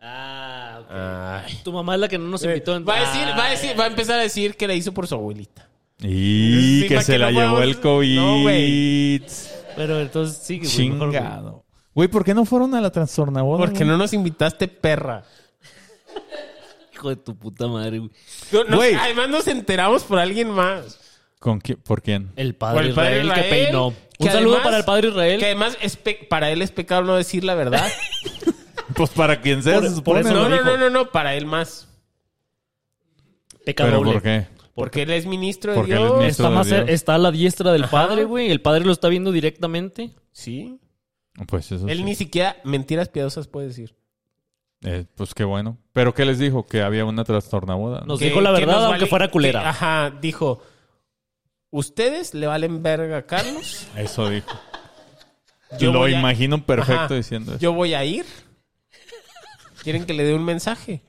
Speaker 4: Ah, ok.
Speaker 5: Ay.
Speaker 4: Tu mamá es la que no nos invitó.
Speaker 5: Eh, Va a decir, va a decir, va a empezar a decir que la hizo por su abuelita.
Speaker 3: Y
Speaker 5: Sí,
Speaker 3: que
Speaker 5: para
Speaker 3: se
Speaker 5: que
Speaker 3: la
Speaker 5: no
Speaker 3: llevó
Speaker 5: podamos-
Speaker 3: el COVID.
Speaker 5: No, güey.
Speaker 4: Pero entonces sigue, güey. mejor, güey.
Speaker 3: Chingado. Güey, ¿por qué no fueron a la trastornaboda?
Speaker 5: Porque
Speaker 3: güey?
Speaker 5: no nos invitaste, perra.
Speaker 4: Hijo de tu puta madre, güey.
Speaker 5: No, no,
Speaker 3: Güey.
Speaker 5: además nos enteramos por alguien más.
Speaker 3: ¿con quién? ¿Por quién?
Speaker 4: El
Speaker 5: Por
Speaker 4: padre,
Speaker 5: Pues el padre
Speaker 4: Israel, que
Speaker 5: Israel,
Speaker 4: peinó.
Speaker 5: que
Speaker 4: Un saludo
Speaker 5: además-
Speaker 4: para el padre
Speaker 5: Que
Speaker 4: Israel.
Speaker 5: además es pe- para él es pecado no decir
Speaker 3: <laughs>
Speaker 5: la verdad.
Speaker 3: Pues para quien sea,
Speaker 4: Por-
Speaker 3: se
Speaker 4: por
Speaker 3: supone.
Speaker 4: eso
Speaker 5: no,
Speaker 4: lo
Speaker 5: no,
Speaker 4: dijo.
Speaker 5: no, no, no, para él más.
Speaker 4: Pecado
Speaker 3: ¿Pero
Speaker 4: doble.
Speaker 3: por qué?
Speaker 5: Porque él es ministro de
Speaker 3: Porque él es
Speaker 5: Dios.
Speaker 3: ministro.
Speaker 4: Está,
Speaker 3: de
Speaker 4: más,
Speaker 3: Dios.
Speaker 4: está a la diestra del padre, güey. El padre lo está viendo directamente.
Speaker 5: Sí.
Speaker 3: Pues eso sí.
Speaker 5: Él ni siquiera mentiras piadosas puede decir.
Speaker 3: Eh, pues qué bueno. ¿Pero qué les dijo? Que había una trastornaboda.
Speaker 4: Nos Pues dijo la
Speaker 5: que
Speaker 4: verdad,
Speaker 5: nos
Speaker 4: aunque fuera culera.
Speaker 5: que-
Speaker 3: ah,
Speaker 5: ajá, dijo. Ustedes le valen verga a Carlos.
Speaker 3: Eso dijo.
Speaker 5: <laughs> Yo
Speaker 3: Lo
Speaker 5: voy a-
Speaker 3: imagino <laughs> perfecto
Speaker 5: Ajá.
Speaker 3: diciendo eso.
Speaker 5: Yo voy a ir. Quieren que le dé un mensaje.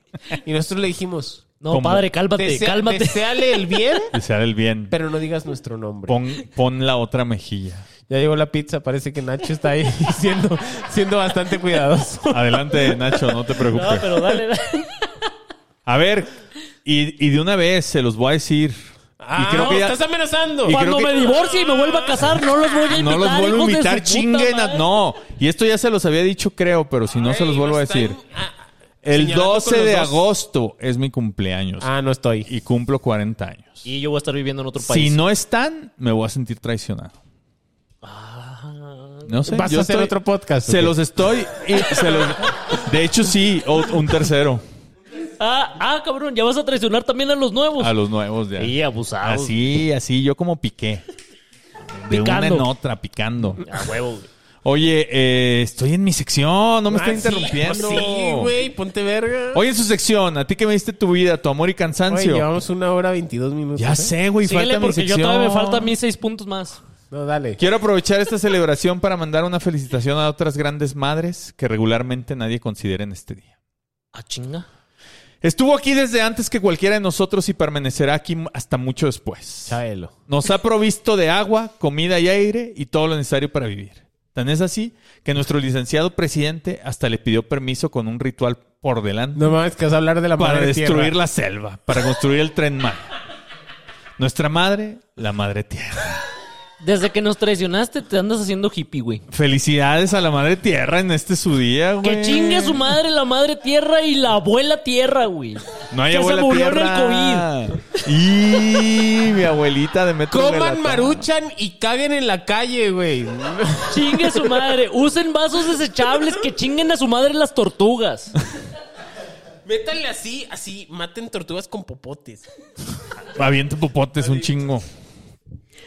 Speaker 5: Y nosotros le dijimos,
Speaker 4: No,
Speaker 3: Como
Speaker 4: padre, cálmate,
Speaker 5: Desea-
Speaker 4: cálmate.
Speaker 5: Deseale el bien,
Speaker 3: Desear el bien.
Speaker 5: pero no digas nuestro nombre.
Speaker 3: Pon, pon la otra mejilla.
Speaker 5: Ya llegó la pizza, parece que Nacho está ahí <laughs> siendo, siendo bastante cuidadoso. <laughs>
Speaker 3: Adelante, Nacho, no te
Speaker 4: No,
Speaker 3: preocupes.
Speaker 4: pero dale,
Speaker 3: <laughs>
Speaker 4: dale.
Speaker 3: A ver, y, y de una vez se los voy a decir.
Speaker 5: Ah,
Speaker 3: y creo que
Speaker 5: no,
Speaker 3: ya
Speaker 5: estás amenazando.
Speaker 3: Y creo
Speaker 4: Cuando
Speaker 3: que-
Speaker 4: me divorcie y me vuelva a casar, no los voy a invitar.
Speaker 3: no los vuelvo a
Speaker 4: hijos de
Speaker 3: invitar,
Speaker 4: su puta
Speaker 3: chinguen. a-
Speaker 4: madre.
Speaker 3: No, y esto ya se los había dicho, creo, pero si no se los
Speaker 5: Ey,
Speaker 3: vuelvo a
Speaker 5: nos están,
Speaker 3: decir.
Speaker 5: ah,
Speaker 3: El
Speaker 5: señalando con
Speaker 3: 12
Speaker 5: los
Speaker 3: de
Speaker 5: dos.
Speaker 3: agosto es mi cumpleaños
Speaker 5: Ah, no estoy.
Speaker 3: y cumplo 40 años.
Speaker 4: Y yo voy a estar viviendo en otro
Speaker 3: Si
Speaker 4: país.
Speaker 3: no están, me voy a sentir traicionado.
Speaker 4: Ah.
Speaker 3: No sé,
Speaker 5: ¿Vas
Speaker 3: yo
Speaker 5: a hacer
Speaker 3: estoy-
Speaker 5: otro podcast? o
Speaker 3: Se
Speaker 5: qué?
Speaker 3: los estoy. y se los- de hecho, sí, o- un tercero.
Speaker 4: Ah, ah, cabrón, ya vas a traicionar también a los nuevos.
Speaker 3: A los nuevos ya.
Speaker 4: Sí, abusados.
Speaker 3: Así, así, yo como piqué. De una en
Speaker 4: Picando.
Speaker 3: otra, picando.
Speaker 4: A huevo, güey.
Speaker 3: Oye, eh, estoy en mi sección, no me estoy
Speaker 5: Ah, sí,
Speaker 3: interrumpiendo.
Speaker 5: pues Sí, güey, ponte verga.
Speaker 3: Oye, en su sección, a ti que me diste tu vida, tu amor y
Speaker 5: Oye,
Speaker 3: cansancio.
Speaker 5: llevamos una hora 22 minutos.
Speaker 3: ya
Speaker 5: ¿eh?
Speaker 3: sé, güey,
Speaker 4: Síguele
Speaker 3: falta mi
Speaker 4: porque yo
Speaker 3: sección.
Speaker 4: todavía me falta a mí seis puntos más.
Speaker 5: No, dale.
Speaker 3: Quiero aprovechar esta celebración para mandar una felicitación a otras grandes madres que regularmente nadie considera en este día.
Speaker 4: Ah, chinga.
Speaker 3: Estuvo aquí desde antes que cualquiera de nosotros y permanecerá aquí hasta mucho después.
Speaker 5: Chabelo.
Speaker 3: Nos ha provisto de agua, comida y aire y todo lo necesario para vivir. Tan es así que nuestro licenciado presidente hasta le pidió permiso con un ritual por delante
Speaker 5: No mames, que vas a hablar de la
Speaker 3: para
Speaker 5: madre
Speaker 3: destruir
Speaker 5: tierra.
Speaker 3: la selva, para construir el tren Maya. Nuestra madre, la madre tierra.
Speaker 4: Desde que nos traicionaste, te andas haciendo hippie, güey.
Speaker 3: Felicidades a la madre tierra en este su día, güey.
Speaker 4: Que chingue a su madre, la madre tierra y la abuela tierra, güey.
Speaker 3: No hay
Speaker 4: que
Speaker 3: abuela
Speaker 4: se murió en el
Speaker 3: tierra.
Speaker 4: COVID.
Speaker 3: Y mi abuelita de metro
Speaker 5: Coman
Speaker 3: Galatán.
Speaker 5: maruchan y caguen en la calle, güey.
Speaker 4: Chingue a su madre. Usen vasos desechables. Que chinguen a su madre las tortugas.
Speaker 5: Métanle así, así, maten tortugas con popotes.
Speaker 3: Aviento popotes un chingo.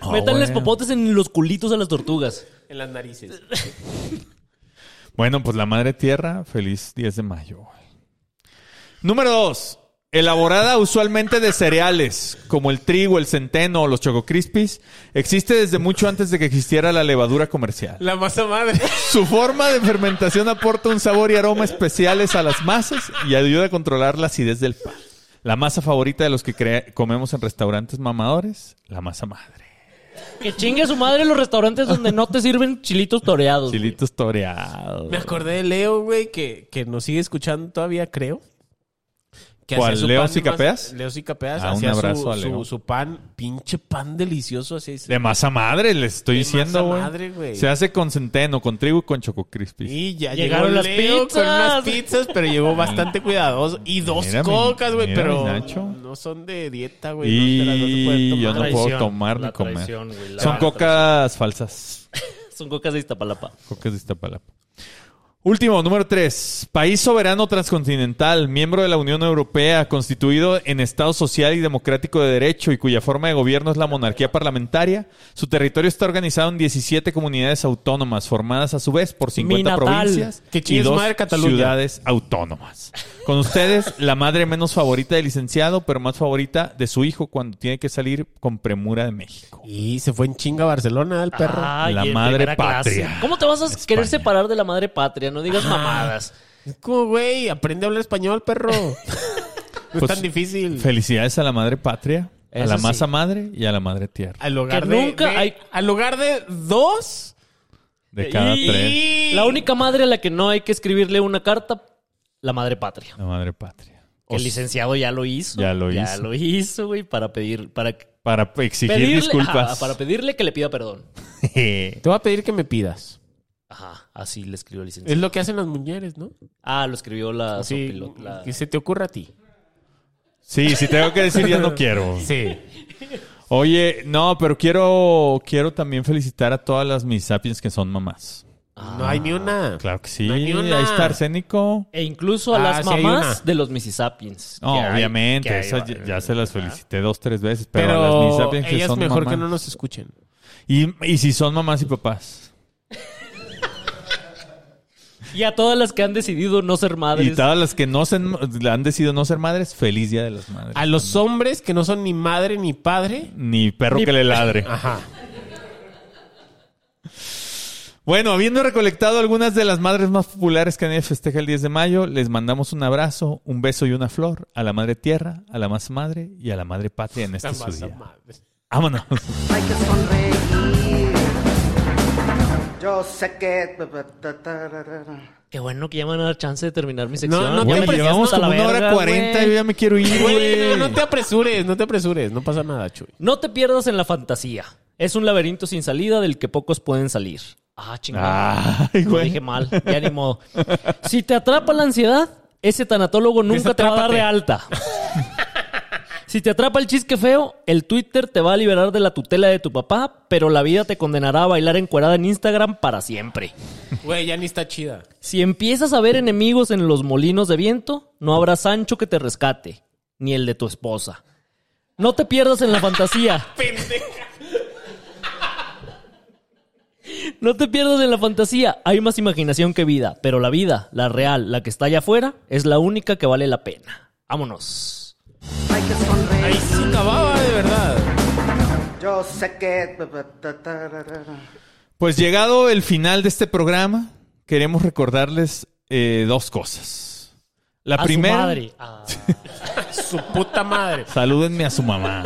Speaker 3: Ah,
Speaker 4: Métanles
Speaker 3: bueno.
Speaker 4: popotes en los culitos a las tortugas.
Speaker 5: En las narices.
Speaker 3: Bueno, pues la madre tierra, feliz 10 de mayo. güey. Número 2. Elaborada usualmente de cereales, como el trigo, el centeno o los choco crispies, existe desde mucho antes de que existiera la levadura comercial.
Speaker 5: La masa madre.
Speaker 3: Su forma de fermentación aporta un sabor y aroma especiales a las masas y ayuda a controlar la acidez del pan. La masa favorita de los que crea- comemos en restaurantes mamadores, la masa madre.
Speaker 4: Que chingue a su madre los restaurantes donde no te sirven chilitos toreados. güey.
Speaker 3: Chilitos toreados.
Speaker 5: Me acordé de Leo, güey, que, que nos sigue escuchando todavía, creo. Que
Speaker 3: ¿Cuál,
Speaker 5: hacía su
Speaker 3: Leo
Speaker 5: pan de
Speaker 3: Cicapeas?
Speaker 5: mas- Leo Cicapeas
Speaker 3: Ah, un
Speaker 5: hacía
Speaker 3: abrazo
Speaker 5: su,
Speaker 3: a Leo.
Speaker 5: su, su pan, pinche pan delicioso. Así,
Speaker 3: De masa madre, les estoy
Speaker 5: De masa
Speaker 3: diciendo,
Speaker 5: madre,
Speaker 3: güey.
Speaker 5: güey.
Speaker 3: Se hace con centeno, con trigo y con choco crispy.
Speaker 5: Y ya
Speaker 4: Llegaron
Speaker 5: llegó
Speaker 4: las
Speaker 5: Leo con unas
Speaker 4: pizzas.
Speaker 5: pizzas, pero
Speaker 3: <laughs>
Speaker 5: llegó bastante cuidadoso. Y dos
Speaker 3: Mira mi-
Speaker 5: cocas, güey,
Speaker 3: mira
Speaker 5: pero
Speaker 3: mi Nacho.
Speaker 5: no son de dieta, güey.
Speaker 3: Y,
Speaker 5: no, te las vas a poder
Speaker 3: yo no puedo tomar
Speaker 4: Traición,
Speaker 5: tomar.
Speaker 3: ni
Speaker 4: la
Speaker 3: comer.
Speaker 4: traición, güey, la
Speaker 3: Son
Speaker 4: verdad,
Speaker 3: cocas falsas.
Speaker 4: Son cocas de Iztapalapa.
Speaker 3: Cocas de Iztapalapa. Último, número 3. País soberano transcontinental, miembro de la Unión Europea, constituido en Estado social y democrático de derecho y cuya forma de gobierno es la monarquía parlamentaria. Su territorio está organizado en 17 comunidades autónomas, formadas a su vez por 50
Speaker 4: natal.
Speaker 3: provincias
Speaker 5: Que
Speaker 3: y
Speaker 5: chingue su
Speaker 3: dos
Speaker 5: madre Cataluña.
Speaker 3: ciudades autónomas. Con ustedes, la madre menos favorita del licenciado, pero más favorita de su hijo cuando tiene que salir con premura de México.
Speaker 5: Y se fue en chinga a Barcelona el perro.
Speaker 4: Ay,
Speaker 3: La
Speaker 4: en
Speaker 3: madre
Speaker 4: primera clase.
Speaker 3: patria.
Speaker 4: ¿Cómo te vas a
Speaker 3: España.
Speaker 4: querer separar de la madre patria? No digas mamadas.
Speaker 5: Es como, güey, aprende a hablar español, perro. no es
Speaker 3: Pues,
Speaker 5: tan difícil.
Speaker 3: Felicidades a la madre patria, a
Speaker 4: Eso
Speaker 3: la
Speaker 4: sí.
Speaker 3: masa madre y a la madre tierra.
Speaker 5: Al hogar
Speaker 4: que
Speaker 5: de,
Speaker 4: nunca
Speaker 5: de-
Speaker 4: hay-
Speaker 5: al hogar de dos.
Speaker 3: De cada
Speaker 4: Y-
Speaker 3: tres,
Speaker 5: y-
Speaker 4: La única madre a la que no hay que escribirle una carta, la madre patria.
Speaker 3: la madre patria.
Speaker 4: Que el licenciado ya lo hizo.
Speaker 3: Ya lo
Speaker 4: Ya
Speaker 3: hizo.
Speaker 4: lo hizo, güey, para pedir, para
Speaker 3: Para exigir
Speaker 4: pedirle,
Speaker 3: disculpas.
Speaker 4: ajá,
Speaker 3: <laughs>
Speaker 4: para pedirle que le pida perdón.
Speaker 5: Te voy a Ah, pedir que me pidas.
Speaker 4: Ajá, así le escribió el licenciado.
Speaker 5: Es lo que hacen las mujeres, ¿no?
Speaker 4: Ah, lo escribió la
Speaker 5: Sí,
Speaker 4: sopilot- la-
Speaker 5: que se te ocurra a ti.
Speaker 3: sí, si tengo que decir ya no quiero.
Speaker 5: <laughs> Sí.
Speaker 3: Oye, no, pero quiero, quiero también felicitar a todas las mis sapiens que son mamás.
Speaker 5: No hay ni una.
Speaker 3: Ah, Claro que sí.
Speaker 5: No hay ni una.
Speaker 3: Ahí está Arsénico.
Speaker 4: E incluso a
Speaker 5: Ah,
Speaker 4: las
Speaker 5: sí hay
Speaker 4: mamás
Speaker 5: una.
Speaker 4: de los Mississappians.
Speaker 3: No,
Speaker 4: Que hay-
Speaker 3: obviamente.
Speaker 4: que hay-
Speaker 3: esas ya, ya se las felicité dos, tres veces. Pero, a las mis
Speaker 5: Pero,
Speaker 3: sapiens que
Speaker 5: ellas
Speaker 3: son
Speaker 5: mejor
Speaker 3: mamás.
Speaker 5: que no nos escuchen.
Speaker 3: Y, y si son mamás y papás.
Speaker 4: Y a todas las que han decidido no ser madres.
Speaker 3: Y todas las que no se han, han decidido no ser madres, feliz día de las madres.
Speaker 5: A los hombres que no son ni madre ni padre.
Speaker 3: Ni perro que le ladre.
Speaker 5: Ajá.
Speaker 3: Bueno, habiendo recolectado algunas de las madres más populares que nadie festeja el 10 de mayo, les mandamos un abrazo, un beso y una flor a la madre tierra, a la más madre y a la madre patria en este su día. Vámonos.
Speaker 7: Hay que sonreír. Yo sé que.
Speaker 4: Qué bueno que ya me van a dar chance de terminar mi sección.
Speaker 5: No, no te
Speaker 3: Bueno,
Speaker 5: aprecies,
Speaker 3: llevamos
Speaker 4: A la
Speaker 3: como una hora
Speaker 4: verga,
Speaker 3: cuarenta y yo
Speaker 4: güey.
Speaker 3: ya me quiero ir,
Speaker 5: Güey,
Speaker 3: güey.
Speaker 5: no te apresures, no te apresures, no pasa nada, Chuy.
Speaker 4: No te pierdas en la fantasía. Es un laberinto sin salida del que pocos pueden salir. Ah, chingada.
Speaker 3: Ay,
Speaker 4: Lo
Speaker 3: güey.
Speaker 4: dije mal. Ya ni modo. <laughs> Si te atrapa la ansiedad, ese tanatólogo nunca te va a dar de alta. <laughs> Si te atrapa el chisque feo, el Twitter te va a liberar de la tutela de tu papá, pero la vida te condenará a bailar encuerada en Instagram para siempre.
Speaker 5: Güey, ya ni está chida.
Speaker 4: Si empiezas a ver enemigos en los molinos de viento, no habrá Sancho que te rescate, ni el de tu esposa. No te pierdas en la <laughs> fantasía. No te pierdas en la fantasía. Hay más imaginación que vida, pero la vida, la real, la que está allá afuera, es la única que vale la pena. Vámonos.
Speaker 7: Hay que sonreír.
Speaker 5: Ahí sí acababa, de verdad.
Speaker 7: Yo sé que.
Speaker 3: Pues llegado el final de este programa, queremos recordarles eh, dos cosas. La
Speaker 4: A su
Speaker 3: primera,
Speaker 4: madre. Ah. <laughs>
Speaker 5: Su puta madre.
Speaker 3: salúdenme a su mamá.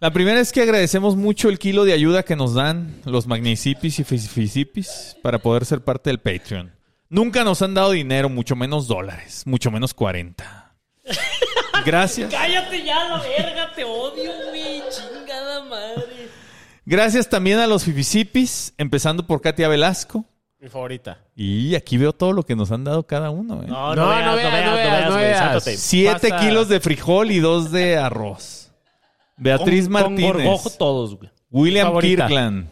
Speaker 3: La primera es que agradecemos mucho el kilo de ayuda que nos dan los magnicipis y fisipis para poder ser parte del Patreon. Nunca nos han dado dinero, mucho menos dólares, mucho menos 40. Gracias.
Speaker 4: Cállate ya, la verga, te odio, güey. Chingada madre.
Speaker 3: Gracias también a los fifisipis, empezando por Katia Velasco.
Speaker 5: Mi favorita.
Speaker 3: Y aquí veo todo lo que nos han dado cada uno. ¿eh?
Speaker 4: No,
Speaker 5: No, no veas, no veas, no
Speaker 4: güey,
Speaker 5: veas.
Speaker 4: sáltate.
Speaker 3: Siete
Speaker 5: Pasa.
Speaker 3: kilos de frijol y dos de arroz. Beatriz
Speaker 4: Con-
Speaker 3: Martínez.
Speaker 4: Con gorgojo todos, güey.
Speaker 3: William
Speaker 5: Favorita.
Speaker 3: Kirkland.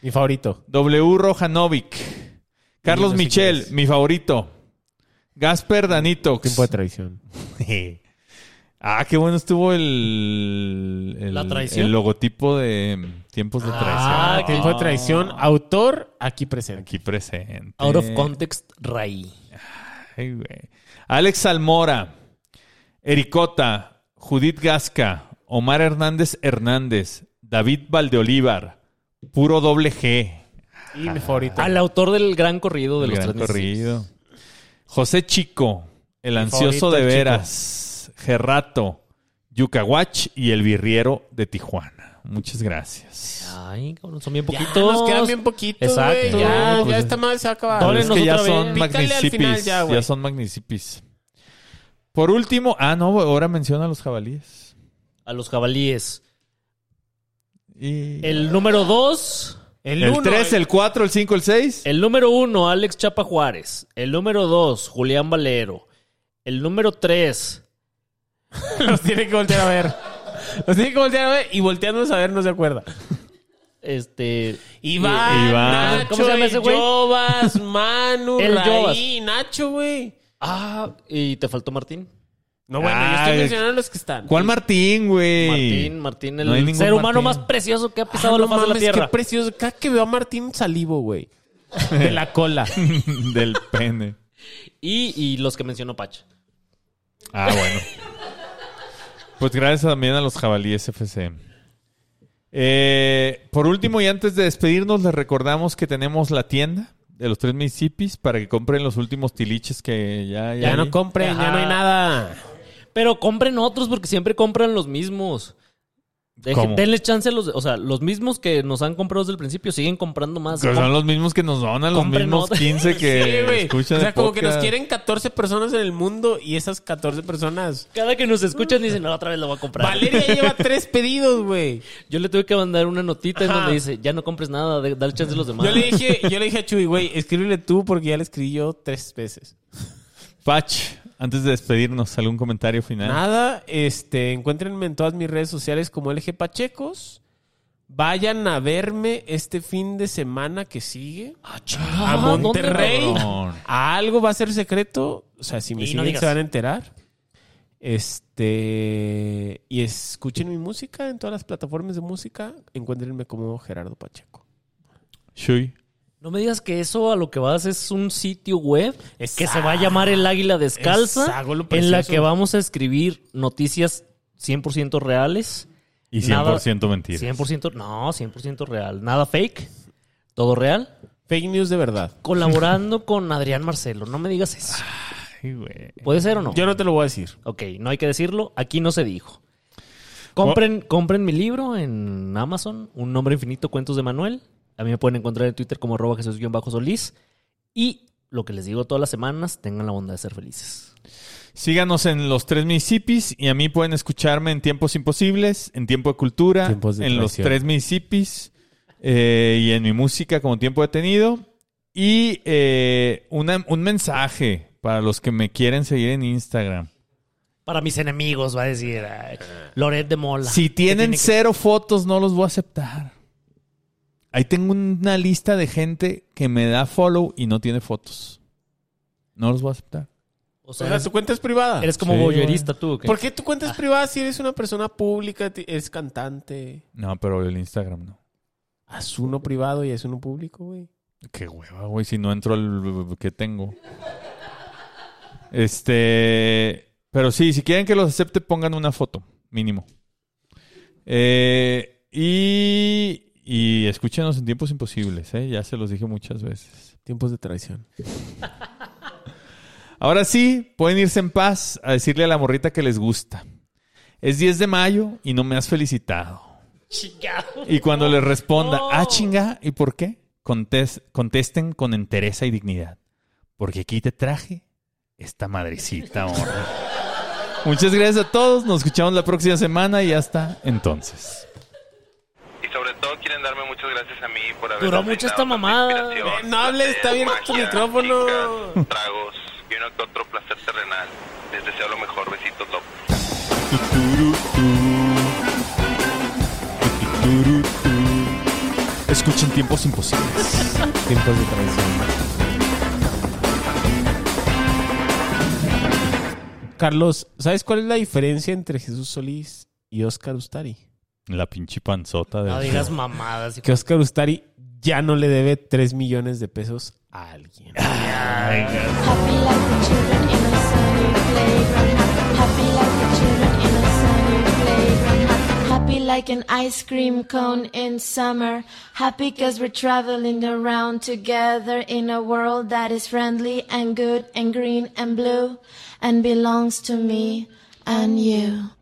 Speaker 5: Mi favorito.
Speaker 3: W. Rojanovic. Carlos
Speaker 5: no sé
Speaker 3: Michel,
Speaker 5: quién es.
Speaker 3: mi favorito. Gasper Danitox.
Speaker 5: Tiempo de traición.
Speaker 3: <laughs> Ah, qué bueno estuvo el, el,
Speaker 4: ¿La traición?
Speaker 3: el logotipo de Tiempos de
Speaker 4: Ah,
Speaker 3: Traición.
Speaker 4: qué-
Speaker 5: Tiempo de traición. Autor aquí presente.
Speaker 3: Aquí presente.
Speaker 4: Out of context, Ray.
Speaker 3: Ay, güey. Alex Almora, Ericota, Judith Gasca, Omar Hernández Hernández, David Valdeolívar, puro doble G.
Speaker 5: Y mi favorito.
Speaker 4: Al autor del gran este. corrido de
Speaker 3: el
Speaker 4: los
Speaker 3: gran
Speaker 4: tres
Speaker 3: corrido. José Chico, el ansioso
Speaker 5: favorito,
Speaker 3: de
Speaker 5: el
Speaker 3: veras, Gerrato, Yucahuach y el birriero de Tijuana. Muchas gracias.
Speaker 5: Ah,
Speaker 4: Ay, cabrón, son bien
Speaker 5: Ya,
Speaker 4: poquitos.
Speaker 5: nos quedan bien poquitos,
Speaker 4: Exacto.
Speaker 5: güey. Ya,
Speaker 3: Pues
Speaker 5: ya
Speaker 3: es-
Speaker 5: esta madre se va a acabar.
Speaker 4: Doble
Speaker 3: Pero es que ya
Speaker 4: otra vez.
Speaker 3: son
Speaker 5: Pícale al final
Speaker 3: magnicipis.
Speaker 5: ya,
Speaker 3: Ya,
Speaker 5: güey.
Speaker 3: son magnicipis. Por último, ah, no, güey, ahora menciona a los jabalíes.
Speaker 4: A los jabalíes.
Speaker 3: Y...
Speaker 4: El número dos.
Speaker 3: El 3, el 4, el 5, el 6.
Speaker 4: El número uno, Alex Chapa Juárez. El número dos, Julián Valero. El número tres.
Speaker 5: Los tiene que voltear a ver. Los tiene que voltear a ver y volteándonos a ver no se acuerda.
Speaker 4: Este.
Speaker 5: Iván,
Speaker 3: Iván.
Speaker 5: Nacho,
Speaker 4: ¿Cómo se llama ese
Speaker 5: el
Speaker 4: güey?
Speaker 5: Jovas, Manu,
Speaker 4: El
Speaker 5: Raí, Nacho, güey.
Speaker 4: Ah, y te faltó Martín.
Speaker 5: No, bueno, yo
Speaker 3: Ay.
Speaker 5: estoy mencionando los que están.
Speaker 3: ¿Cuál Martín, güey?
Speaker 4: Martín, Martín, el
Speaker 3: No hay ningún
Speaker 4: ser humano
Speaker 3: Martín.
Speaker 4: más precioso que ha
Speaker 5: Ah,
Speaker 4: pisado la
Speaker 5: no
Speaker 4: faz de la
Speaker 5: mames,
Speaker 4: tierra.
Speaker 5: Qué precioso. Cada que veo a Martín salivo, güey. De la cola.
Speaker 3: <laughs> Del pene.
Speaker 4: Y, y los que mencionó Pacha.
Speaker 3: Ah, bueno. Pues gracias también a los jabalíes FC. Eh, por último, y antes de despedirnos, les recordamos que tenemos la tienda de los tres municipios para que compren los últimos tiliches que ya... hay
Speaker 5: ya
Speaker 3: ahí.
Speaker 5: no compren, ya no hay
Speaker 4: Ajá.
Speaker 5: nada.
Speaker 4: Pero compren otros porque siempre compran los mismos. Deje-
Speaker 3: ¿Cómo?
Speaker 4: denles chance a los, o sea, los mismos que nos han comprado desde el principio siguen comprando más.
Speaker 3: Que son los mismos que nos donan, los
Speaker 4: Compren
Speaker 3: mismos
Speaker 4: otra.
Speaker 3: 15 que
Speaker 5: <laughs> Sí, güey. O
Speaker 3: escuchan
Speaker 5: sea,
Speaker 3: el
Speaker 5: como que nos
Speaker 3: podcast.
Speaker 5: quieren 14 personas en el mundo y esas 14 personas.
Speaker 4: Cada que nos escuchan dicen, Pues no, otra vez lo voy a comprar.
Speaker 5: Valeria lleva tres pedidos, güey.
Speaker 4: Yo le tuve que mandar una notita en
Speaker 5: Ajá.
Speaker 4: donde dice, ya no compres nada, de- dale chance a los demás.
Speaker 5: Yo le dije, yo le dije a Chuy, güey, escríbele tú porque ya le escribí yo tres veces.
Speaker 3: Pach, antes de despedirnos, ¿algún comentario final?
Speaker 5: Nada, este, encuéntrenme en todas mis redes sociales como LG Pachecos. Vayan a verme este fin de semana que sigue
Speaker 4: Ah, chinga,
Speaker 5: a
Speaker 4: ¿dónde,
Speaker 5: Monterrey.
Speaker 4: cabrón?
Speaker 3: cabrón?
Speaker 5: A algo va a ser secreto, o sea, si me
Speaker 4: Y no
Speaker 5: siguen
Speaker 4: digas.
Speaker 5: se van a enterar. Este, y escuchen mi música en todas las plataformas de música, encuéntrenme como Gerardo Pacheco.
Speaker 3: Shui.
Speaker 4: No me digas que eso a lo que vas es un sitio web que
Speaker 5: Exacto.
Speaker 4: se va a llamar El Águila Descalza,
Speaker 5: Exacto, lo
Speaker 4: en la
Speaker 5: precioso.
Speaker 4: que vamos a escribir noticias 100% reales.
Speaker 3: Y
Speaker 4: Nada-
Speaker 3: 100% mentira.
Speaker 4: 100%, no, 100% real. Nada fake. ¿Todo real?
Speaker 5: Fake news de verdad.
Speaker 4: Colaborando <laughs> con Adrián Marcelo. No me digas eso.
Speaker 3: Ay, güey.
Speaker 4: ¿Puede ser o no?
Speaker 5: Yo no te lo voy a decir.
Speaker 4: Ok, no hay que decirlo. Aquí no se dijo. Compren, compren mi libro en Amazon, Un Nombre Infinito, Cuentos de Manuel. A mí me pueden encontrar en Twitter como arroba Jesús-Solís. Y lo que les digo todas las semanas, tengan la bondad de ser felices.
Speaker 3: Síganos en los tres municipios y a mí pueden escucharme en Tiempos Imposibles, en Tiempo de Cultura,
Speaker 5: Tiempos de
Speaker 3: en los
Speaker 5: Traición.
Speaker 3: tres municipios eh, y en mi música como Tiempo Detenido. Y eh, una- un mensaje para los que me quieren seguir en Instagram.
Speaker 4: Para mis enemigos, va a decir ay, Loret de Mola.
Speaker 3: Si
Speaker 4: Que
Speaker 3: tienen
Speaker 4: tiene que-
Speaker 3: cero fotos, no los voy a aceptar. Ahí tengo una lista de gente que me da follow y no tiene fotos. No los voy a aceptar.
Speaker 4: O
Speaker 5: O
Speaker 4: sea,
Speaker 5: sea,
Speaker 4: eres,
Speaker 5: tu cuenta es privada.
Speaker 4: eres como
Speaker 3: Sí,
Speaker 4: boyerista tú. ¿o qué?
Speaker 5: ¿Por qué tu cuenta es privada si eres una persona pública, ti- eres cantante?
Speaker 3: No, pero el Instagram no.
Speaker 5: Haz uno privado y haz uno público, güey.
Speaker 3: Qué hueva, güey, si no entro al que tengo. Este. Pero sí, si quieren que los acepte, pongan una foto, mínimo. Eh, y. Y escúchenos en tiempos imposibles, ¿eh? Ya se los dije muchas veces.
Speaker 5: Tiempos de traición.
Speaker 3: Ahora sí, pueden irse en paz a decirle a la morrita que les gusta. Es 10 de mayo y no me has felicitado.
Speaker 4: Chingado.
Speaker 3: Y cuando les responda,
Speaker 4: No.
Speaker 3: ah, chinga, ¿y por qué? Contes- contesten con entereza y dignidad. Porque aquí te traje esta madrecita,
Speaker 4: <laughs>
Speaker 3: morra. Muchas gracias a todos. Nos escuchamos la próxima semana y hasta entonces.
Speaker 2: Y sobre todo quieren darme muchas gracias a mí por haber
Speaker 4: Duró mucho esta mamada.
Speaker 5: Ven, Eh, no hables, está bien tu micrófono.
Speaker 2: tragos y uno que otro placer terrenal. Les deseo lo mejor. Besitos, top.
Speaker 3: Escuchen tiempos imposibles.
Speaker 5: Tiempos de traición. Carlos, ¿sabes cuál es la diferencia entre Jesús Solís y Oscar Ustari?
Speaker 3: La pinche panzota de.
Speaker 4: No digas mamadas. hijo.
Speaker 5: Que Oscar Ustari ya no le debe 3 millones de pesos a alguien.
Speaker 8: Happy like the children in a sunny playground. Happy like the children in a sunny playground. Happy like an ice cream cone in summer. Happy cause we're traveling around together in a world that is friendly and good and green and blue and belongs to me and you.